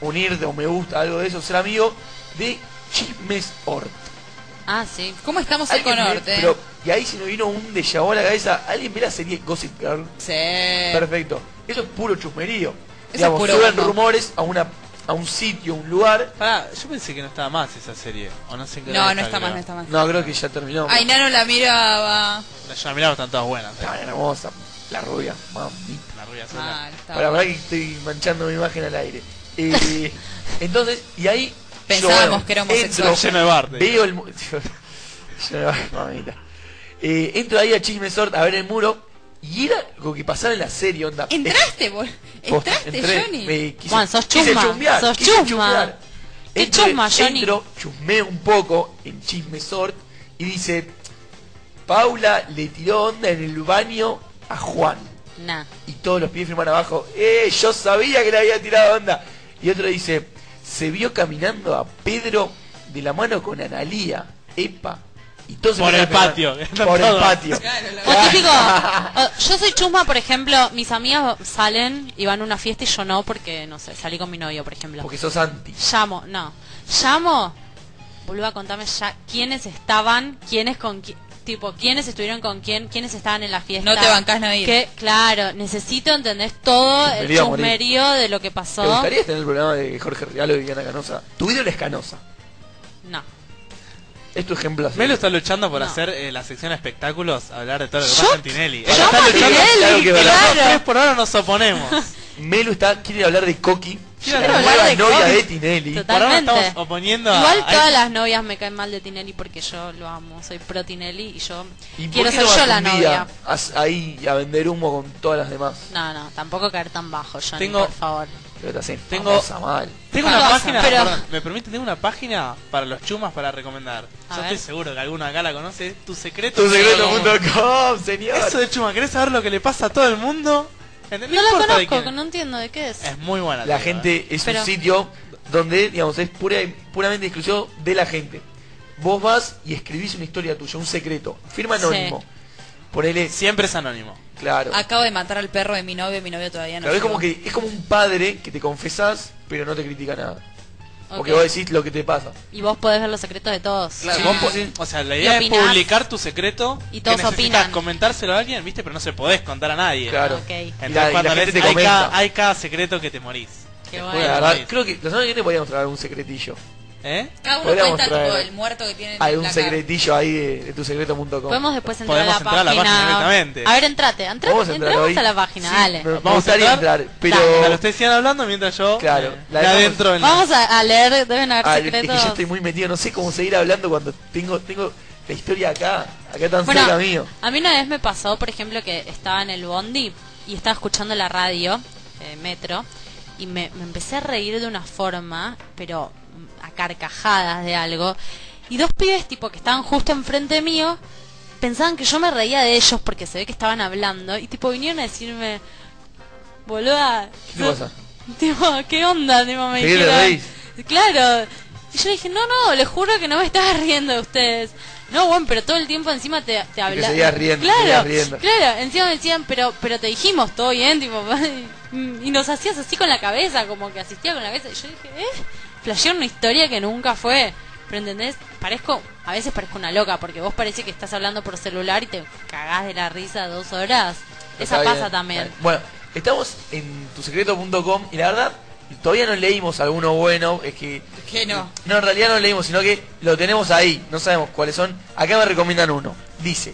Speaker 1: unirte o me gusta, algo de eso, ser amigo de Chismes Ort.
Speaker 2: Ah, sí.
Speaker 3: ¿Cómo estamos hoy
Speaker 1: Alguien
Speaker 3: con ¿eh?
Speaker 1: ve-
Speaker 3: Orte?
Speaker 1: pero- y ahí se me vino un déjà vu a la cabeza. ¿Alguien ve la serie Gossip Girl?
Speaker 3: Sí.
Speaker 1: Perfecto. Eso es puro chusmerío.
Speaker 3: es
Speaker 1: digamos,
Speaker 3: puro
Speaker 1: suben
Speaker 3: bombo.
Speaker 1: rumores a una a un sitio, un lugar.
Speaker 4: Pará, yo pensé que no estaba más esa serie. O no sé en qué
Speaker 3: No,
Speaker 4: hora
Speaker 3: no está más,
Speaker 4: creo.
Speaker 3: no está más.
Speaker 1: No, creo que ya terminó.
Speaker 3: Ay, Nano la miraba.
Speaker 4: La- Yo la miraba, están todas buenas.
Speaker 1: Estaban hermosas. La rubia, mamita.
Speaker 4: La rubia azul.
Speaker 3: Mal, está
Speaker 1: Ahora, la
Speaker 3: bueno.
Speaker 1: verdad que estoy manchando mi imagen al aire. Eh, entonces, y ahí.
Speaker 3: Pensábamos que era homosexual. Lleno de bar, te
Speaker 1: Veo el. mu- Lleno de bar, mamita. Eh, entro ahí a Chisme Sort a ver el muro. Y era lo que pasaba en la serie, onda.
Speaker 3: Entraste, bol.
Speaker 1: Posta,
Speaker 3: Entraste,
Speaker 1: entré,
Speaker 3: Johnny.
Speaker 1: me quise-
Speaker 2: Juan, sos
Speaker 1: quise
Speaker 2: chusma,
Speaker 1: chusmear,
Speaker 2: sos
Speaker 1: quise
Speaker 2: chusma.
Speaker 1: chusmear.
Speaker 2: Qué
Speaker 1: Entré-
Speaker 2: chusma, Johnny.
Speaker 1: Entro, chusmé un poco en Chisme Sort y dice: Paula le tiró onda en el baño a Juan.
Speaker 2: Nah.
Speaker 1: Y todos los pies firman abajo. ¡Eh! Yo sabía que le había tirado onda. Y otro dice, se vio caminando a Pedro de la mano con Analía. Epa. Y todos
Speaker 4: Por el
Speaker 1: empiezan a
Speaker 4: patio.
Speaker 1: pegar. Por el
Speaker 4: Todos.
Speaker 1: patio.
Speaker 2: O típico, o- yo soy chusma, por ejemplo, mis amigas salen y van a una fiesta y yo no porque, no sé, salí con mi novio, por ejemplo.
Speaker 1: Porque sos anti.
Speaker 2: Llamo, no. Llamo, boluda, contame ya quiénes estaban, quiénes con qui- Tipo, quiénes estuvieron con quién, quiénes estaban en la fiesta.
Speaker 3: No te bancás no ir.
Speaker 2: Que, claro, necesito, ¿entendés? Todo el
Speaker 1: Chusmería a morir.
Speaker 2: chusmerío de lo que pasó.
Speaker 1: ¿Te gustaría tener el programa de Jorge Rialo y Viviana Canosa? Tu ídolo es Canosa.
Speaker 2: No.
Speaker 1: Es tu ejemplo. así.
Speaker 4: Melo está luchando por
Speaker 1: No.
Speaker 4: hacer eh, la sección de espectáculos, hablar de todo lo que
Speaker 1: Yo-
Speaker 4: pasa en Tinelli.
Speaker 1: Yo amo a Tinelli,
Speaker 4: y los
Speaker 1: claro.
Speaker 4: dos tres por ahora nos oponemos.
Speaker 1: Melo está, quiere hablar de Coqui.
Speaker 4: Quiere
Speaker 1: la
Speaker 4: hablar
Speaker 1: nueva
Speaker 4: de
Speaker 1: novia
Speaker 4: Coqui.
Speaker 1: de Tinelli.
Speaker 4: Por ahora
Speaker 2: Totalmente.
Speaker 4: estamos oponiendo a-
Speaker 2: Igual
Speaker 4: a
Speaker 2: todas
Speaker 4: él.
Speaker 2: las novias me caen mal de Tinelli porque yo lo amo, soy pro Tinelli y yo
Speaker 1: ¿Y por
Speaker 2: quiero
Speaker 1: qué
Speaker 2: ser
Speaker 1: no
Speaker 2: yo
Speaker 1: vas
Speaker 2: la
Speaker 1: un día
Speaker 2: novia.
Speaker 1: a- ahí a vender humo con todas las demás.
Speaker 2: No, no, tampoco caer tan bajo, Johnny,
Speaker 4: Tengo-
Speaker 2: por favor.
Speaker 1: Pero te hacen
Speaker 4: Tengo-
Speaker 1: famosa mal.
Speaker 4: Tengo una
Speaker 2: Cosa,
Speaker 4: página,
Speaker 2: pero-
Speaker 4: perdón, me permite, tengo una página para los chumas para recomendar.
Speaker 2: A
Speaker 4: Yo
Speaker 2: ver.
Speaker 4: estoy seguro que alguno acá la conoce, es tu secreto.
Speaker 1: Tusecreto.com, señor.
Speaker 4: Eso de chumas, ¿querés saber lo que le pasa a todo el mundo? No,
Speaker 2: No la
Speaker 4: importa de
Speaker 2: conozco,
Speaker 4: quién.
Speaker 2: no entiendo de qué es.
Speaker 4: Es muy buena.
Speaker 1: La
Speaker 4: te digo,
Speaker 1: gente
Speaker 4: eh.
Speaker 1: es un sitio donde, digamos, es pura, puramente exclusivo de la gente. Vos vas y escribís una historia tuya, un secreto. Firma
Speaker 3: Sí.
Speaker 1: anónimo. Ponele.
Speaker 4: Siempre es anónimo.
Speaker 1: Claro.
Speaker 3: Acabo de matar al perro de mi novio y mi novio todavía no.
Speaker 1: Claro, es
Speaker 3: llegó.
Speaker 1: como que es como un padre que te confesás, pero no te critica nada. Porque
Speaker 2: Ok.
Speaker 1: vos decís lo que te pasa.
Speaker 2: Y vos podés ver los secretos de todos.
Speaker 4: Claro, vos po- o sea, la
Speaker 2: Y
Speaker 4: idea es
Speaker 2: opinás.
Speaker 4: publicar tu secreto
Speaker 2: Y todos
Speaker 4: que necesitas
Speaker 2: opinan. Ah,
Speaker 4: comentárselo a alguien, ¿viste? Pero no se podés contar a nadie.
Speaker 1: Claro.
Speaker 2: Ok.
Speaker 4: Entonces,
Speaker 1: Y la- y la
Speaker 4: cuando
Speaker 1: gente
Speaker 4: lees,
Speaker 1: te
Speaker 4: hay,
Speaker 1: comenta.
Speaker 4: cada, hay cada secreto que te morís.
Speaker 2: Qué
Speaker 4: Te
Speaker 2: bueno.
Speaker 1: Bueno,
Speaker 4: juro que te
Speaker 1: la verdad,
Speaker 4: morís.
Speaker 1: creo que la semana que viene podríamos traer algún secretillo.
Speaker 4: ¿Eh?
Speaker 3: Cada uno
Speaker 1: Podríamos
Speaker 3: cuenta tipo,
Speaker 1: traer
Speaker 3: el muerto que tiene en
Speaker 1: Algún
Speaker 3: la cara.
Speaker 1: secretillo ahí de, de tusecreto.com.
Speaker 2: Podemos después entrar,
Speaker 1: Podemos
Speaker 2: a, la
Speaker 1: entrar a la
Speaker 2: página.
Speaker 1: página directamente.
Speaker 2: A ver, entrate, entra-
Speaker 1: Vamos a entrar
Speaker 2: entramos
Speaker 1: hoy.
Speaker 2: a la página,
Speaker 1: Me,
Speaker 2: dale.
Speaker 1: me
Speaker 4: Vamos a
Speaker 1: gustaría
Speaker 4: entrar.
Speaker 1: entrar, pero.
Speaker 4: Dale. Claro, ustedes sigan hablando mientras yo.
Speaker 1: Claro,
Speaker 4: eh,
Speaker 1: la
Speaker 4: de
Speaker 1: dejamos-
Speaker 4: adentro en la-
Speaker 2: Vamos a, a leer, deben haber
Speaker 1: Ah, es que
Speaker 2: secretos.
Speaker 1: yo estoy muy metido, no sé cómo seguir hablando cuando tengo tengo la historia acá, acá tan
Speaker 2: Bueno,
Speaker 1: cerca mío.
Speaker 2: A mí una vez me pasó, por ejemplo, que estaba en el bondi y estaba escuchando la radio, eh, metro, y me, me empecé a reír de una forma, pero mm, a carcajadas de algo. Y dos pibes, tipo, que estaban justo enfrente mío, pensaban que yo me reía de ellos porque se ve que estaban hablando, y tipo, vinieron a decirme, boluda,
Speaker 1: ¿Qué te pasa?
Speaker 2: tipo, ¿qué onda? Tipo, me
Speaker 1: ¿De qué te
Speaker 2: dijeron.
Speaker 1: reís?
Speaker 2: Claro. Y yo dije, no, no, les juro que no me estaba riendo de ustedes. No, bueno, pero todo el tiempo encima te, te habla-
Speaker 1: seguías riendo,
Speaker 2: Claro,
Speaker 1: seguías riendo.
Speaker 2: claro. Encima me decían, pero, pero te dijimos, todo bien, tipo. mm", Y nos hacías así con la cabeza, como que asistía con la cabeza. Y yo dije, ¿eh? Flashear una historia que nunca fue. Pero entendés, parezco, a veces parezco una loca, porque vos parece que estás hablando por celular y te cagás de la risa dos horas. Esa
Speaker 1: Está
Speaker 2: pasa
Speaker 1: bien.
Speaker 2: también.
Speaker 1: Bueno, estamos en tusecreto.com y la verdad, todavía no leímos alguno bueno, es que...
Speaker 3: Que no.
Speaker 1: No, en realidad no leímos, sino que lo tenemos ahí, no sabemos cuáles son. Acá me recomiendan uno. Dice,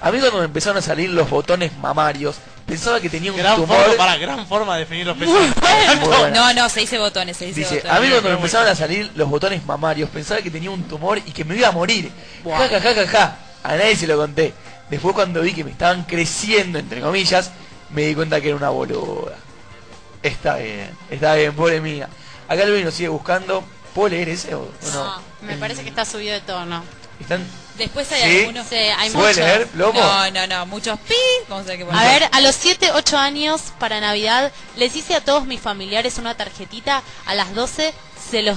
Speaker 1: a mí cuando me empezaron a salir los botones mamarios, pensaba que tenía un
Speaker 4: Gran
Speaker 1: tumor...
Speaker 4: forma, para, gran forma de definir los pesos.
Speaker 1: Muy bueno.
Speaker 3: No, no, se dice botones, se dice,
Speaker 1: Dice,
Speaker 3: botones.
Speaker 1: a mí cuando me empezaron a salir los botones mamarios, pensaba que tenía un tumor y que me iba a morir. Ja, ja, ja, ja, ja. A nadie se lo conté. Después cuando vi que me estaban creciendo, entre comillas, me di cuenta que era una boluda. Está bien, está bien, pobre mía. Acá Luis nos sigue buscando. ¿Puedo leer ese o o no?
Speaker 2: Ah, No, me parece que está subido de tono.
Speaker 1: Están
Speaker 3: Después hay
Speaker 2: Sí.
Speaker 3: algunos.
Speaker 2: Sí, hay
Speaker 15: ¿Se puede muchos. leer, Lobo?
Speaker 3: No, no, no, muchos pi. Vamos a ver qué
Speaker 2: A ver, a los 7, 8 años, para Navidad, les hice a todos mis familiares una tarjetita. A las 12 se los...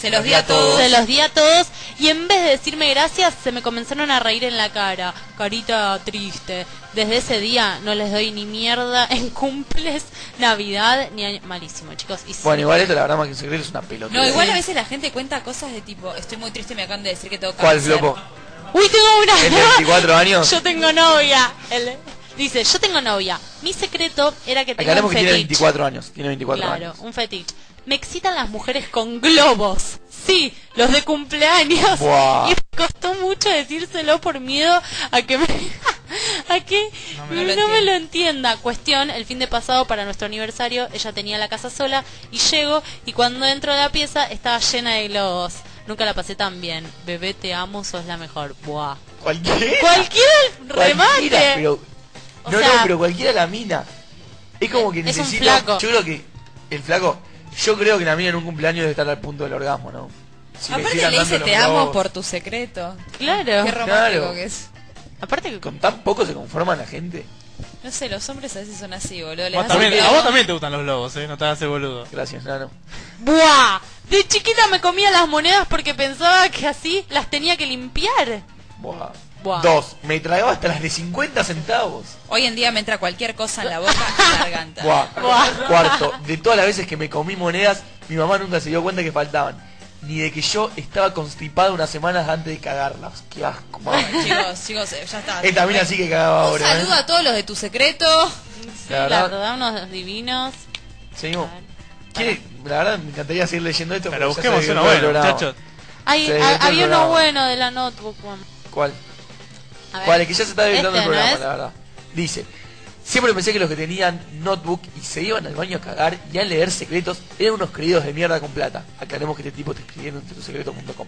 Speaker 3: Se los di a todos.
Speaker 2: Se los di a todos. Y en vez de decirme gracias, se me comenzaron a reír en la cara. Carita triste. Desde ese día no les doy ni mierda en cumples, Navidad, ni año... Malísimo, chicos. Y sí.
Speaker 1: Bueno, igual esto la verdad más que un secreto es una pelota.
Speaker 3: No, igual a veces la gente cuenta cosas de tipo, estoy muy triste y me acaban de decir que tengo
Speaker 1: ¿Cuál,
Speaker 3: cáncer.
Speaker 1: Flopo?
Speaker 2: Uy, tengo una.
Speaker 1: ¿El de 24 años?
Speaker 2: Yo tengo novia. Él dice, yo tengo novia. Mi secreto era que tenía un
Speaker 1: Aclaremos que tiene
Speaker 2: fetiche.
Speaker 1: 24 años. Tiene 24
Speaker 2: Claro,
Speaker 1: años.
Speaker 2: un fetiche. Me excitan las mujeres con globos. Sí, los de cumpleaños.
Speaker 1: Buah.
Speaker 2: Y me costó mucho decírselo por miedo a que me a que no,
Speaker 3: me lo
Speaker 2: me lo entienda. Cuestión, el fin de pasado para nuestro aniversario, ella tenía la casa sola y llego y cuando entro a la pieza estaba llena de globos. Nunca la pasé tan bien. Bebé, te amo, sos la mejor. Buah.
Speaker 1: Cualquiera.
Speaker 2: Cualquiera el remate.
Speaker 1: Cualquiera, pero-
Speaker 2: O
Speaker 1: no,
Speaker 2: sea-
Speaker 1: no, pero cualquiera la mina. Es como que
Speaker 2: Es un
Speaker 1: necesita.
Speaker 2: flaco.
Speaker 1: Yo creo que. El flaco. Yo creo que la mina en un cumpleaños debe estar al punto del orgasmo, ¿no? Si le
Speaker 3: Aparte
Speaker 1: siguen
Speaker 3: le dice
Speaker 1: dando los
Speaker 3: te amo
Speaker 1: globos".
Speaker 3: por tu secreto.
Speaker 2: Claro.
Speaker 3: Qué romántico
Speaker 1: Claro.
Speaker 3: que es.
Speaker 2: Aparte que
Speaker 1: con tan poco se conforma la gente.
Speaker 3: No sé, los hombres a veces son así, boludo. Les
Speaker 4: Vos
Speaker 3: hacen
Speaker 4: también-
Speaker 3: un
Speaker 4: a vos
Speaker 3: globo.
Speaker 4: también te gustan los globos, ¿eh? No te hagas el boludo.
Speaker 1: Gracias, Nano.
Speaker 2: ¡Buah! De chiquita me comía las monedas porque pensaba que así las tenía que limpiar.
Speaker 1: Buah.
Speaker 2: Buah.
Speaker 1: Dos. Me tragaba hasta las de 50 centavos.
Speaker 3: Hoy en día me entra cualquier cosa en la boca y la garganta.
Speaker 1: Buah.
Speaker 3: Buah.
Speaker 1: Cuarto, de todas las veces que me comí monedas, mi mamá nunca se dio cuenta que faltaban. Ni de que yo estaba constipado unas semanas antes de cagarlas. Qué asco, mamá.
Speaker 3: Chicos, chicos, eh, ya está.
Speaker 1: Esta mina sí que cagaba
Speaker 3: Un
Speaker 1: ahora.
Speaker 3: saludo
Speaker 1: ¿eh?
Speaker 3: a todos los de tu secreto.
Speaker 1: La
Speaker 2: La
Speaker 1: verdad,
Speaker 2: verdad, unos divinos.
Speaker 1: seguimos. ¿Quiere- La verdad, me encantaría seguir leyendo esto.
Speaker 4: Pero
Speaker 1: porque ya
Speaker 4: busquemos
Speaker 1: se
Speaker 4: uno
Speaker 1: divirtió el
Speaker 4: bueno,
Speaker 1: programa.
Speaker 4: muchachos.
Speaker 2: Ay,
Speaker 1: Se
Speaker 2: a-
Speaker 1: divirtió el
Speaker 2: había uno
Speaker 1: programa.
Speaker 2: bueno de la notebook. Juan.
Speaker 1: ¿Cuál?
Speaker 2: A ver.
Speaker 1: Vale, que ya se está debilitando
Speaker 2: Este,
Speaker 1: el programa,
Speaker 2: ¿no es?
Speaker 1: la verdad. Dice, siempre pensé que los que tenían notebook y se iban al baño a cagar y a leer secretos eran unos creídos de mierda con plata. Aclaremos que este tipo te escribiendo en secretos.com.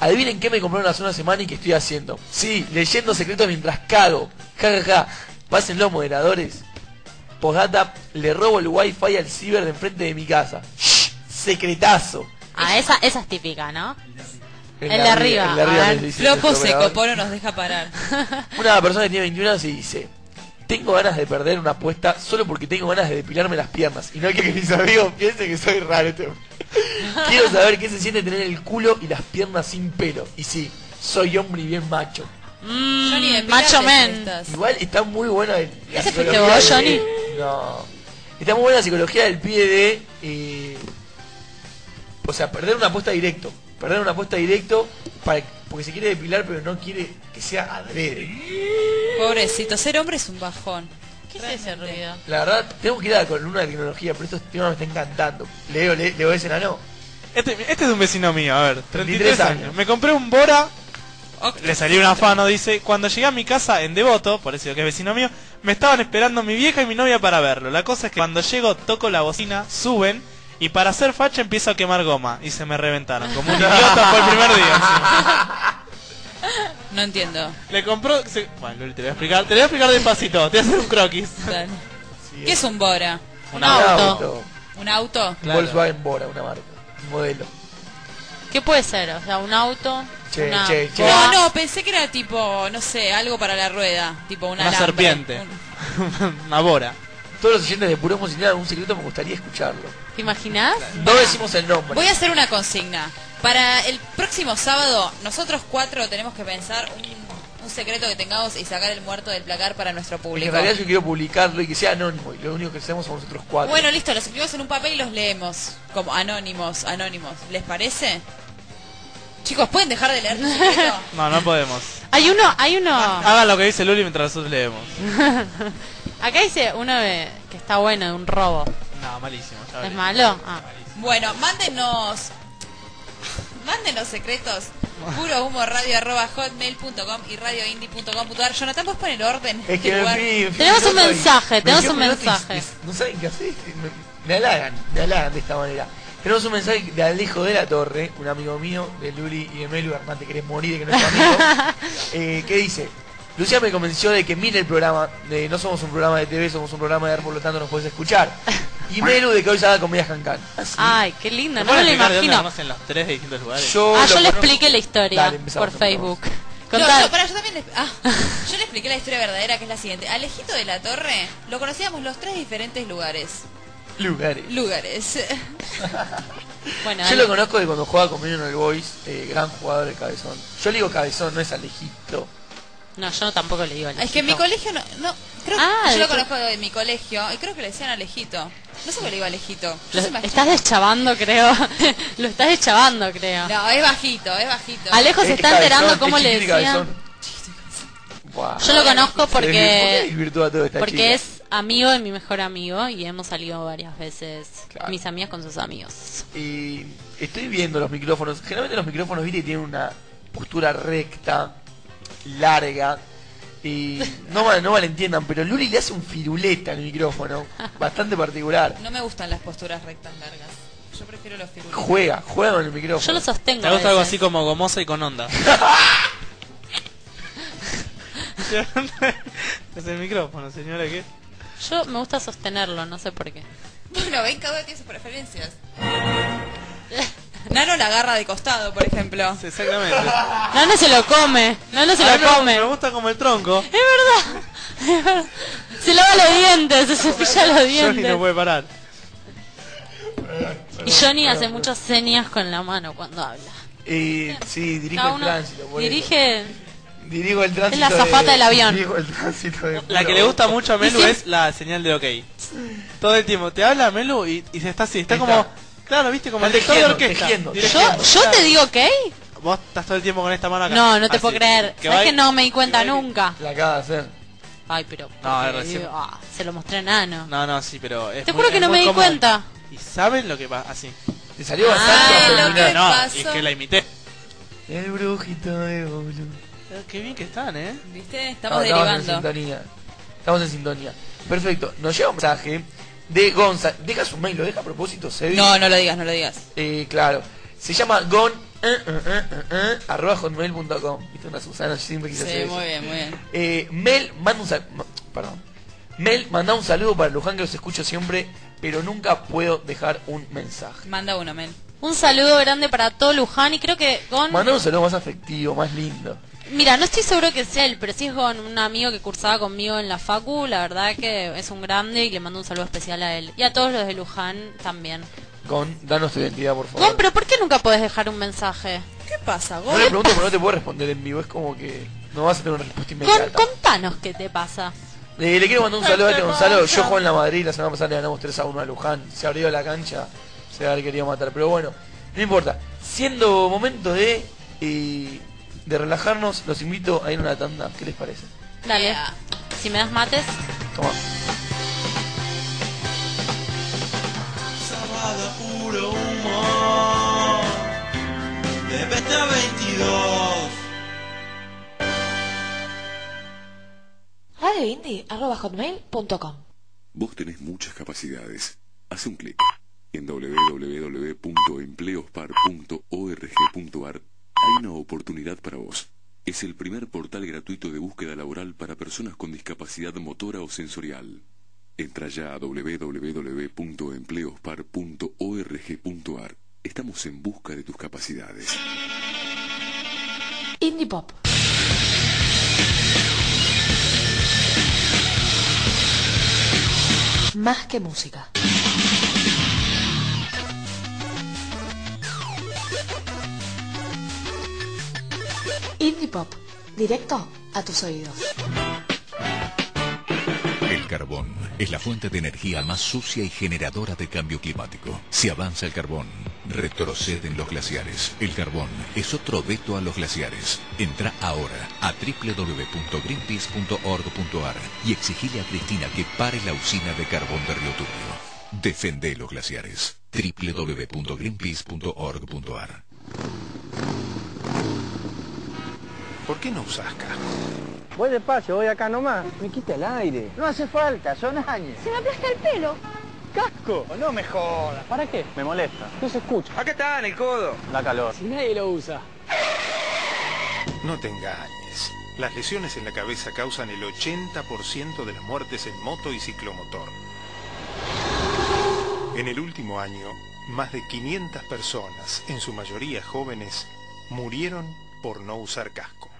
Speaker 1: Adivinen qué me compraron hace una semana y qué estoy haciendo. Sí, leyendo secretos mientras cago. Ja, ja, ja. Pásenlo, moderadores. Posdata, le robo el wifi al ciber de enfrente de mi casa. Shh, secretazo.
Speaker 2: Ah, esa, esa es típica, ¿no?
Speaker 1: El
Speaker 2: de arriba,
Speaker 1: el de arriba
Speaker 2: a
Speaker 1: me
Speaker 2: ver.
Speaker 1: dice
Speaker 3: Flopo
Speaker 1: nuestro
Speaker 3: se
Speaker 1: operador.
Speaker 3: copó, no nos deja parar.
Speaker 1: Una persona que tiene 21 años y dice, tengo ganas de perder una apuesta solo porque tengo ganas de depilarme las piernas. Y no quiero que mis amigos piensen que soy raro. Este- Quiero saber qué se siente tener el culo y las piernas sin pelo. Y sí, soy hombre y bien macho.
Speaker 2: Mm,
Speaker 3: Johnny, depilate,
Speaker 2: macho men.
Speaker 3: estás.
Speaker 1: Igual está muy buena el- la
Speaker 2: ¿Ese
Speaker 1: psicología
Speaker 2: fuiste vos,
Speaker 1: de-
Speaker 2: Johnny?
Speaker 1: No. Está muy buena la psicología del pie de... eh, o sea, perder una apuesta directo. Perder una apuesta directo para, porque se quiere depilar pero no quiere que sea adrede.
Speaker 3: Pobrecito, ser hombre es un bajón.
Speaker 2: ¿Qué es ese ruido?
Speaker 1: La verdad, tengo que ir a la columna de tecnología, pero estos temas me están encantando. Leo, le, leo ese nano.
Speaker 4: Este, este es de un vecino mío, a ver, 33
Speaker 1: 33
Speaker 4: años.
Speaker 1: años.
Speaker 4: Me compré un Bora, le salió un afano, dice, cuando llegué a mi casa en Devoto, por eso digo que es vecino mío, me estaban esperando mi vieja y mi novia para verlo. La cosa es que cuando llego toco la bocina, suben y para hacer facha empiezo a quemar goma y se me reventaron. Como un idiota fue el primer día.
Speaker 3: No entiendo.
Speaker 4: Le compró... se- Bueno, Luli, te lo voy a explicar, te lo voy a explicar despacito, te voy a hacer un croquis.
Speaker 3: Dale. ¿Qué es un Bora?
Speaker 4: Un auto.
Speaker 3: ¿Un auto?
Speaker 1: Un Volkswagen Bora, una marca. Un modelo.
Speaker 2: ¿Qué puede ser? O sea, un auto.
Speaker 1: Che,
Speaker 2: una-
Speaker 1: che, che.
Speaker 3: No, no, pensé que era tipo, no sé, algo para la rueda. Tipo una,
Speaker 4: Una serpiente. Una Bora.
Speaker 1: Todos los oyentes de Puro Musical, algún secreto me gustaría escucharlo.
Speaker 2: ¿Te imaginas?
Speaker 1: No decimos el nombre.
Speaker 3: Voy a hacer una consigna. Para el próximo sábado, nosotros cuatro tenemos que pensar un, un secreto que tengamos y sacar el muerto del placar para nuestro
Speaker 1: Porque en
Speaker 3: público.
Speaker 1: realidad yo quiero publicarlo y que sea anónimo. Y lo único que hacemos son nosotros cuatro.
Speaker 3: Bueno, listo, los escribimos en un papel y los leemos. Como anónimos, anónimos. ¿Les parece? Chicos, ¿pueden dejar de leer? tu secreto?
Speaker 4: No, no podemos.
Speaker 2: Hay uno, hay uno.
Speaker 4: Hagan lo que dice Luli mientras nosotros leemos.
Speaker 2: Acá dice uno de- que está bueno, de un robo.
Speaker 4: No, malísimo. ya
Speaker 2: ¿Es
Speaker 4: veré.
Speaker 2: malo? Ah.
Speaker 3: Bueno, mándenos. Mándenos secretos. Puro humo radio arroba hotmail.com y radioindie.com.ar. Jonathan, ¿vos pon el orden?
Speaker 1: es que me
Speaker 3: del lugar?
Speaker 1: fui- me fui
Speaker 2: Tenemos
Speaker 1: loco
Speaker 2: un
Speaker 1: y-
Speaker 2: mensaje,
Speaker 1: me
Speaker 2: tenemos
Speaker 1: fui
Speaker 2: un
Speaker 1: loco y-
Speaker 2: mensaje.
Speaker 1: y- No saben qué hacer. Me, me halagan, me halagan de esta manera. Tenemos un mensaje de Alejo de la Torre, un amigo mío, de Luli y de Melu, Hernán, te querés morir de que no es tu amigo. Eh, ¿Qué dice? Lucía me convenció de que mire el programa. de no somos un programa de TV, somos un programa de ar, por lo tanto nos puedes escuchar. Y Melu de que hoy se haga comida jancan.
Speaker 2: Ay, qué lindo,
Speaker 4: ¿Me
Speaker 2: no me
Speaker 4: pueden
Speaker 2: lo
Speaker 4: explicar de dónde
Speaker 2: imagino.
Speaker 4: conocen los tres de distintos lugares?
Speaker 1: Yo
Speaker 2: Ah,
Speaker 1: lo
Speaker 2: yo le
Speaker 1: conozco.
Speaker 2: expliqué la historia
Speaker 1: Dale, empezamos,
Speaker 2: por Facebook. Contá.
Speaker 3: No, yo, pará, yo también les, ah, yo le expliqué la historia verdadera que es la siguiente. Alejito de la Torre lo conocíamos los tres diferentes lugares.
Speaker 1: Lugares.
Speaker 3: Lugares.
Speaker 2: bueno,
Speaker 1: Yo lo conozco de cuando jugaba conmigo en el Boys, eh, gran jugador de cabezón. Yo le digo cabezón, no es alejito.
Speaker 2: No, yo tampoco le digo
Speaker 3: Es que en mi colegio no, no creo que
Speaker 2: Ah,
Speaker 3: yo
Speaker 2: de
Speaker 3: lo
Speaker 2: tu-
Speaker 3: conozco de mi colegio y creo que le decían Alejito. No sé por qué le digo Alejito. Yo
Speaker 2: Lo-
Speaker 3: soy más
Speaker 2: estás deschavando, creo. lo estás deschavando, creo.
Speaker 3: chica. No, es bajito, es bajito.
Speaker 2: Alejo se está enterando cómo le
Speaker 1: chiquitito y
Speaker 2: decían.
Speaker 1: cabezón. Buah.
Speaker 2: Yo lo conozco porque-
Speaker 1: Se desvirtúa todo esta chica.
Speaker 2: Porque es amigo de mi mejor amigo y hemos salido varias veces. Mis amigas con sus amigos.
Speaker 1: Y estoy viendo los micrófonos. Generalmente los micrófonos, viste, tienen una postura recta, larga. Y no, mal- no mal entiendan, pero Luli le hace un firuleta al micrófono. Bastante particular.
Speaker 3: No me gustan las posturas rectas largas. Yo prefiero los firulitos.
Speaker 1: Juega, juega con el micrófono.
Speaker 3: Yo lo sostengo
Speaker 4: Te gusta algo así como gomosa y con onda. es el micrófono, señora, ¿qué?
Speaker 2: Yo me gusta sostenerlo, no sé por qué.
Speaker 3: Bueno, ven, cada uno tiene sus preferencias. Nano la agarra de costado, por ejemplo.
Speaker 4: Exactamente.
Speaker 2: Nano se lo come. Nano se
Speaker 4: A
Speaker 2: lo
Speaker 4: mí Ah, me-
Speaker 2: come.
Speaker 4: Me gusta como el tronco.
Speaker 2: Es verdad. Es verdad. Se lava los dientes, se cepilla los
Speaker 4: Johnny
Speaker 2: dientes.
Speaker 4: no puede parar.
Speaker 2: Y Johnny hace muchas señas con la mano cuando habla.
Speaker 1: Y sí, dirijo
Speaker 2: Cada
Speaker 1: el
Speaker 2: uno
Speaker 1: tránsito. por eso.
Speaker 2: dirige.
Speaker 1: Dirijo el tránsito.
Speaker 2: la azafata
Speaker 1: de-
Speaker 2: del avión.
Speaker 1: Dirijo el tránsito de
Speaker 4: La que le gusta mucho a Melu es la señal de ok. Todo el tiempo te habla Melu y, y se está así, está
Speaker 1: Ahí
Speaker 4: como.
Speaker 1: está.
Speaker 4: Claro, viste, como el
Speaker 1: Está
Speaker 4: director de
Speaker 1: tejiendo,
Speaker 4: orquesta.
Speaker 1: tejiendo,
Speaker 4: Dirigiendo.
Speaker 2: ¿Yo, yo te digo ok?
Speaker 4: Vos estás todo el tiempo con esta mano acá.
Speaker 2: No, no te
Speaker 4: Así.
Speaker 2: puedo creer.
Speaker 4: Que
Speaker 2: ¿Sabes
Speaker 4: va y-
Speaker 2: que no me di cuenta nunca?
Speaker 1: La acaba de hacer.
Speaker 2: Ay, pero.
Speaker 4: No, es
Speaker 2: porque
Speaker 4: recién.
Speaker 2: digo, ah, se lo mostré a Nano.
Speaker 4: No, no, sí, pero. es
Speaker 2: Te
Speaker 4: muy-
Speaker 2: juro que
Speaker 4: es
Speaker 2: no
Speaker 4: muy
Speaker 2: me di
Speaker 4: común.
Speaker 2: cuenta.
Speaker 4: ¿Y saben lo que pasa? Así.
Speaker 1: Te salió
Speaker 2: Ay,
Speaker 1: bastante.
Speaker 2: Ah, lo que
Speaker 4: no,
Speaker 2: pasó.
Speaker 4: y que la imité.
Speaker 1: El brujito de Bolu.
Speaker 4: Eh, Qué bien que están, ¿eh?
Speaker 3: ¿Viste? Estamos
Speaker 1: No,
Speaker 3: derivando.
Speaker 1: Estamos en sintonía. Estamos en sintonía. Perfecto. Nos llega un mensaje de Gonza. Deja su mail, lo deja a propósito, Sebi.
Speaker 3: No, no lo digas, no lo digas.
Speaker 1: Eh, claro. Se llama gon eh, eh, eh, eh, eh, arroba hotmail.com. Viste una Susana, yo siempre quise
Speaker 3: Sí,
Speaker 1: hacer eso.
Speaker 3: muy bien, muy bien.
Speaker 1: Eh, Mel manda un sal- ma- perdón. Mel manda un saludo para Luján que los escucho siempre, pero nunca puedo dejar un mensaje.
Speaker 3: Manda uno, men.
Speaker 2: Un saludo grande para todo Luján y creo que Gon.
Speaker 1: Manda un saludo más afectivo, más lindo.
Speaker 2: Mira, no estoy seguro que sea él, pero sí es Gon, un amigo que cursaba conmigo en la Facu. La verdad que es un grande y le mando un saludo especial a él. Y a todos los de Luján también.
Speaker 1: Gon, danos tu identidad, por favor.
Speaker 2: Gon, pero ¿por qué nunca podés dejar un mensaje?
Speaker 3: ¿Qué pasa,
Speaker 1: No le pregunto porque no te puedo responder en vivo, es como que no vas a tener una respuesta
Speaker 2: Gon,
Speaker 1: inmediata.
Speaker 2: contanos qué te pasa.
Speaker 1: Eh, le quiero mandar un saludo a este
Speaker 2: Este
Speaker 1: Gonzalo.
Speaker 2: Gonza.
Speaker 1: Yo jugué en la Madrid la semana pasada le ganamos 3 a 1 a Luján. Se abrió la cancha, se había querido matar. Pero bueno, no importa. Siendo momento de, eh, de relajarnos, los invito a ir a una tanda. ¿Qué les parece?
Speaker 2: Dale. Si me das mates.
Speaker 1: Toma.
Speaker 5: Sábado puro humor de Beta 22.
Speaker 8: Radioindie.com
Speaker 7: Vos tenés muchas capacidades. Haz un clic. En www.empleospar.org.ar hay una oportunidad para vos. Es el primer portal gratuito de búsqueda laboral para personas con discapacidad motora o sensorial. Entra ya a www.empleospar.org.ar. Estamos en busca de tus capacidades.
Speaker 8: Indie Pop. Más que música. Indie Pop. Directo a tus oídos.
Speaker 9: El carbón es la fuente de energía más sucia y generadora de cambio climático. Si avanza el carbón, retroceden los glaciares. El carbón es otro veto a los glaciares. Entra ahora a www.greenpeace.org.ar y exigile a Cristina que pare la usina de carbón de Río Turbio. Defende los glaciares. www.greenpeace.org.ar
Speaker 10: ¿Por qué no usás casco?
Speaker 11: Voy despacio, voy acá nomás. Me quita el aire. No hace falta, son años.
Speaker 15: Se me aplasta el pelo.
Speaker 11: ¡Casco! Oh, No me jodas. ¿Para qué? Me molesta. No se escucha. Acá está, en el codo. La calor. Si nadie lo usa.
Speaker 10: No te engañes. Las lesiones en la cabeza causan el 80% de las muertes en moto y ciclomotor. En el último año, más de 500 personas, en su mayoría jóvenes, murieron por no usar casco.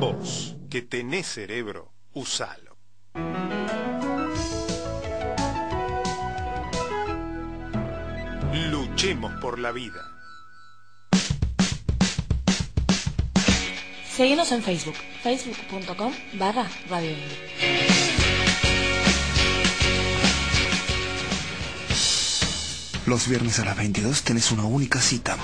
Speaker 10: Vos, que tenés cerebro, usalo. Luchemos por la vida.
Speaker 8: Seguinos en Facebook, facebook.com barra Radio Indie.
Speaker 13: Los viernes a las 22 tenés una única cita.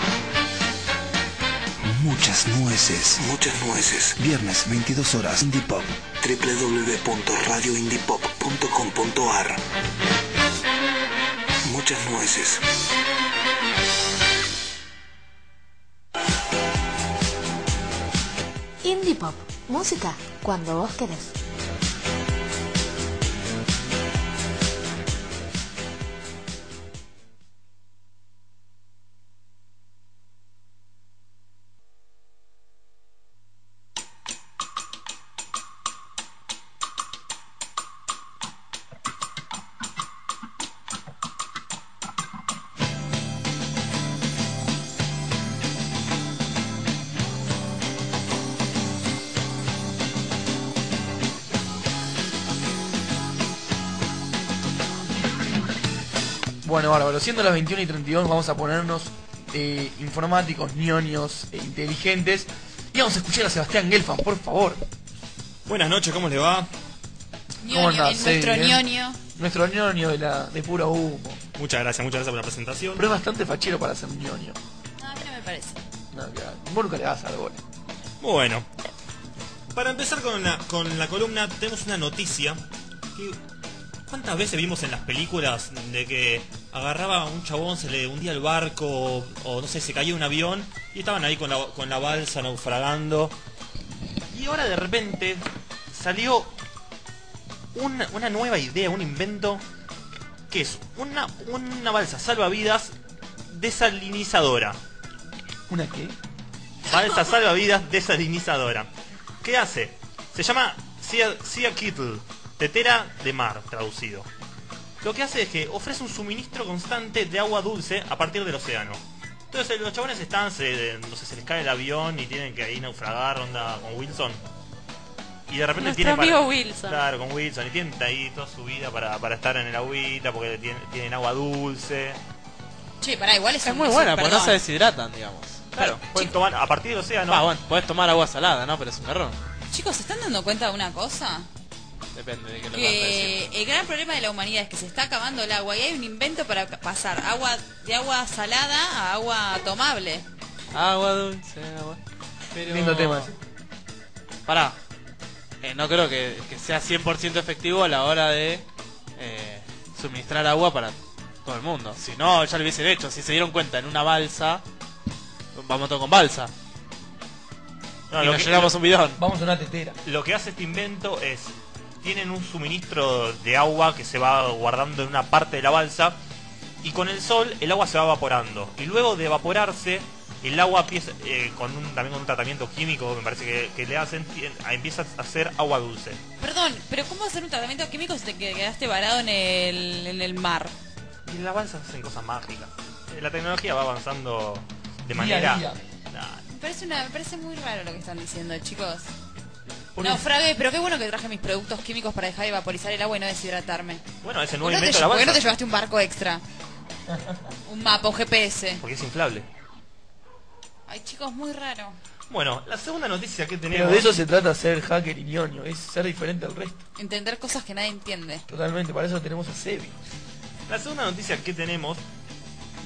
Speaker 13: Muchas nueces. Muchas nueces. Viernes, 22 horas. Indie Pop. www.radioindiepop.com.ar Muchas nueces.
Speaker 8: Indie Pop, música cuando vos querés.
Speaker 1: Bueno, bárbaro, siendo las 21 y 32 vamos a ponernos eh, informáticos, ñoños, eh, inteligentes. Y vamos a escuchar a Sebastián Gelfan, por favor.
Speaker 15: Buenas noches, ¿cómo le va?
Speaker 1: ¿Cómo andás?
Speaker 3: el
Speaker 1: Sí,
Speaker 3: nuestro
Speaker 1: bien.
Speaker 3: ñoño.
Speaker 1: Nuestro ñoño de, la, de puro humo.
Speaker 15: Muchas gracias, muchas gracias por la presentación.
Speaker 1: Pero es bastante fachero para ser un ñoño.
Speaker 3: No, a mí no me parece.
Speaker 1: No, que- vos nunca le vas a dar bola.
Speaker 15: Bueno, para empezar con la, con la columna, tenemos una noticia. que- ¿Cuántas veces vimos en las películas de que agarraba a un chabón, se le hundía el barco, o, o no sé, se caía un avión, y estaban ahí con la, con la balsa naufragando? Y ahora de repente salió una, una nueva idea, un invento, que es una, una balsa salvavidas desalinizadora.
Speaker 1: ¿Una qué?
Speaker 15: Balsa salvavidas desalinizadora. ¿Qué hace? Se llama Sea, sea Kittle, tetera de mar, traducido. Lo que hace es que ofrece un suministro constante de agua dulce a partir del océano. Entonces los chabones están, se, no sé, se les cae el avión y tienen que ahí naufragar, onda con Wilson. Y de repente
Speaker 2: Nuestro
Speaker 15: tienen
Speaker 2: amigo Wilson.
Speaker 15: Claro, con Wilson. Y tienen ahí toda su vida para, para estar en el agüita porque tienen, tienen agua dulce.
Speaker 3: Che, pará, igual es,
Speaker 4: Es
Speaker 3: un-
Speaker 4: muy
Speaker 3: un
Speaker 4: buena, porque no
Speaker 3: perdón.
Speaker 4: se deshidratan, digamos.
Speaker 15: Claro, pueden tomar a partir del océano.
Speaker 4: Ah, bueno, puedes tomar agua salada, ¿no? Pero es un garrón.
Speaker 3: Chicos, ¿se están dando cuenta de una cosa?
Speaker 4: Depende de qué lo
Speaker 3: Que el gran problema de la humanidad es que se está acabando el agua y hay un invento para pasar agua de agua salada a agua tomable.
Speaker 4: Agua dulce, agua. Pero...
Speaker 1: Lindo tema ese.
Speaker 4: Pará. Eh, no creo que, que sea 100% efectivo a la hora de eh, suministrar agua para todo el mundo. Si no, ya lo hubiesen hecho. Si se dieron cuenta en una balsa, vamos todo con balsa.
Speaker 15: No,
Speaker 4: y
Speaker 15: lo
Speaker 4: nos
Speaker 15: que-
Speaker 4: llenamos un bidón.
Speaker 1: Vamos a una tetera.
Speaker 15: Lo que hace este invento es, tienen un suministro de agua que se va guardando en una parte de la balsa y con el sol el agua se va evaporando. Y luego de evaporarse, el agua empieza, eh, con un, también con un tratamiento químico me parece que, que le hacen, tien- ah, empieza a hacer agua dulce.
Speaker 3: Perdón, pero ¿cómo hacer un tratamiento químico si te que- quedaste varado en el, en el mar?
Speaker 15: Y en la balsa hacen cosas mágicas. Eh, La tecnología va avanzando de
Speaker 3: Día a
Speaker 15: manera...
Speaker 3: día.
Speaker 15: Nah,
Speaker 3: Me parece, una, me parece muy raro lo que están diciendo, chicos.
Speaker 15: Por
Speaker 3: no,
Speaker 15: un-
Speaker 3: Frague, pero qué bueno que traje mis productos químicos para dejar de vaporizar el agua y no deshidratarme.
Speaker 15: Bueno, es el nuevo
Speaker 3: ¿Por qué no te,
Speaker 15: invento de la
Speaker 3: lle- por qué
Speaker 15: balsa.
Speaker 3: no te llevaste un barco extra? Un mapa, un GPS.
Speaker 15: Porque es inflable.
Speaker 3: Ay, chicos, muy raro.
Speaker 15: Bueno, la segunda noticia que tenemos...
Speaker 1: Pero de eso se trata ser hacker y ñoño, es ser diferente al resto.
Speaker 3: Entender cosas que nadie entiende.
Speaker 1: Totalmente, para eso tenemos a Sebi.
Speaker 15: La segunda noticia que tenemos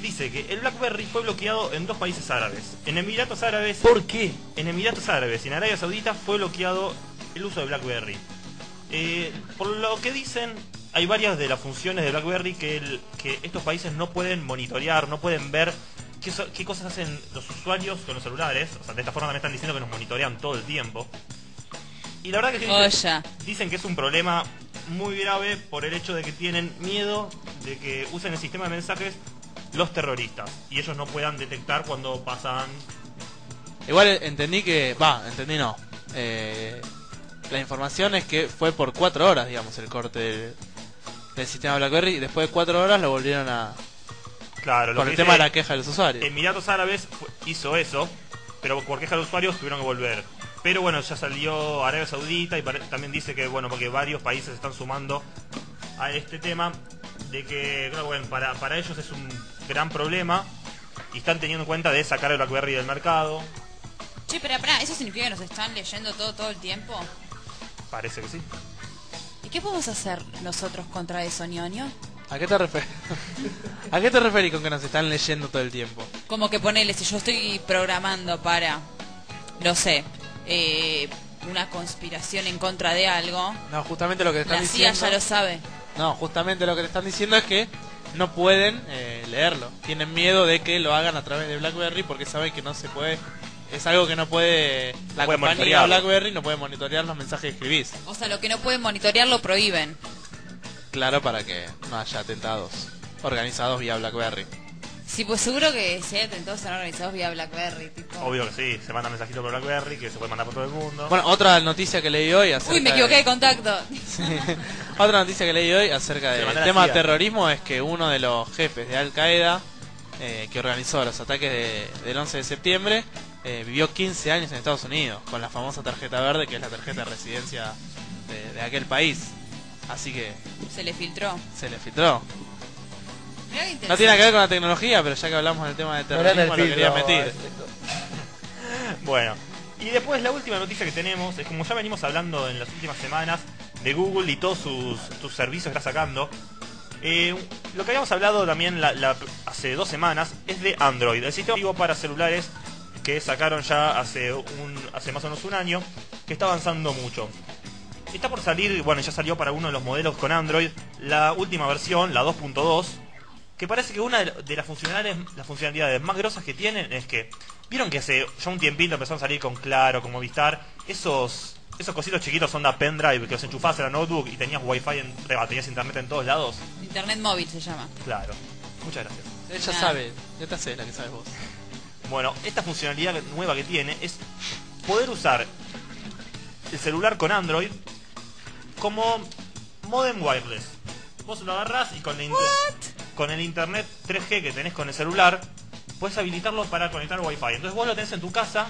Speaker 15: dice que el BlackBerry fue bloqueado en dos países árabes. En Emiratos Árabes.
Speaker 1: ¿Por qué?
Speaker 15: En Emiratos Árabes y en Arabia Saudita fue bloqueado el uso de BlackBerry. Eh, por lo que dicen, hay varias de las funciones de BlackBerry que, el- que estos países no pueden monitorear, no pueden ver qué, so- qué cosas hacen los usuarios con los celulares. O sea, de esta forma también están diciendo que nos monitorean todo el tiempo. Y la verdad que
Speaker 3: Joya.
Speaker 15: dicen, dicen que es un problema muy grave por el hecho de que tienen miedo de que usen el sistema de mensajes los terroristas y ellos no puedan detectar cuando pasan
Speaker 4: Igual eh, entendí que. Va, entendí no. Eh, la información es que fue por cuatro horas, digamos, el corte del, del sistema BlackBerry. Y después de cuatro horas lo volvieron a.
Speaker 15: Claro, lo
Speaker 4: Por
Speaker 15: que
Speaker 4: el tema de
Speaker 15: dice-
Speaker 4: la queja de los usuarios.
Speaker 15: Emiratos Árabes fu- hizo eso, pero por queja de los usuarios tuvieron que volver. Pero bueno, ya salió Arabia Saudita y pare- también dice que bueno, porque varios países están sumando a este tema de que claro, bueno, para, para ellos es un gran problema y están teniendo en cuenta de sacar el BlackBerry del mercado.
Speaker 3: Che, pero pará, ¿eso significa que nos están leyendo todo todo el tiempo?
Speaker 15: Parece que sí.
Speaker 3: ¿Y qué podemos hacer nosotros contra eso, ñoño?
Speaker 4: ¿A qué te refieres? ¿A qué te referís con que nos están leyendo todo el tiempo?
Speaker 3: Como que ponele, si yo estoy programando para, no sé, eh, una conspiración en contra de algo,
Speaker 4: No, justamente lo que te están
Speaker 3: la CIA
Speaker 4: diciendo.
Speaker 3: ya lo sabe.
Speaker 4: No, justamente lo que te están diciendo es que no pueden eh, leerlo. Tienen miedo de que lo hagan a través de BlackBerry porque saben que no se puede. Es algo que no puede. La
Speaker 15: puede
Speaker 4: compañía
Speaker 15: monitorearlo.
Speaker 4: BlackBerry no puede monitorear los mensajes que escribís.
Speaker 3: O sea, lo que no pueden monitorear lo prohíben.
Speaker 4: Claro, para que no haya atentados organizados vía BlackBerry.
Speaker 3: Sí, pues seguro que si hay atentados están organizados vía BlackBerry, tipo...
Speaker 15: Obvio que sí, se manda mensajito por BlackBerry que se puede mandar por todo el mundo.
Speaker 4: Bueno, otra noticia que leí hoy acerca
Speaker 3: Uy, me
Speaker 4: de-
Speaker 3: equivoqué de contacto.
Speaker 4: Otra noticia que leí hoy acerca
Speaker 15: Se
Speaker 4: del
Speaker 15: mandó la
Speaker 4: tema
Speaker 15: CIA.
Speaker 4: terrorismo es que uno de los jefes de Al Qaeda eh, que organizó los ataques de- del 11 de septiembre eh, vivió 15 años en Estados Unidos con la famosa tarjeta verde que es la tarjeta de residencia de, de aquel país. Así que
Speaker 3: Se le filtró.
Speaker 4: se le filtró.
Speaker 3: Mirá qué
Speaker 4: No tiene que ver con la tecnología, pero ya que hablamos del tema de
Speaker 15: No le hagan el
Speaker 4: terrorismo lo quería
Speaker 15: filtro,
Speaker 4: meter.
Speaker 15: Bueno, y después la última noticia que tenemos es como ya venimos hablando en las últimas semanas de Google y todos sus, sus servicios que está sacando. eh, lo que habíamos hablado también la- la- hace dos semanas es de Android, el sistema operativo para celulares que sacaron ya hace, un, hace más o menos un año, que está avanzando mucho. Está por salir, bueno, ya salió para uno de los modelos con Android, la última versión, la 2.2, que parece que una de de las funcionalidades, las funcionalidades más grosas que tienen es que, vieron que hace ya un tiempito empezaron a salir con Claro, con Movistar, esos, esos cositos chiquitos onda pendrive que los enchufabas en la notebook y tenías wifi, en, te- tenías internet en todos lados.
Speaker 3: Internet móvil se llama.
Speaker 15: Claro. Muchas gracias.
Speaker 4: Ella sabe, ya te hace la que sabes vos.
Speaker 15: Bueno, esta funcionalidad nueva que tiene es poder usar el celular con Android como modem wireless. Vos lo agarrás y con, la inter- con el internet 3G que tenés con el celular, puedes habilitarlo para conectar Wi-Fi. Entonces vos lo tenés en tu casa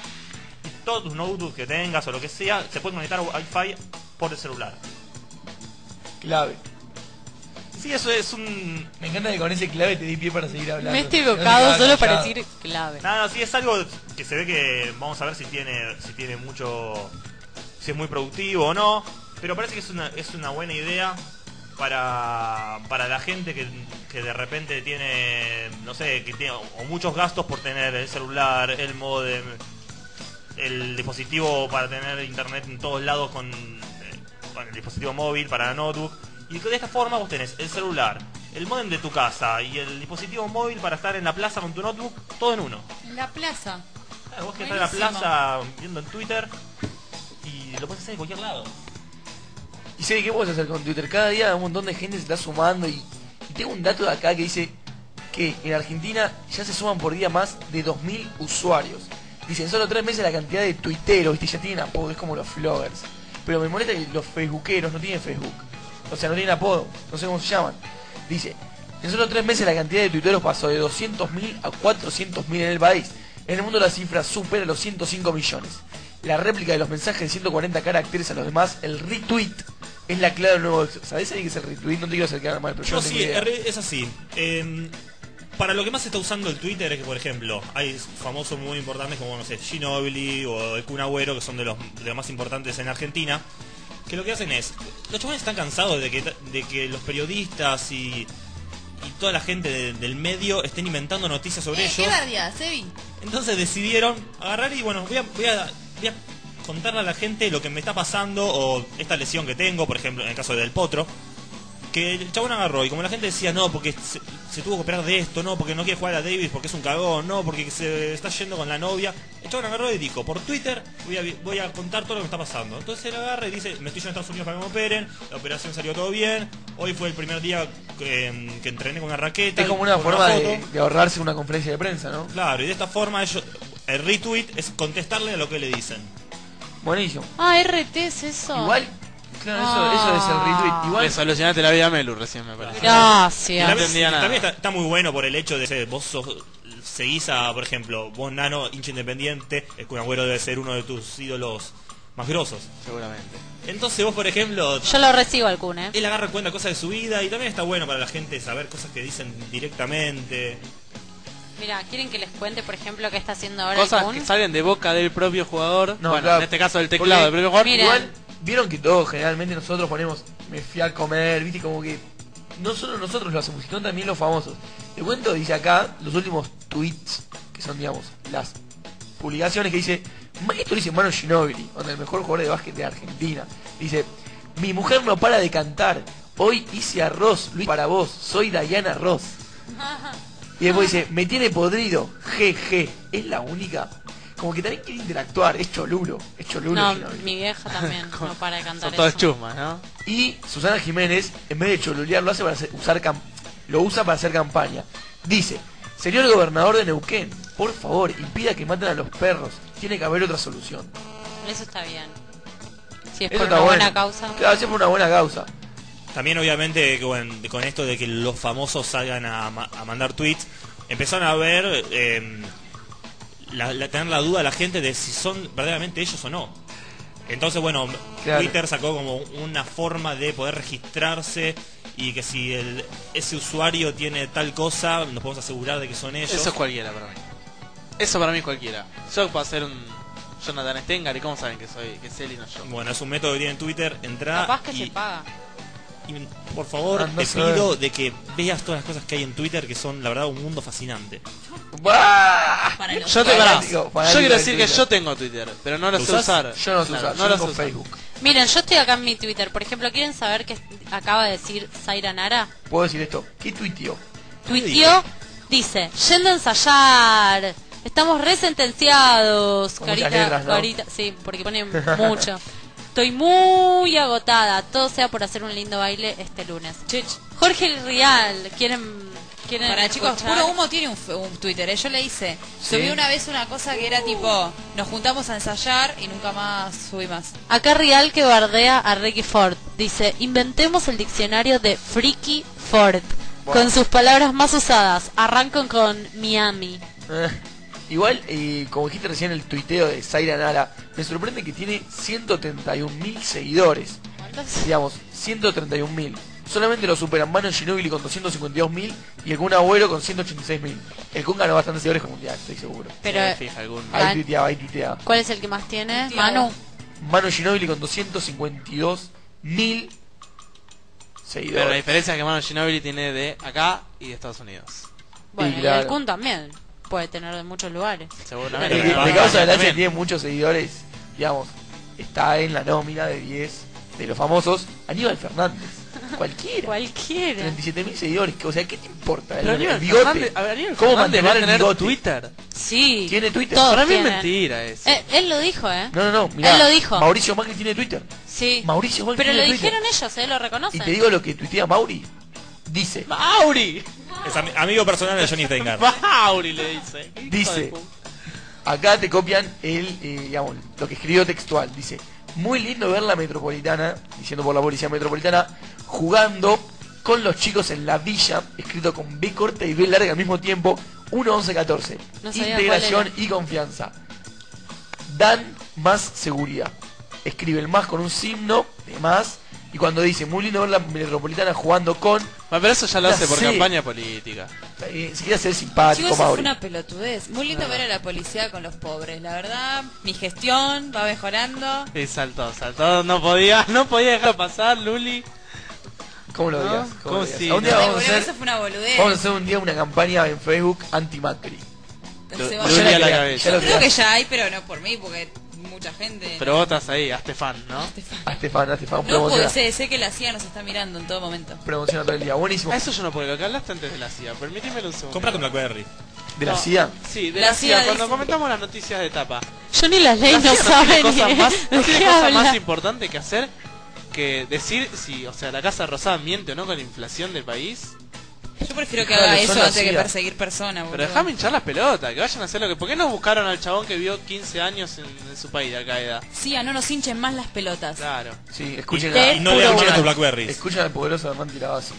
Speaker 15: y todos tus notebooks que tengas o lo que sea se pueden conectar a Wi-Fi por el celular.
Speaker 1: Clave.
Speaker 15: Sí, eso es un.
Speaker 1: Me encanta que con ese clave te di pie para seguir hablando.
Speaker 2: Me he
Speaker 1: No
Speaker 2: equivocado
Speaker 1: te quedaba
Speaker 2: solo para
Speaker 1: callado.
Speaker 2: decir clave.
Speaker 15: Nada, sí es algo que se ve que vamos a ver si tiene si tiene mucho si es muy productivo o no, pero parece que es una es una buena idea para para la gente que, que de repente tiene no sé, que tiene o muchos gastos por tener el celular, el modem, el dispositivo para tener internet en todos lados con, eh, con el dispositivo móvil para la notebook. Y de esta forma vos tenés el celular, el modem de tu casa y el dispositivo móvil para estar en la plaza con tu notebook, todo en uno.
Speaker 3: La plaza.
Speaker 15: Claro, vos que estás en la
Speaker 3: Buenísimo.
Speaker 15: plaza viendo en Twitter y lo podés hacer en cualquier lado.
Speaker 1: Y sé qué puedes hacer con Twitter. Cada día un montón de gente se está sumando y, y tengo un dato de acá que dice que en Argentina ya se suman por día más de 2.000 usuarios. Dicen solo tres meses la cantidad de tuiteros, ¿viste? ya tienen apodo, es como los floggers. Pero me molesta que los facebookeros no tienen Facebook. O sea, no tienen apodo, no sé cómo se llaman. Dice, en solo tres meses la cantidad de tuiteros pasó de 200.000 a 400.000 en el país. En el mundo la cifra supera los 105 millones. La réplica de los mensajes de 140 caracteres a los demás, el retweet, es la clave del nuevo... ¿Sabés ahí que es el retweet? No te quiero acercar mal, pero yo
Speaker 15: No,
Speaker 1: no tengo
Speaker 15: sí,
Speaker 1: idea.
Speaker 15: R- es así. Eh, para lo que más se está usando el Twitter es que, por ejemplo, hay famosos muy importantes como, no sé, Ginobili o el Kun Agüero, que son de los, de los más importantes en Argentina, que lo que hacen es, los chavales están cansados de que, ta- de que los periodistas y, y toda la gente de- del medio estén inventando noticias sobre
Speaker 3: Eh,
Speaker 15: ellos.
Speaker 3: ¿Qué bardeada, Sebi?
Speaker 15: Entonces decidieron agarrar y bueno, voy a, voy a- voy a contarle a la gente lo que me está pasando o esta lesión que tengo, por ejemplo, en el caso del potro. Que el chabón agarró y como la gente decía, no, porque se, se tuvo que operar de esto, no, porque no quiere jugar a Davis, porque es un cagón, no, porque se está yendo con la novia. El chabón agarró y dijo, por Twitter voy a, vi- voy a contar todo lo que me está pasando. Entonces él agarra y dice, me estoy yendo a Estados Unidos para que me operen, la operación salió todo bien, hoy fue el primer día que, que entrené con una raqueta.
Speaker 1: Es como una
Speaker 15: con
Speaker 1: forma
Speaker 15: foto".
Speaker 1: de, de ahorrarse una conferencia de prensa, ¿no?
Speaker 15: Claro, y de esta forma ellos, el retweet es contestarle a lo que le dicen.
Speaker 1: Buenísimo.
Speaker 2: Ah, RT es eso.
Speaker 1: Igual, Claro,
Speaker 2: Ah,
Speaker 1: eso, eso es el retweet. Igual
Speaker 4: Le solucionaste la vida a Melu recién, me parece.
Speaker 2: Gracias.
Speaker 4: No
Speaker 15: También-
Speaker 4: entendía nada.
Speaker 15: También está, está muy bueno por el hecho de ser vos sos, seguís a, por ejemplo, vos Nano, hincha independiente, el Kun Agüero debe ser uno de tus ídolos más grosos.
Speaker 4: Seguramente.
Speaker 15: Entonces vos, por ejemplo,
Speaker 2: Yo lo recibo al Kun, ¿eh?
Speaker 15: él agarra cuenta cosas de su vida y también está bueno para la gente saber cosas que dicen directamente.
Speaker 2: Mira, ¿quieren que les cuente, por ejemplo, qué está haciendo ahora
Speaker 4: Cosas
Speaker 2: el Kun?
Speaker 4: que salen de boca del propio jugador.
Speaker 1: No,
Speaker 4: bueno,
Speaker 1: claro.
Speaker 4: en este caso del teclado del propio jugador.
Speaker 1: Porque Igual, vieron que todos generalmente nosotros ponemos, me fui a comer, viste, como que no solo nosotros lo hacemos, sino también los famosos. Te cuento, dice acá, los últimos tweets, que son, digamos, las publicaciones que dice, "Ma- esto lo dice Mano Ginobili, el mejor jugador de básquet de Argentina. Dice, mi mujer no para de cantar, hoy hice arroz, Luis, para vos, soy Dayana Ross. Y después dice, me tiene podrido, jeje, es la única. Como que también quiere interactuar, es cholulo, es cholulo.
Speaker 2: No,
Speaker 1: Ginobili.
Speaker 2: mi vieja también no para de cantar
Speaker 1: Son todos
Speaker 2: eso.
Speaker 1: chusmas,
Speaker 4: ¿no?
Speaker 1: Y Susana Jiménez, en vez de cholulear, lo hace para hacer- usar cam- lo usa para hacer campaña. Dice, señor gobernador de Neuquén, por favor, impida que maten a los perros. Tiene que haber otra solución.
Speaker 2: Eso está bien. Si es
Speaker 1: Eso
Speaker 2: por
Speaker 1: está
Speaker 2: una buena
Speaker 1: bueno.
Speaker 2: causa.
Speaker 1: Claro, sí, por una buena causa.
Speaker 15: También obviamente que, bueno, con esto de que los famosos salgan a, ma- a mandar tweets, empezaron a ver, eh, la, la- tener la duda la gente de si son verdaderamente ellos o no. Entonces, bueno,
Speaker 1: Claro.
Speaker 15: Twitter sacó como una forma de poder registrarse y que si el- ese usuario tiene tal cosa, nos podemos asegurar de que son ellos.
Speaker 4: Eso es cualquiera para mí. Eso para mí es cualquiera. Yo puedo hacer un Jonathan Stengar y cómo saben que soy, que es él y no yo.
Speaker 15: Bueno, es un método que tiene en Twitter, entra
Speaker 2: Capaz que se
Speaker 15: y,
Speaker 2: paga.
Speaker 15: y, por favor
Speaker 1: Ah, no
Speaker 15: te
Speaker 1: sé.
Speaker 15: pido de que veas todas las cosas que hay en Twitter que son la verdad un mundo fascinante.
Speaker 11: Ah.
Speaker 2: Para los
Speaker 4: Yo te
Speaker 2: fans.
Speaker 4: pará.
Speaker 1: Fanático,
Speaker 4: Yo
Speaker 1: fanático
Speaker 4: quiero
Speaker 1: de
Speaker 4: decir que
Speaker 1: Twitter.
Speaker 4: yo tengo Twitter, pero no lo
Speaker 1: ¿Lo
Speaker 4: sé
Speaker 1: usás?
Speaker 4: usar.
Speaker 1: Yo no lo sé usar, yo
Speaker 4: lo
Speaker 1: tengo
Speaker 4: sé usar.
Speaker 1: Facebook.
Speaker 2: Miren, yo estoy acá en mi Twitter. Por ejemplo, ¿quieren saber qué acaba de decir Zaira Nara?
Speaker 1: Puedo decir esto, ¿qué tuiteó?
Speaker 2: Tuiteó, dice, yendo a ensayar. Estamos resentenciados.
Speaker 1: Con
Speaker 2: Carita,
Speaker 1: muchas letras, ¿no?
Speaker 2: carita. Sí, porque ponen mucho. Estoy muy agotada. Todo sea por hacer un lindo baile este lunes. Jorge Rial, ¿quieren, quieren
Speaker 3: Para chicos,
Speaker 2: escuchar?
Speaker 3: puro humo tiene un, f- un Twitter, ¿eh? yo le hice. Subí
Speaker 2: Sí.
Speaker 3: una vez una cosa que era tipo, nos juntamos a ensayar y nunca más subí más.
Speaker 2: Acá Rial que bardea a Ricky Ford. Dice, inventemos el diccionario de Freaky Ford.
Speaker 1: Bueno.
Speaker 2: Con sus palabras más usadas. Arranco con Miami.
Speaker 1: Eh, Igual, eh, como dijiste recién el tuiteo de Zaira Nara, me sorprende que tiene 131.000 seguidores. Digamos, 131.000. Solamente lo superan Mano Ginóbili con 252.000 y el Kun Agüero con 186.000. El Kun ganó bastantes seguidores como mundial, estoy seguro.
Speaker 2: Pero- Sí,
Speaker 4: fija, algún-
Speaker 1: Ahí tuiteaba, ahí tuiteaba.
Speaker 2: ¿Cuál es el que más tiene? Manu.
Speaker 1: Mano Ginóbili con 252.000
Speaker 4: Pero la
Speaker 1: seguidores.
Speaker 4: diferencia es que Manu Ginobili tiene de acá y de Estados Unidos.
Speaker 2: Bueno, y,
Speaker 1: claro.
Speaker 2: el Kun también. Puede tener de muchos lugares.
Speaker 1: El
Speaker 4: Seguramente.
Speaker 1: que- el que
Speaker 4: Pero-
Speaker 1: causa gracia
Speaker 4: también.
Speaker 1: tiene muchos seguidores, digamos, está en la nómina de 10 de los famosos Aníbal Fernández. Cualquiera.
Speaker 2: Cualquiera.
Speaker 1: 37.000 seguidores, que, o sea, ¿qué te importa? El,
Speaker 4: Pero Aníbal
Speaker 1: el bigote.
Speaker 4: Fernández- a ver, Aníbal
Speaker 1: ¿Cómo
Speaker 4: Fernández va a
Speaker 1: mantener el
Speaker 4: tener
Speaker 1: bigote?
Speaker 4: Twitter?
Speaker 2: Sí.
Speaker 1: Tiene Twitter.
Speaker 2: Todos
Speaker 1: Para mí es
Speaker 2: tienen.
Speaker 1: mentira eso.
Speaker 2: Eh, él lo dijo, ¿eh?
Speaker 1: No, no, no, mirá,
Speaker 2: Él lo dijo.
Speaker 1: Mauricio Macri tiene Twitter.
Speaker 2: Sí.
Speaker 1: Mauricio Macri
Speaker 2: Pero lo
Speaker 1: tiene Twitter.
Speaker 2: dijeron ellos, ¿eh? Lo
Speaker 1: Y
Speaker 2: reconocen.
Speaker 1: te digo lo que tuitea Mauri. Dice.
Speaker 4: ¡Mauri!
Speaker 15: Es ami- amigo personal de Johnny Steingar.
Speaker 4: Mauri le dice. Hijo de
Speaker 1: Dice.
Speaker 4: pu-
Speaker 1: Acá te copian el, eh, digamos, lo que escribió textual. Dice, muy lindo ver la metropolitana, diciendo por la policía metropolitana, jugando con los chicos en la villa, escrito con B corta y B larga al mismo tiempo, 1-11-14.
Speaker 2: No sabía
Speaker 1: Integración
Speaker 2: cuál
Speaker 1: y confianza. Dan más seguridad. Escribe el más con un signo de más. Y cuando dice, muy lindo ver la metropolitana jugando con...
Speaker 4: Bueno, Ah, pero eso ya lo hace por
Speaker 1: Sí.
Speaker 4: campaña política.
Speaker 1: Eh, si quiere ser simpático,
Speaker 3: Chicos, eso fue
Speaker 1: Mauri.
Speaker 3: una pelotudez. Muy lindo ver a la policía con los pobres. La verdad, mi gestión va mejorando.
Speaker 4: Y saltó, saltó, no podía, no podía dejarlo pasar, Luli.
Speaker 1: ¿Cómo lo
Speaker 4: ¿No?
Speaker 1: odias?
Speaker 4: ¿Cómo
Speaker 1: lo odias?
Speaker 4: sí?
Speaker 1: Un día
Speaker 4: Ay,
Speaker 1: vamos a
Speaker 4: boludo,
Speaker 1: hacer-
Speaker 3: eso fue una boludez.
Speaker 1: Vamos a hacer un día una campaña en Facebook anti-Macri.
Speaker 3: Lo- Se
Speaker 4: va. lo di a la
Speaker 1: crea-
Speaker 4: cabeza.
Speaker 1: ya lo
Speaker 3: Creo
Speaker 1: crea-
Speaker 3: que ya hay, pero no por mí, porque mucha gente...
Speaker 4: Pero votas ahí, hazte fan, ¿no?
Speaker 1: Hazte fan, hazte fan,
Speaker 3: No, porque
Speaker 1: promociona.
Speaker 3: sé, sé que la CIA nos está mirando en todo momento.
Speaker 1: Promociona todo el día, buenísimo.
Speaker 4: Ah, eso yo no puedo, lo que hablaste antes de la CIA. Permítemelo un segundo.
Speaker 15: Compra con BlackBerry.
Speaker 1: ¿De la
Speaker 4: No.
Speaker 1: CIA?
Speaker 4: Sí, de
Speaker 1: La
Speaker 4: la,
Speaker 1: CIA
Speaker 4: CIA.
Speaker 1: dice-
Speaker 4: Cuando comentamos las noticias de tapa.
Speaker 2: Yo ni las leí,
Speaker 4: La
Speaker 2: no
Speaker 4: CIA
Speaker 2: saben
Speaker 4: tiene cosa
Speaker 2: ni
Speaker 4: más,
Speaker 2: de
Speaker 4: no tiene
Speaker 2: qué
Speaker 4: cosa
Speaker 2: habla.
Speaker 4: más importante que hacer que decir si, o sea, la Casa Rosada miente o no con la inflación del país.
Speaker 3: Yo prefiero que
Speaker 4: Claro,
Speaker 3: haga
Speaker 4: son
Speaker 3: eso antes
Speaker 4: así,
Speaker 3: que
Speaker 4: ah.
Speaker 3: perseguir personas,
Speaker 4: Pero
Speaker 3: boludo.
Speaker 4: déjame hinchar las pelotas, que vayan a hacer lo que... ¿Por qué no buscaron al chabón que vio 15 años en, en su país de Al-Qaeda?
Speaker 3: Sí, a no nos hinchen más las pelotas.
Speaker 4: Claro.
Speaker 1: Sí, escuchen
Speaker 4: Y-
Speaker 1: a-
Speaker 4: y no le
Speaker 1: escuchen
Speaker 4: arman
Speaker 1: a-
Speaker 4: los Blackberries.
Speaker 1: Escuchen al poderoso Hernán Tirabassi.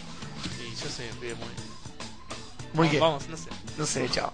Speaker 4: Y yo sé, pibe, muy...
Speaker 1: Muy
Speaker 4: Vamos,
Speaker 1: bien.
Speaker 4: Vamos, no sé.
Speaker 1: No sé, chao.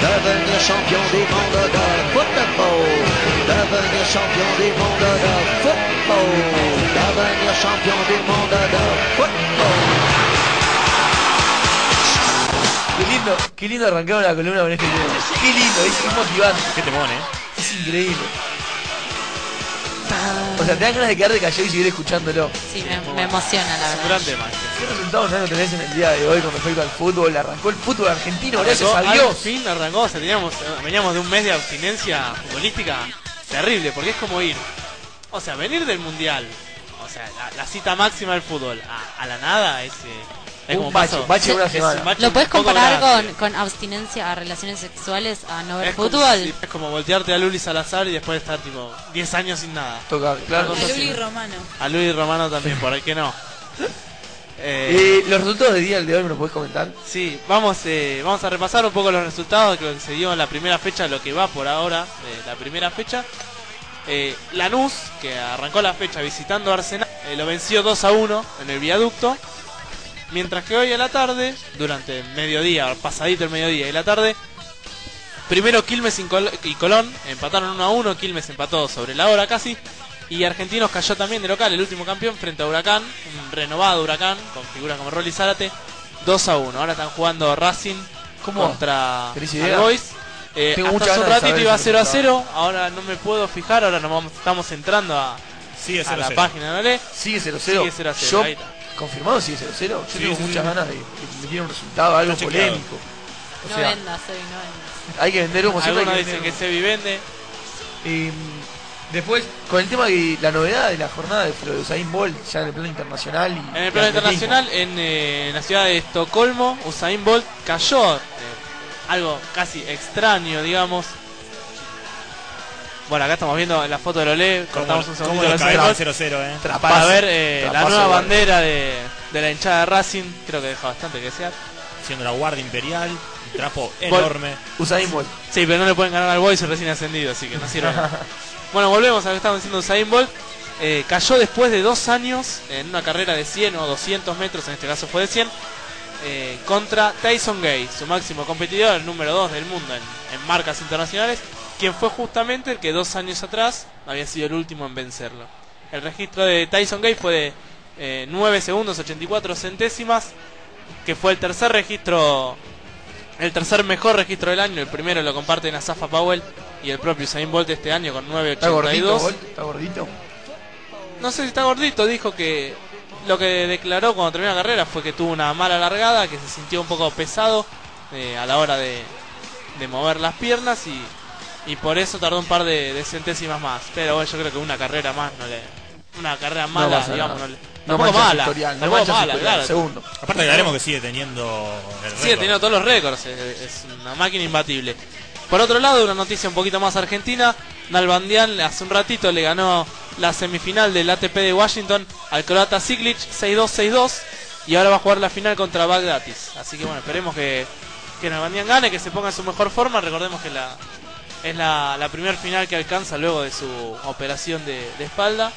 Speaker 16: Devenu champion du monde de football. Devenu champion du monde de football. Devenu champion du monde de football.
Speaker 1: Qué lindo, qué lindo arrancaron la columna con este tema. Qué lindo, es es motivante.
Speaker 15: Qué temón, eh.
Speaker 1: Es increíble. O sea, te dan ganas de quedarte callado y seguir escuchándolo.
Speaker 2: Sí, me, me emociona, la verdad.
Speaker 4: Grande, man.
Speaker 1: ¿Qué resultados no tenés en el día de hoy con respecto al fútbol? Arrancó el fútbol argentino, gracias
Speaker 4: Arrancó,
Speaker 1: a
Speaker 4: Al
Speaker 1: Dios.
Speaker 4: fin arrancó, o sea, teníamos, eh, veníamos de un mes de abstinencia futbolística terrible, porque es como ir, o sea, venir del Mundial, o sea, la, la cita máxima del fútbol, a, a la nada es, eh, es
Speaker 1: Un
Speaker 4: como
Speaker 1: bache,
Speaker 4: paso-
Speaker 1: bache de una
Speaker 4: es un
Speaker 1: semana.
Speaker 4: bache
Speaker 2: ¿Lo puedes
Speaker 4: un poco
Speaker 2: comparar
Speaker 4: grande.
Speaker 2: con, con abstinencia a relaciones sexuales, a no ver
Speaker 4: Es como-
Speaker 2: fútbol?
Speaker 4: sí, es como voltearte a Luli Salazar y después estar tipo 10 años sin nada.
Speaker 1: Tocable, claro.
Speaker 4: Una cosa
Speaker 3: A Luli
Speaker 4: así.
Speaker 3: Romano.
Speaker 4: A Luli Romano también, por ahí que no.
Speaker 1: Eh, los resultados del día del de hoy me los podés comentar.
Speaker 4: Sí, vamos, eh, vamos a repasar un poco los resultados que lo que se dio en la primera fecha, lo que va por ahora de la primera fecha. Eh, Lanús, que arrancó la fecha visitando a Arsenal, eh, lo venció 2 a 1 en el viaducto. Mientras que hoy a la tarde, durante el mediodía, pasadito el mediodía y la tarde, primero Quilmes y Col- y Colón empataron 1 a 1, Quilmes empató sobre la hora casi. Y Argentinos cayó también de local, el último campeón frente a Huracán, un renovado Huracán, con figuras como Rolly Zárate, 2 a 1. Ahora están jugando Racing
Speaker 1: ¿Cómo?
Speaker 4: contra
Speaker 1: ¿Tenés idea?
Speaker 4: All Boys. Eh,
Speaker 1: Tengo
Speaker 4: hasta
Speaker 1: muchas
Speaker 4: hace un
Speaker 1: ganas
Speaker 4: ratito
Speaker 1: de saber
Speaker 4: iba
Speaker 1: ese
Speaker 4: 0 a 0,
Speaker 1: resultado.
Speaker 4: ahora no me puedo fijar, ahora nos vamos, estamos entrando a,
Speaker 15: Sigue
Speaker 4: a
Speaker 15: 0 a
Speaker 4: la
Speaker 15: 0.
Speaker 4: página, ¿no le?
Speaker 1: Sigue 0 0.
Speaker 4: Sigue 0 a 0,
Speaker 1: Yo,
Speaker 4: ahí está.
Speaker 1: confirmado sigue 0 0. Yo
Speaker 4: Sí,
Speaker 1: tengo
Speaker 4: sí,
Speaker 1: muchas
Speaker 4: sí.
Speaker 1: ganas de que me diera un resultado, algo
Speaker 4: Está chequeado.
Speaker 1: polémico. O
Speaker 2: No
Speaker 1: sea,
Speaker 2: vendas, Evi, no vendas.
Speaker 1: hay que vender humo siempre.
Speaker 4: Algunos
Speaker 1: hay que
Speaker 4: dicen que
Speaker 1: vender
Speaker 4: Sebi vende.
Speaker 1: humo. Y, después, con el tema de la novedad de la jornada de Flo de Usain Bolt, ya en el plano internacional. Y
Speaker 4: En el plano
Speaker 1: y atletismo.
Speaker 4: internacional, en, eh, en la ciudad de Estocolmo, Usain Bolt cayó. eh, algo casi extraño, digamos. Bueno, acá estamos viendo la foto de Lolé.
Speaker 15: Cómo-
Speaker 4: Cortamos un
Speaker 15: cómo
Speaker 4: segundito
Speaker 15: lo
Speaker 4: con ese
Speaker 15: cagaron
Speaker 4: gol
Speaker 15: 0-0, eh.
Speaker 4: Para
Speaker 15: Trapazo.
Speaker 4: ver eh, la
Speaker 15: Trapazo
Speaker 4: nueva
Speaker 15: de Bolt.
Speaker 4: bandera de, de la hinchada de Racing. Creo que deja bastante que desear.
Speaker 15: Siendo la guardia imperial, un trapo enorme.
Speaker 1: Usain Bolt.
Speaker 4: Sí, pero no le pueden ganar al Boys recién ascendido, así que no sirve. bueno, volvemos a lo que estamos diciendo Usain Bolt. Eh, cayó después de dos años en una carrera de 100 o 200 metros, en este caso fue de 100, eh, contra Tyson Gay, su máximo competidor, el número 2 del mundo en, en marcas internacionales, quien fue justamente el que dos años atrás había sido el último en vencerlo. El registro de Tyson Gay fue de eh, 9 segundos 84 centésimas, que fue el tercer registro el tercer mejor registro del año, el primero lo comparten Asafa Powell y el propio Usain Bolt este año con
Speaker 1: Está gordito,
Speaker 4: 9.82.
Speaker 1: Bolt, está gordito.
Speaker 4: No sé si está gordito, dijo que lo que declaró cuando terminó la carrera fue que tuvo una mala largada, que se sintió un poco pesado eh, a la hora de, de mover las piernas y, y por eso tardó un par de, de centésimas más. Pero bueno, yo creo que una carrera más no le... Una carrera
Speaker 1: No
Speaker 4: mala,
Speaker 1: pasa
Speaker 4: digamos,
Speaker 1: nada.
Speaker 4: no le...
Speaker 1: No
Speaker 4: tampoco
Speaker 1: mancha su
Speaker 4: mala,
Speaker 1: historial, no
Speaker 4: tampoco
Speaker 1: mancha su
Speaker 4: mala,
Speaker 1: historial,
Speaker 4: claro.
Speaker 1: segundo.
Speaker 15: Aparte aclaremos que sigue teniendo el
Speaker 4: Sigue
Speaker 15: récord.
Speaker 4: teniendo todos los récords, es, es una máquina imbatible. Por otro lado, una noticia un poquito más argentina, Nalbandian hace un ratito le ganó la semifinal del ATP de Washington al croata Siglic 6-2-6-2 y ahora va a jugar la final contra Bagdatis. Así que bueno, esperemos que, que Nalbandian gane, que se ponga en su mejor forma. Recordemos que la, es la, la primera final que alcanza luego de su operación de, de espalda.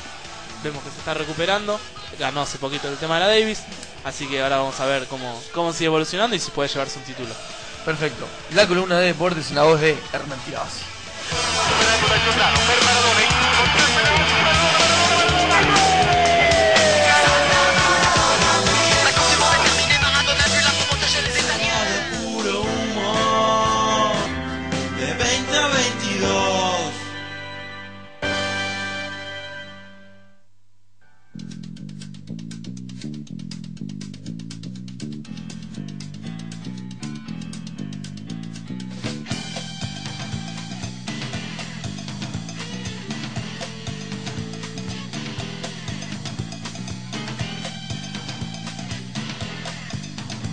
Speaker 4: Vemos que se está recuperando. Ganó hace poquito el tema de la Davis. Así que ahora vamos a ver cómo, cómo sigue evolucionando y si puede llevarse un título.
Speaker 1: Perfecto. La columna de deportes en la voz de Hernán Tirabassi.
Speaker 5: de 20 a 22.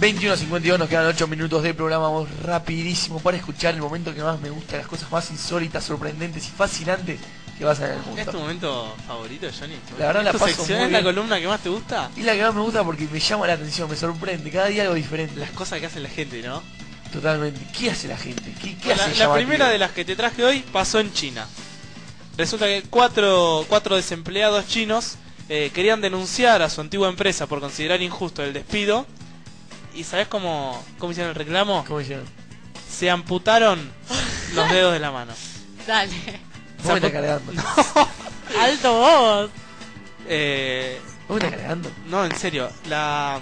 Speaker 1: 21 a 52 nos quedan 8 minutos de programa, vamos rapidísimo para escuchar el momento que más me gusta, las cosas más insólitas, sorprendentes y fascinantes que pasan en el mundo.
Speaker 4: ¿Es tu Este momento favorito, Johnny?
Speaker 1: La verdad
Speaker 4: ¿Es
Speaker 1: la
Speaker 4: tu
Speaker 1: paso
Speaker 4: sección?
Speaker 1: muy
Speaker 4: ¿Es la
Speaker 1: bien.
Speaker 4: columna que más te gusta?
Speaker 1: Y la que más me gusta porque me llama la atención, me sorprende, cada día algo diferente.
Speaker 4: Las cosas que hace la gente, ¿no?
Speaker 1: Totalmente. ¿Qué hace la gente? ¿Qué, qué
Speaker 4: la,
Speaker 1: hace
Speaker 4: la
Speaker 1: llamativo?
Speaker 4: primera de las que te traje hoy pasó en China. Resulta que cuatro, cuatro desempleados chinos eh, querían denunciar a su antigua empresa por considerar injusto el despido. ¿Y sabes cómo, cómo hicieron el reclamo?
Speaker 1: ¿Cómo hicieron?
Speaker 4: Se amputaron los dedos de la mano.
Speaker 2: Dale.
Speaker 1: Vos me estás cargando.
Speaker 2: Alto vos.
Speaker 4: Eh,
Speaker 1: ¿Vos me estás cargando?
Speaker 4: No, en serio. La,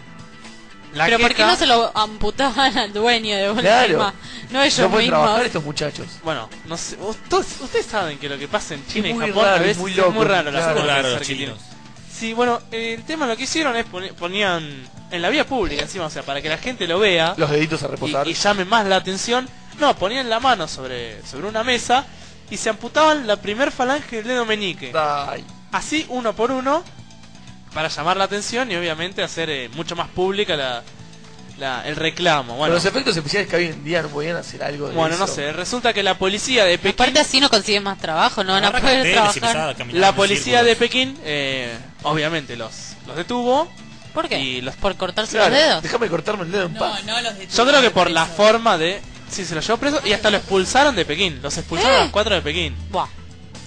Speaker 4: la
Speaker 2: Pero ¿por qué
Speaker 4: queja-
Speaker 2: no se lo amputaban al dueño de una
Speaker 4: Claro.
Speaker 2: No ellos
Speaker 4: No pueden
Speaker 2: mismos.
Speaker 4: trabajar
Speaker 1: estos muchachos.
Speaker 4: Bueno, no sé, ustedes, ustedes saben que lo que pasa en China y
Speaker 15: muy
Speaker 4: Japón
Speaker 15: raro,
Speaker 4: a
Speaker 15: es
Speaker 4: veces
Speaker 15: muy
Speaker 4: es
Speaker 15: loco,
Speaker 4: muy raro la
Speaker 15: claro.
Speaker 4: forma de
Speaker 15: Raro,
Speaker 4: pensar que
Speaker 15: chinos.
Speaker 4: tienen. Sí, bueno, eh, el tema lo que hicieron es poni- ponían en la vía pública encima, o sea, para que la gente lo vea
Speaker 1: Los deditos a reposar.
Speaker 4: y, y llame más la atención. No, ponían la mano sobre, sobre una mesa y se amputaban la primer falange del dedo meñique. Así, uno por uno, para llamar la atención y obviamente hacer eh, mucho más pública la, la- el reclamo.
Speaker 1: Con
Speaker 4: Bueno,
Speaker 1: los efectos especiales que hoy en día no podían hacer algo de
Speaker 4: bueno, no
Speaker 1: eso.
Speaker 4: sé, resulta que la policía de Pekín...
Speaker 2: Aparte así no consiguen más trabajo, no van a poder trabajar.
Speaker 4: La policía de Pekín, eh, obviamente, los, los detuvo.
Speaker 2: ¿Por qué?
Speaker 4: Y los por cortarse
Speaker 2: los dedos?
Speaker 1: Déjame cortarme el dedo en paz.
Speaker 3: No, los de
Speaker 4: Yo creo que por la forma de. Sí, se los llevó preso y hasta lo expulsaron de Pekín. Los
Speaker 2: ¿Eh?
Speaker 4: expulsaron a los cuatro de Pekín.
Speaker 2: Buah,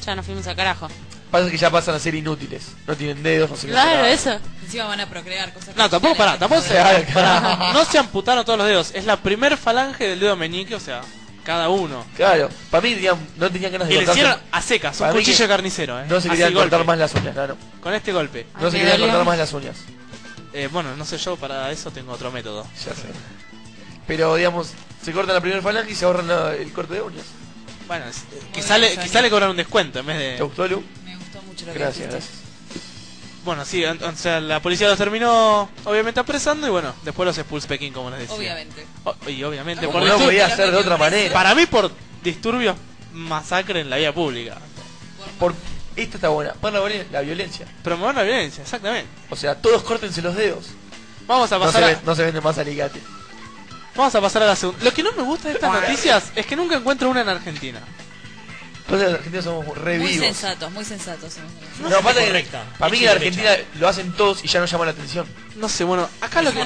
Speaker 2: ya nos fuimos a carajo.
Speaker 1: Pasa que ya pasan a ser inútiles. No tienen dedos, no se
Speaker 2: Claro, eso.
Speaker 3: Encima van a procrear cosas.
Speaker 4: No, tampoco, pará, tampoco se.
Speaker 1: Claro,
Speaker 4: pará, no se amputaron todos los dedos. Es la primer falange del dedo meñique, o sea, cada uno.
Speaker 1: Claro, para mí tenían- no tenían ganas de
Speaker 4: Y le
Speaker 1: cortarse-
Speaker 4: hicieron a secas, un
Speaker 1: Para mí
Speaker 4: cuchillo
Speaker 1: que
Speaker 4: de carnicero, ¿eh?
Speaker 1: No se
Speaker 4: Así,
Speaker 1: querían cortar
Speaker 4: golpe.
Speaker 1: más las uñas, claro.
Speaker 4: Con este golpe.
Speaker 1: No se querían cortar más las uñas.
Speaker 4: Eh, bueno, no sé, yo para eso tengo otro método.
Speaker 1: Ya sé. Pero, digamos, se cortan la primera falange y se ahorran la- el corte de uñas.
Speaker 4: Bueno, es- eh, quizá, le,
Speaker 1: Johnny.
Speaker 4: quizá le cobran un descuento en vez de.
Speaker 1: ¿Te gustó, Lu?
Speaker 3: Me gustó mucho lo
Speaker 1: Gracias,
Speaker 3: que
Speaker 1: gracias.
Speaker 4: Bueno, sí, ent- o sea, la policía los terminó obviamente apresando y bueno, después los expulsó Pekín, como les decía.
Speaker 3: Obviamente.
Speaker 4: O- y obviamente
Speaker 1: Como
Speaker 4: por
Speaker 1: no
Speaker 4: disturbios-
Speaker 1: podía ser de otra manera.
Speaker 4: Para mí por disturbios, masacre en la vía pública.
Speaker 1: Por... Esta está buena. Por la, violen- la violencia.
Speaker 4: Promover la violencia, exactamente.
Speaker 1: O sea, todos córtense los dedos.
Speaker 4: Vamos a
Speaker 1: No se,
Speaker 4: pasar a-
Speaker 1: ven- no se vende más alicate.
Speaker 4: Vamos a pasar a la segunda. Lo que no me gusta de estas noticias es que nunca encuentro una en Argentina.
Speaker 1: Entonces los argentinos somos re
Speaker 3: Muy
Speaker 1: vivos.
Speaker 3: sensatos, muy sensatos. somos.
Speaker 1: No, pasa que para mí que en Argentina lo hacen todos y ya no llama la atención.
Speaker 4: No sé, bueno, acá lo que...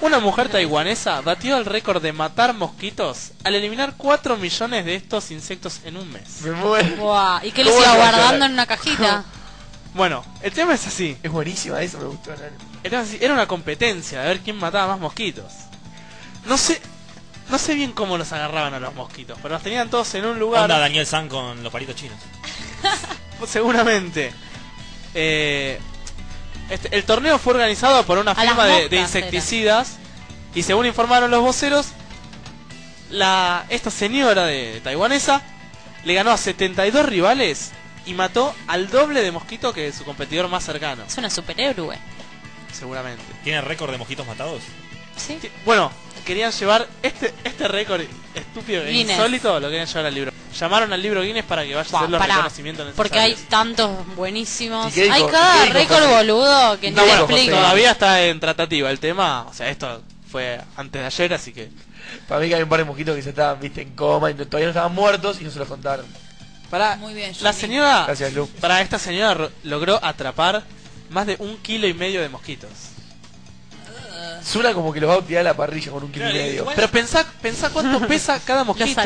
Speaker 4: Una mujer taiwanesa batió el récord de matar mosquitos al eliminar 4 millones de estos insectos en un mes.
Speaker 1: Me muero.
Speaker 2: Buah, ¿y qué les
Speaker 4: ¿Cómo
Speaker 2: iba
Speaker 4: se va a
Speaker 2: guardando
Speaker 4: llorar?
Speaker 2: en una cajita?
Speaker 4: Bueno, el tema es así.
Speaker 1: Es buenísima, eso me gustó. Nano.
Speaker 4: Era, así- era una competencia de ver quién mataba más mosquitos. No sé, no sé bien cómo los agarraban a los mosquitos, pero los tenían todos en un lugar. Pues
Speaker 15: Onda Daniel San con los palitos chinos.
Speaker 4: Seguramente. Eh, este- el torneo fue organizado por una
Speaker 15: A las
Speaker 4: firma de, de
Speaker 15: moscas era.
Speaker 4: insecticidas y según informaron los voceros, la, esta señora de taiwanesa le ganó a 72 rivales y mató al doble de mosquito que su competidor más cercano.
Speaker 2: Es una superhéroe.
Speaker 4: Seguramente.
Speaker 15: ¿Tiene récord de mosquitos matados?
Speaker 2: Sí.
Speaker 4: Bueno, querían llevar este este récord estúpido e
Speaker 2: Guinness.
Speaker 4: insólito, lo querían llevar al libro. Llamaron al libro Guinness para que vaya a
Speaker 2: Buah,
Speaker 4: hacer los
Speaker 2: pará,
Speaker 4: reconocimientos necesarios.
Speaker 2: porque hay tantos buenísimos.
Speaker 4: ¿Y qué dijo-
Speaker 2: hay
Speaker 4: y qué
Speaker 2: cada
Speaker 4: dijo
Speaker 2: récord
Speaker 4: José?
Speaker 2: boludo que
Speaker 4: No,
Speaker 2: no me
Speaker 4: bueno,
Speaker 2: explico.
Speaker 4: Todavía está en tratativa el tema. O sea, esto fue antes de ayer, así que.
Speaker 1: Para mí que hay un par de mosquitos que se estaban, viste, en coma y no- todavía no estaban muertos y no se los contaron.
Speaker 4: Para
Speaker 3: Muy bien,
Speaker 4: la
Speaker 3: Johnny.
Speaker 4: señora.
Speaker 1: Gracias, Lu.
Speaker 4: Para esta señora ro- logró atrapar más de un kilo y medio de mosquitos.
Speaker 1: Suena como que los va a tirar a la parrilla con un kilo y medio.
Speaker 4: Pero pensá, pensá cuánto pesa cada mosquito.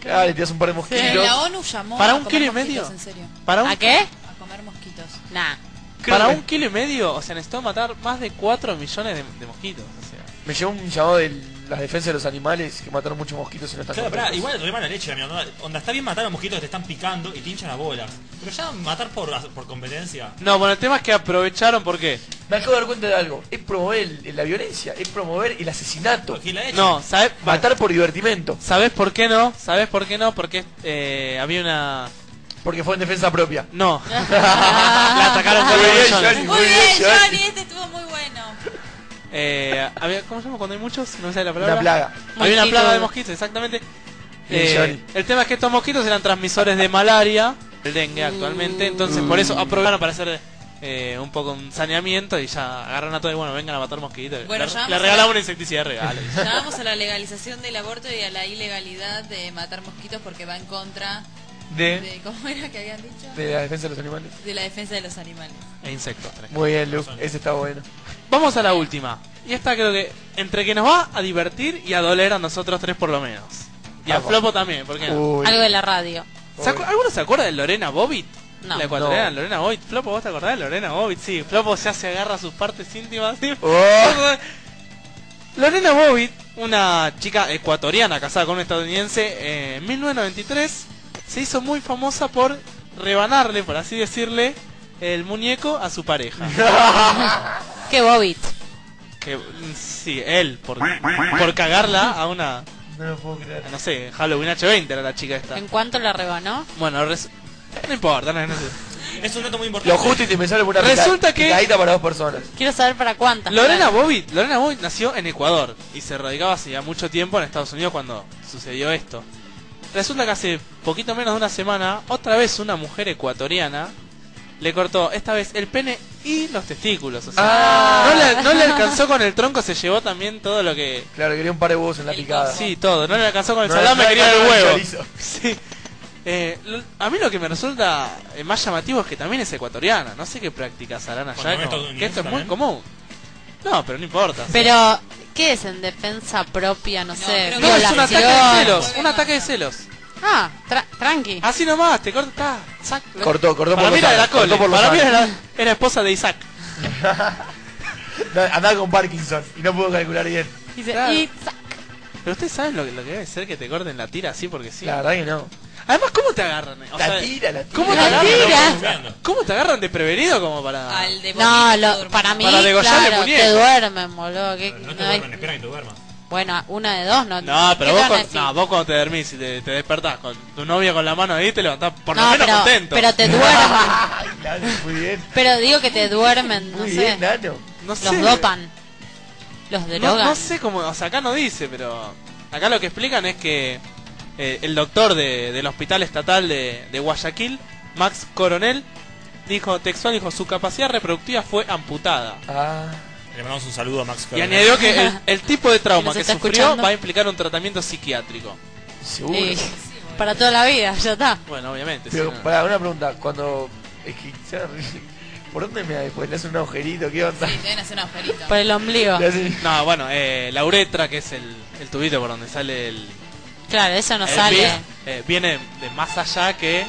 Speaker 1: Claro, le tiras un par de
Speaker 3: Pero
Speaker 1: mosquitos.
Speaker 3: La ONU llamó
Speaker 4: Para
Speaker 3: a
Speaker 4: un
Speaker 3: comer
Speaker 4: kilo y
Speaker 3: mosquitos,
Speaker 4: medio.
Speaker 3: en serio.
Speaker 4: Para un-
Speaker 2: ¿A qué?
Speaker 3: A comer mosquitos.
Speaker 2: Nah.
Speaker 4: Para
Speaker 1: Creo que-
Speaker 4: un kilo y medio, o sea, necesitó matar más de 4 millones de, de mosquitos. O sea.
Speaker 1: Me llegó un llamado de las defensas de los animales que mataron muchos mosquitos y no están
Speaker 15: Claro, pará,
Speaker 1: contentos.
Speaker 15: igual re mala leche, la mierda. Onda, está bien matar a mosquitos que te están picando y te hinchan las bolas. Pero ya matar por, por competencia.
Speaker 4: No, bueno, el tema es que aprovecharon, ¿por qué?
Speaker 1: Me acabo de dar cuenta de algo. Es promover el- la violencia, es promover el asesinato.
Speaker 4: No, ¿sabes?
Speaker 1: Matar por divertimento.
Speaker 4: ¿Sabes por qué no? ¿Sabes por qué no? Porque eh, había una.
Speaker 1: Porque fue en defensa propia.
Speaker 4: No. La atacaron por
Speaker 1: Muy
Speaker 4: los
Speaker 1: bien,
Speaker 4: millones.
Speaker 1: Johnny,
Speaker 3: Muy bien, Johnny, este estuvo muy bueno.
Speaker 4: Eh, había, ¿Cómo se llama cuando hay muchos? No sé la palabra.
Speaker 1: Una plaga.
Speaker 4: Había una
Speaker 1: Mosquito.
Speaker 4: plaga de mosquitos, exactamente.
Speaker 1: Bien,
Speaker 4: Eh,
Speaker 1: Johnny.
Speaker 4: el tema es que estos
Speaker 3: Mm.
Speaker 1: Mm.
Speaker 4: mosquitos eran transmisores de malaria, el dengue actualmente, entonces por eso aprobaron para hacer eh, un poco un saneamiento y ya agarran a todo y bueno, vengan a matar mosquitos.
Speaker 17: Bueno,
Speaker 4: le,
Speaker 17: ya vamos
Speaker 4: le
Speaker 17: a-
Speaker 4: regalamos una insecticida de regalo.
Speaker 17: Llamamos a la legalización del aborto y a la ilegalidad de matar mosquitos porque va en contra
Speaker 1: De-
Speaker 17: ¿Cómo era que habían dicho?
Speaker 1: De la defensa de los animales.
Speaker 17: De la defensa de los animales.
Speaker 4: E insectos. tenés que-
Speaker 1: Muy bien, Luke, ese está bueno.
Speaker 4: Vamos a la última. Y esta creo que entre que nos va a divertir y a doler a nosotros tres por lo menos. Y a
Speaker 1: Vamos.
Speaker 4: Flopo también, porque...
Speaker 1: Uy.
Speaker 2: Algo de la radio.
Speaker 4: ¿Alguno se acuerda de Lorena Bobbitt?
Speaker 2: No.
Speaker 4: La ecuatoriana,
Speaker 2: No.
Speaker 4: Lorena Bobbitt. Flopo, ¿vos te acordás de Lorena Bobbitt? Sí, Flopo ya se agarra sus partes íntimas.
Speaker 1: Oh.
Speaker 4: Lorena Bobbitt, una chica ecuatoriana casada con un estadounidense, eh, en 1993 se hizo muy famosa por rebanarle, por así decirle, el muñeco a su pareja. Ah.
Speaker 2: Qué bobit.
Speaker 4: Que, mm, sí, él, por, por cagarla a una,
Speaker 1: No lo puedo creer.
Speaker 4: no sé, Halloween H20 era la chica esta.
Speaker 2: ¿En cuánto la rebanó?
Speaker 4: Bueno, res- no importa, no, no sé.
Speaker 15: Es un dato muy
Speaker 1: Lo justo y te pensaron por una
Speaker 4: Resulta que-
Speaker 1: Picadita para dos personas.
Speaker 2: Quiero saber para cuántas.
Speaker 4: Lorena
Speaker 2: claro.
Speaker 4: Bobbitt, Lorena Bobbitt nació en Ecuador y se radicaba hace ya mucho tiempo en Estados Unidos cuando sucedió esto. Resulta que hace poquito menos de una semana, otra vez una mujer ecuatoriana le cortó, esta vez el pene y los testículos. O sea, no, le, no le alcanzó con el tronco, se llevó también todo lo que...
Speaker 1: Claro, quería un par de huevos en la picada.
Speaker 4: Sí, todo. No le alcanzó con el
Speaker 1: No,
Speaker 4: salame,
Speaker 1: no le
Speaker 4: quería el
Speaker 1: alcanzó el
Speaker 4: huevo.
Speaker 1: chorizo.
Speaker 4: Sí. Eh, lo- a mí lo que me resulta eh, más llamativo es que también es ecuatoriana. No sé qué prácticas harán allá.
Speaker 15: Bueno,
Speaker 4: como-
Speaker 15: estadounidense
Speaker 4: que esto es muy
Speaker 15: también.
Speaker 4: común. No, pero no importa.
Speaker 2: Pero, ¿qué es en defensa propia? No, sé.
Speaker 4: No, es un ataque de
Speaker 2: violación?
Speaker 4: celos. Un ataque de celos.
Speaker 2: Ah, tra- tranqui.
Speaker 4: Así nomás, te corta. ta, sac, lo-
Speaker 1: Cortó, cortó
Speaker 4: Para
Speaker 1: por
Speaker 4: mí era
Speaker 1: los
Speaker 4: de la
Speaker 1: aros, cortó
Speaker 4: cole.
Speaker 1: por los
Speaker 4: Para mí era,
Speaker 1: aros.
Speaker 4: la, era esposa de Isaac.
Speaker 1: Andaba Ah, con Parkinson y no pudo calcular bien.
Speaker 2: Dice,
Speaker 4: Claro.
Speaker 2: y-
Speaker 4: Pero ustedes saben lo, que- lo que debe ser que te corten la tira así porque sí.
Speaker 1: La verdad que no.
Speaker 4: Además, ¿cómo te agarran? O
Speaker 1: La
Speaker 4: sea,
Speaker 1: tira, la tira.
Speaker 4: ¿Cómo te
Speaker 1: La
Speaker 4: agarran?
Speaker 1: tira.
Speaker 4: ¿Cómo te agarran de prevenido como para.?
Speaker 2: No, lo- para mí,
Speaker 4: Para degollarle
Speaker 2: claro,
Speaker 4: muñeco.
Speaker 2: te duermen, boludo. que-
Speaker 15: No te
Speaker 2: no hay-
Speaker 15: duermen, esperan que te duermas.
Speaker 2: bueno, una de dos, no
Speaker 4: No, pero
Speaker 2: ¿qué
Speaker 4: vos,
Speaker 2: te van a
Speaker 4: cuando,
Speaker 2: decir?
Speaker 4: no, vos cuando te dormís y te, te despertás con tu novia con la mano ahí, te levantás por lo
Speaker 2: No,
Speaker 4: menos
Speaker 2: pero-
Speaker 4: contento.
Speaker 2: pero te duermen.
Speaker 1: Claro, muy bien.
Speaker 2: Pero digo que te duermen, no
Speaker 1: Muy
Speaker 2: sé.
Speaker 1: bien, Nano.
Speaker 4: No
Speaker 2: Los
Speaker 4: sé.
Speaker 2: dopan. Los
Speaker 4: No,
Speaker 2: drogan.
Speaker 4: no sé cómo, o sea, acá no dice, pero acá lo que explican es que eh, el doctor de- del Hospital Estatal de, de Guayaquil, Max Coronel, dijo textual, dijo, su capacidad reproductiva fue amputada.
Speaker 1: Ah,
Speaker 15: Le mandamos un saludo a Max
Speaker 4: Y
Speaker 15: Coronel.
Speaker 4: añadió que el, el tipo de trauma
Speaker 2: ¿Nos
Speaker 4: que
Speaker 2: está
Speaker 4: sufrió
Speaker 2: escuchando?
Speaker 4: va a implicar un tratamiento psiquiátrico.
Speaker 1: Seguro.
Speaker 2: Y- para toda la vida, ya está.
Speaker 4: Bueno, obviamente. sí,
Speaker 1: Pero,
Speaker 4: no.
Speaker 1: para una pregunta, cuando. Es que, ya- ¿Por dónde me da después? ¿Le hace un agujerito? ¿Qué onda?
Speaker 17: Sí, te deben hacer un agujerito.
Speaker 2: Por el ombligo.
Speaker 1: Le hace-
Speaker 4: No, bueno, eh, la uretra, que es el, el tubito por donde sale el...
Speaker 2: Claro, eso no
Speaker 4: el
Speaker 2: sale.
Speaker 4: pis, eh, viene de más allá que...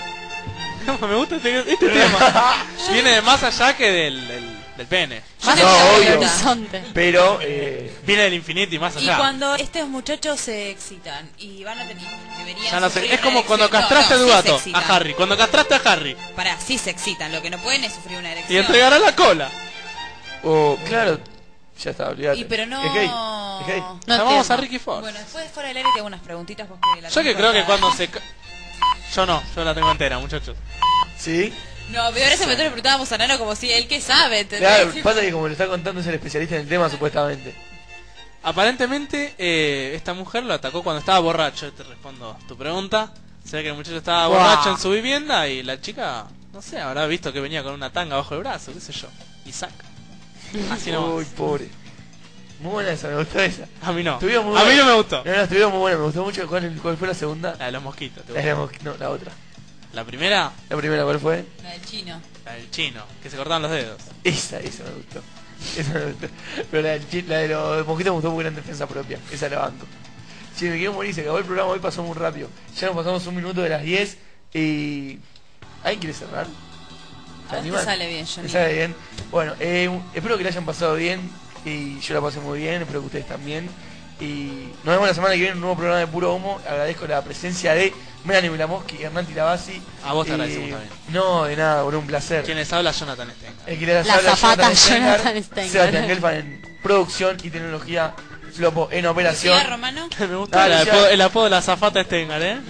Speaker 4: Me gusta este, este tema. viene de más allá que del, del, del pene.
Speaker 17: Más
Speaker 1: No,
Speaker 17: allá del
Speaker 1: obvio.
Speaker 17: horizonte.
Speaker 1: Pero, eh,
Speaker 4: Viene del infinito y más
Speaker 17: Y
Speaker 4: allá.
Speaker 17: cuando estos muchachos se excitan y van a tener deberían
Speaker 4: Ya no sé,
Speaker 17: sufrir
Speaker 4: es
Speaker 17: una
Speaker 4: como cuando
Speaker 17: erección.
Speaker 4: castraste
Speaker 17: No, no,
Speaker 4: a
Speaker 17: sí se
Speaker 4: Dugato,
Speaker 17: excitan.
Speaker 4: a Harry. Cuando castraste a Harry.
Speaker 17: Pará, sí se excitan, lo que no pueden es sufrir una
Speaker 4: Y
Speaker 17: erección.
Speaker 4: entregará la cola.
Speaker 1: o, claro, ya está, olvidate.
Speaker 17: Y pero no.
Speaker 1: Es gay, es gay.
Speaker 4: Llamamos
Speaker 17: entiendo.
Speaker 4: a Ricky Ford.
Speaker 17: Bueno, después fuera del aire te hago unas preguntitas vos que la
Speaker 4: yo que
Speaker 17: tenés
Speaker 4: creo que
Speaker 17: cortada.
Speaker 4: cuando se... ca- Yo no, yo la tengo entera, muchachos.
Speaker 1: ¿Sí?
Speaker 17: No, pero ahora se me le preguntábamos a Nano como si él que sabe, ¿entendés?
Speaker 1: Claro, pasa que como lo está contando es el especialista en el tema, supuestamente.
Speaker 4: Aparentemente, eh, esta mujer lo atacó cuando estaba borracho. Te respondo a tu pregunta. Se ve que el muchacho estaba
Speaker 1: Buah.
Speaker 4: borracho en su vivienda y la chica, no sé, habrá visto que venía con una tanga bajo el brazo, qué sé yo. Isaac. Así no.
Speaker 1: Uy, pobre. Muy buena esa, me gustó esa.
Speaker 4: A mí no.
Speaker 1: Estuvieron muy
Speaker 4: a mí
Speaker 1: buena.
Speaker 4: no me gustó.
Speaker 1: No, no, estuvieron muy buena, me gustó mucho. ¿Cuál, cuál fue la segunda?
Speaker 4: La de los mosquitos. ¿te
Speaker 1: La, de la
Speaker 4: gustó?
Speaker 1: mosqui- no, la otra.
Speaker 4: La primera,
Speaker 1: La primera, ¿cuál fue?
Speaker 17: La del chino.
Speaker 4: la del chino, que se cortaban los dedos.
Speaker 1: Esa, esa me gustó. Esa me gustó. Pero la, del chi- la de los mosquitos me gustó porque era en defensa propia. Esa la banco. Si me quiero morir, se acabó el programa, hoy pasó muy rápido. Ya nos pasamos un minuto de las 10 y... ¿Alguien quiere
Speaker 17: A
Speaker 1: cerrar?
Speaker 17: vos te
Speaker 1: animan?
Speaker 17: sale bien,
Speaker 1: Me
Speaker 17: Johnny.
Speaker 1: sale bien. Bueno, eh, espero que la hayan pasado bien y yo la pasé muy bien, espero que ustedes también. Y nos vemos la semana que viene en un nuevo programa de Puro Homo. Agradezco la presencia de Melanie Milamoski, Hernán Tirabassi.
Speaker 4: A vos te
Speaker 1: Eh,
Speaker 4: agradecemos también.
Speaker 1: No, de nada, por un placer.
Speaker 4: Quien les habla, Jonathan Stenga.
Speaker 1: El que les
Speaker 2: La
Speaker 1: habla es
Speaker 2: zapata
Speaker 1: Jonathan
Speaker 2: Jonathan
Speaker 1: Stenger,
Speaker 2: Stenger.
Speaker 1: Sebastián Gelfand en producción y tecnología, Flopo en operación.
Speaker 17: Lucía Romano.
Speaker 4: Me gusta el,
Speaker 1: Dale, ya.
Speaker 4: apodo, el apodo de la zafata Stengar, ¿eh?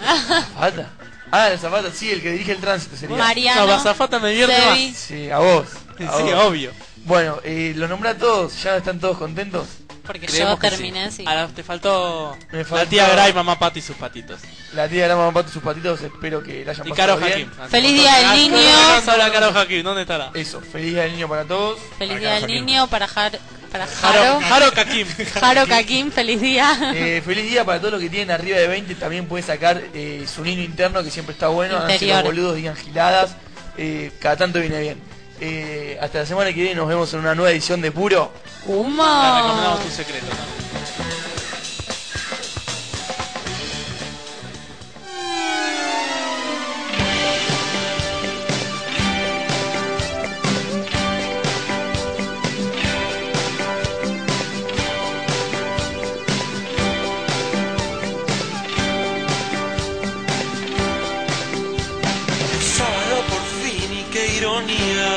Speaker 1: ¿Zapata? Ah, la zapata, sí, el que dirige el tránsito sería.
Speaker 2: Mariano.
Speaker 4: No, la zafata me divierte
Speaker 2: Sebi.
Speaker 4: más.
Speaker 1: Sí, a vos. a
Speaker 4: Sí,
Speaker 1: vos.
Speaker 4: obvio.
Speaker 1: Bueno, eh, lo nombré a todos, ya están todos contentos.
Speaker 2: Porque
Speaker 4: Creemos
Speaker 2: yo
Speaker 4: que
Speaker 2: terminé
Speaker 4: sí.
Speaker 2: sí.
Speaker 4: Ahora te faltó,
Speaker 1: Me
Speaker 4: la
Speaker 1: faltó-
Speaker 4: tía Gray, mamá Pat y sus patitos.
Speaker 1: La tía de la mamá Pato y sus patitos, espero que la hayan
Speaker 4: Y
Speaker 1: pasado
Speaker 4: Caro Ah,
Speaker 1: bien.
Speaker 4: Jaquim. Feliz Día del Niño.
Speaker 1: Vamos a hablar
Speaker 4: Caro Jaquim, ¿dónde estará?
Speaker 1: Eso, feliz día del niño para todos.
Speaker 2: Feliz día del niño para, Jar- para
Speaker 1: Jaro-
Speaker 2: Jaro.
Speaker 1: Jaro Kakim.
Speaker 2: Jaro Kakim, feliz día.
Speaker 1: Eh, feliz día para todos los que tienen arriba de 20. También puede sacar eh, su niño interno, que siempre está bueno. Hagan si los
Speaker 2: Interior.
Speaker 1: boludos digan giladas. eh, cada tanto viene bien. Eh, hasta la semana que viene nos vemos en una nueva edición de Puro.
Speaker 2: Humo.
Speaker 4: Le recomendamos tu secreto. ¿no?
Speaker 5: Sábado por fin y qué ironía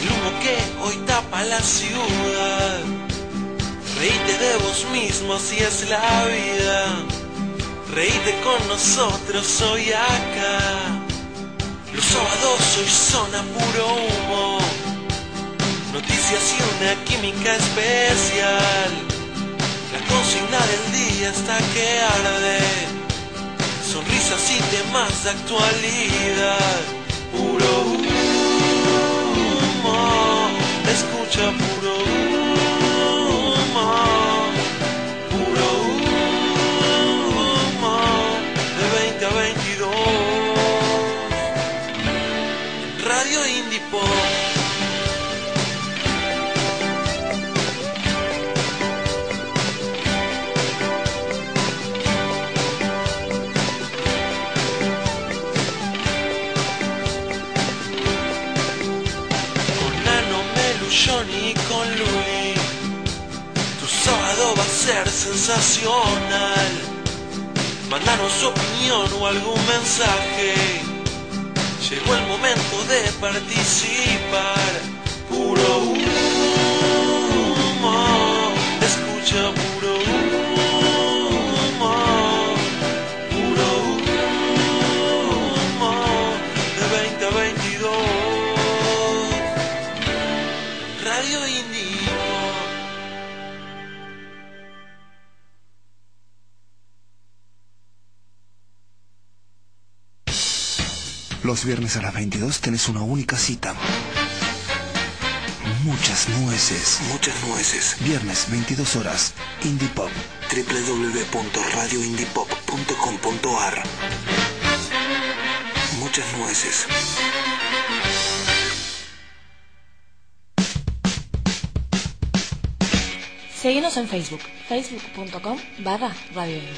Speaker 5: El humo que hoy tapa la ciudad Reíte de vos mismo si es la vida Reíte con nosotros hoy acá Los sábados hoy son a puro humo Noticias y una química especial La consigna del día está que arde sonrisas y temas de actualidad. Puro humo, escucha puro humo, puro humo, de 20 a 22. Radio Indie Pop. Nano, Melullón y con Luli. Tu sábado va a ser sensacional. Mandanos su opinión o algún mensaje. Llegó el momento de participar. Puro humo, escucha puro humo. Puro humo, de 20 a 22. Radio Indigo.
Speaker 13: Los viernes a las 22 tenés una única cita. Muchas nueces. Muchas nueces. Viernes 22 horas. Indie Pop.
Speaker 5: www.radioindiepop.com.ar Muchas nueces.
Speaker 8: Seguinos en Facebook, facebook.com barra Radio Eden.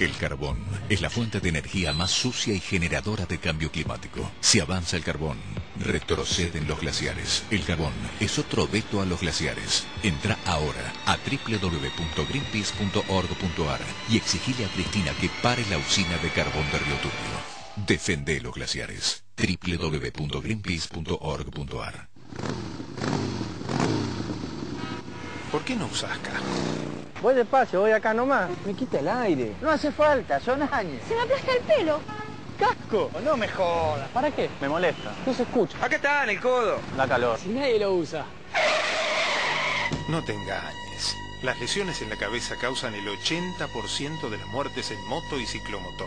Speaker 9: El carbón es la fuente de energía más sucia y generadora de cambio climático. Si avanza el carbón, retroceden los glaciares. El carbón es otro veto a los glaciares. Entra ahora a www.greenpeace.org.ar y exigile a Cristina que pare la usina de carbón de Río Turbio. Defende los glaciares. www.greenpeace.org.ar
Speaker 10: ¿Por qué no usás casco?
Speaker 11: Voy despacio, voy acá nomás. Me quita el aire. No hace falta, son años.
Speaker 18: Se me aplasta el pelo.
Speaker 11: ¡Casco! Oh, No me jodas. ¿Para qué? Me molesta. No se escucha. Acá está, en el codo. Da calor. Si nadie lo usa.
Speaker 10: No te engañes. Las lesiones en la cabeza causan el 80% de las muertes en moto y ciclomotor.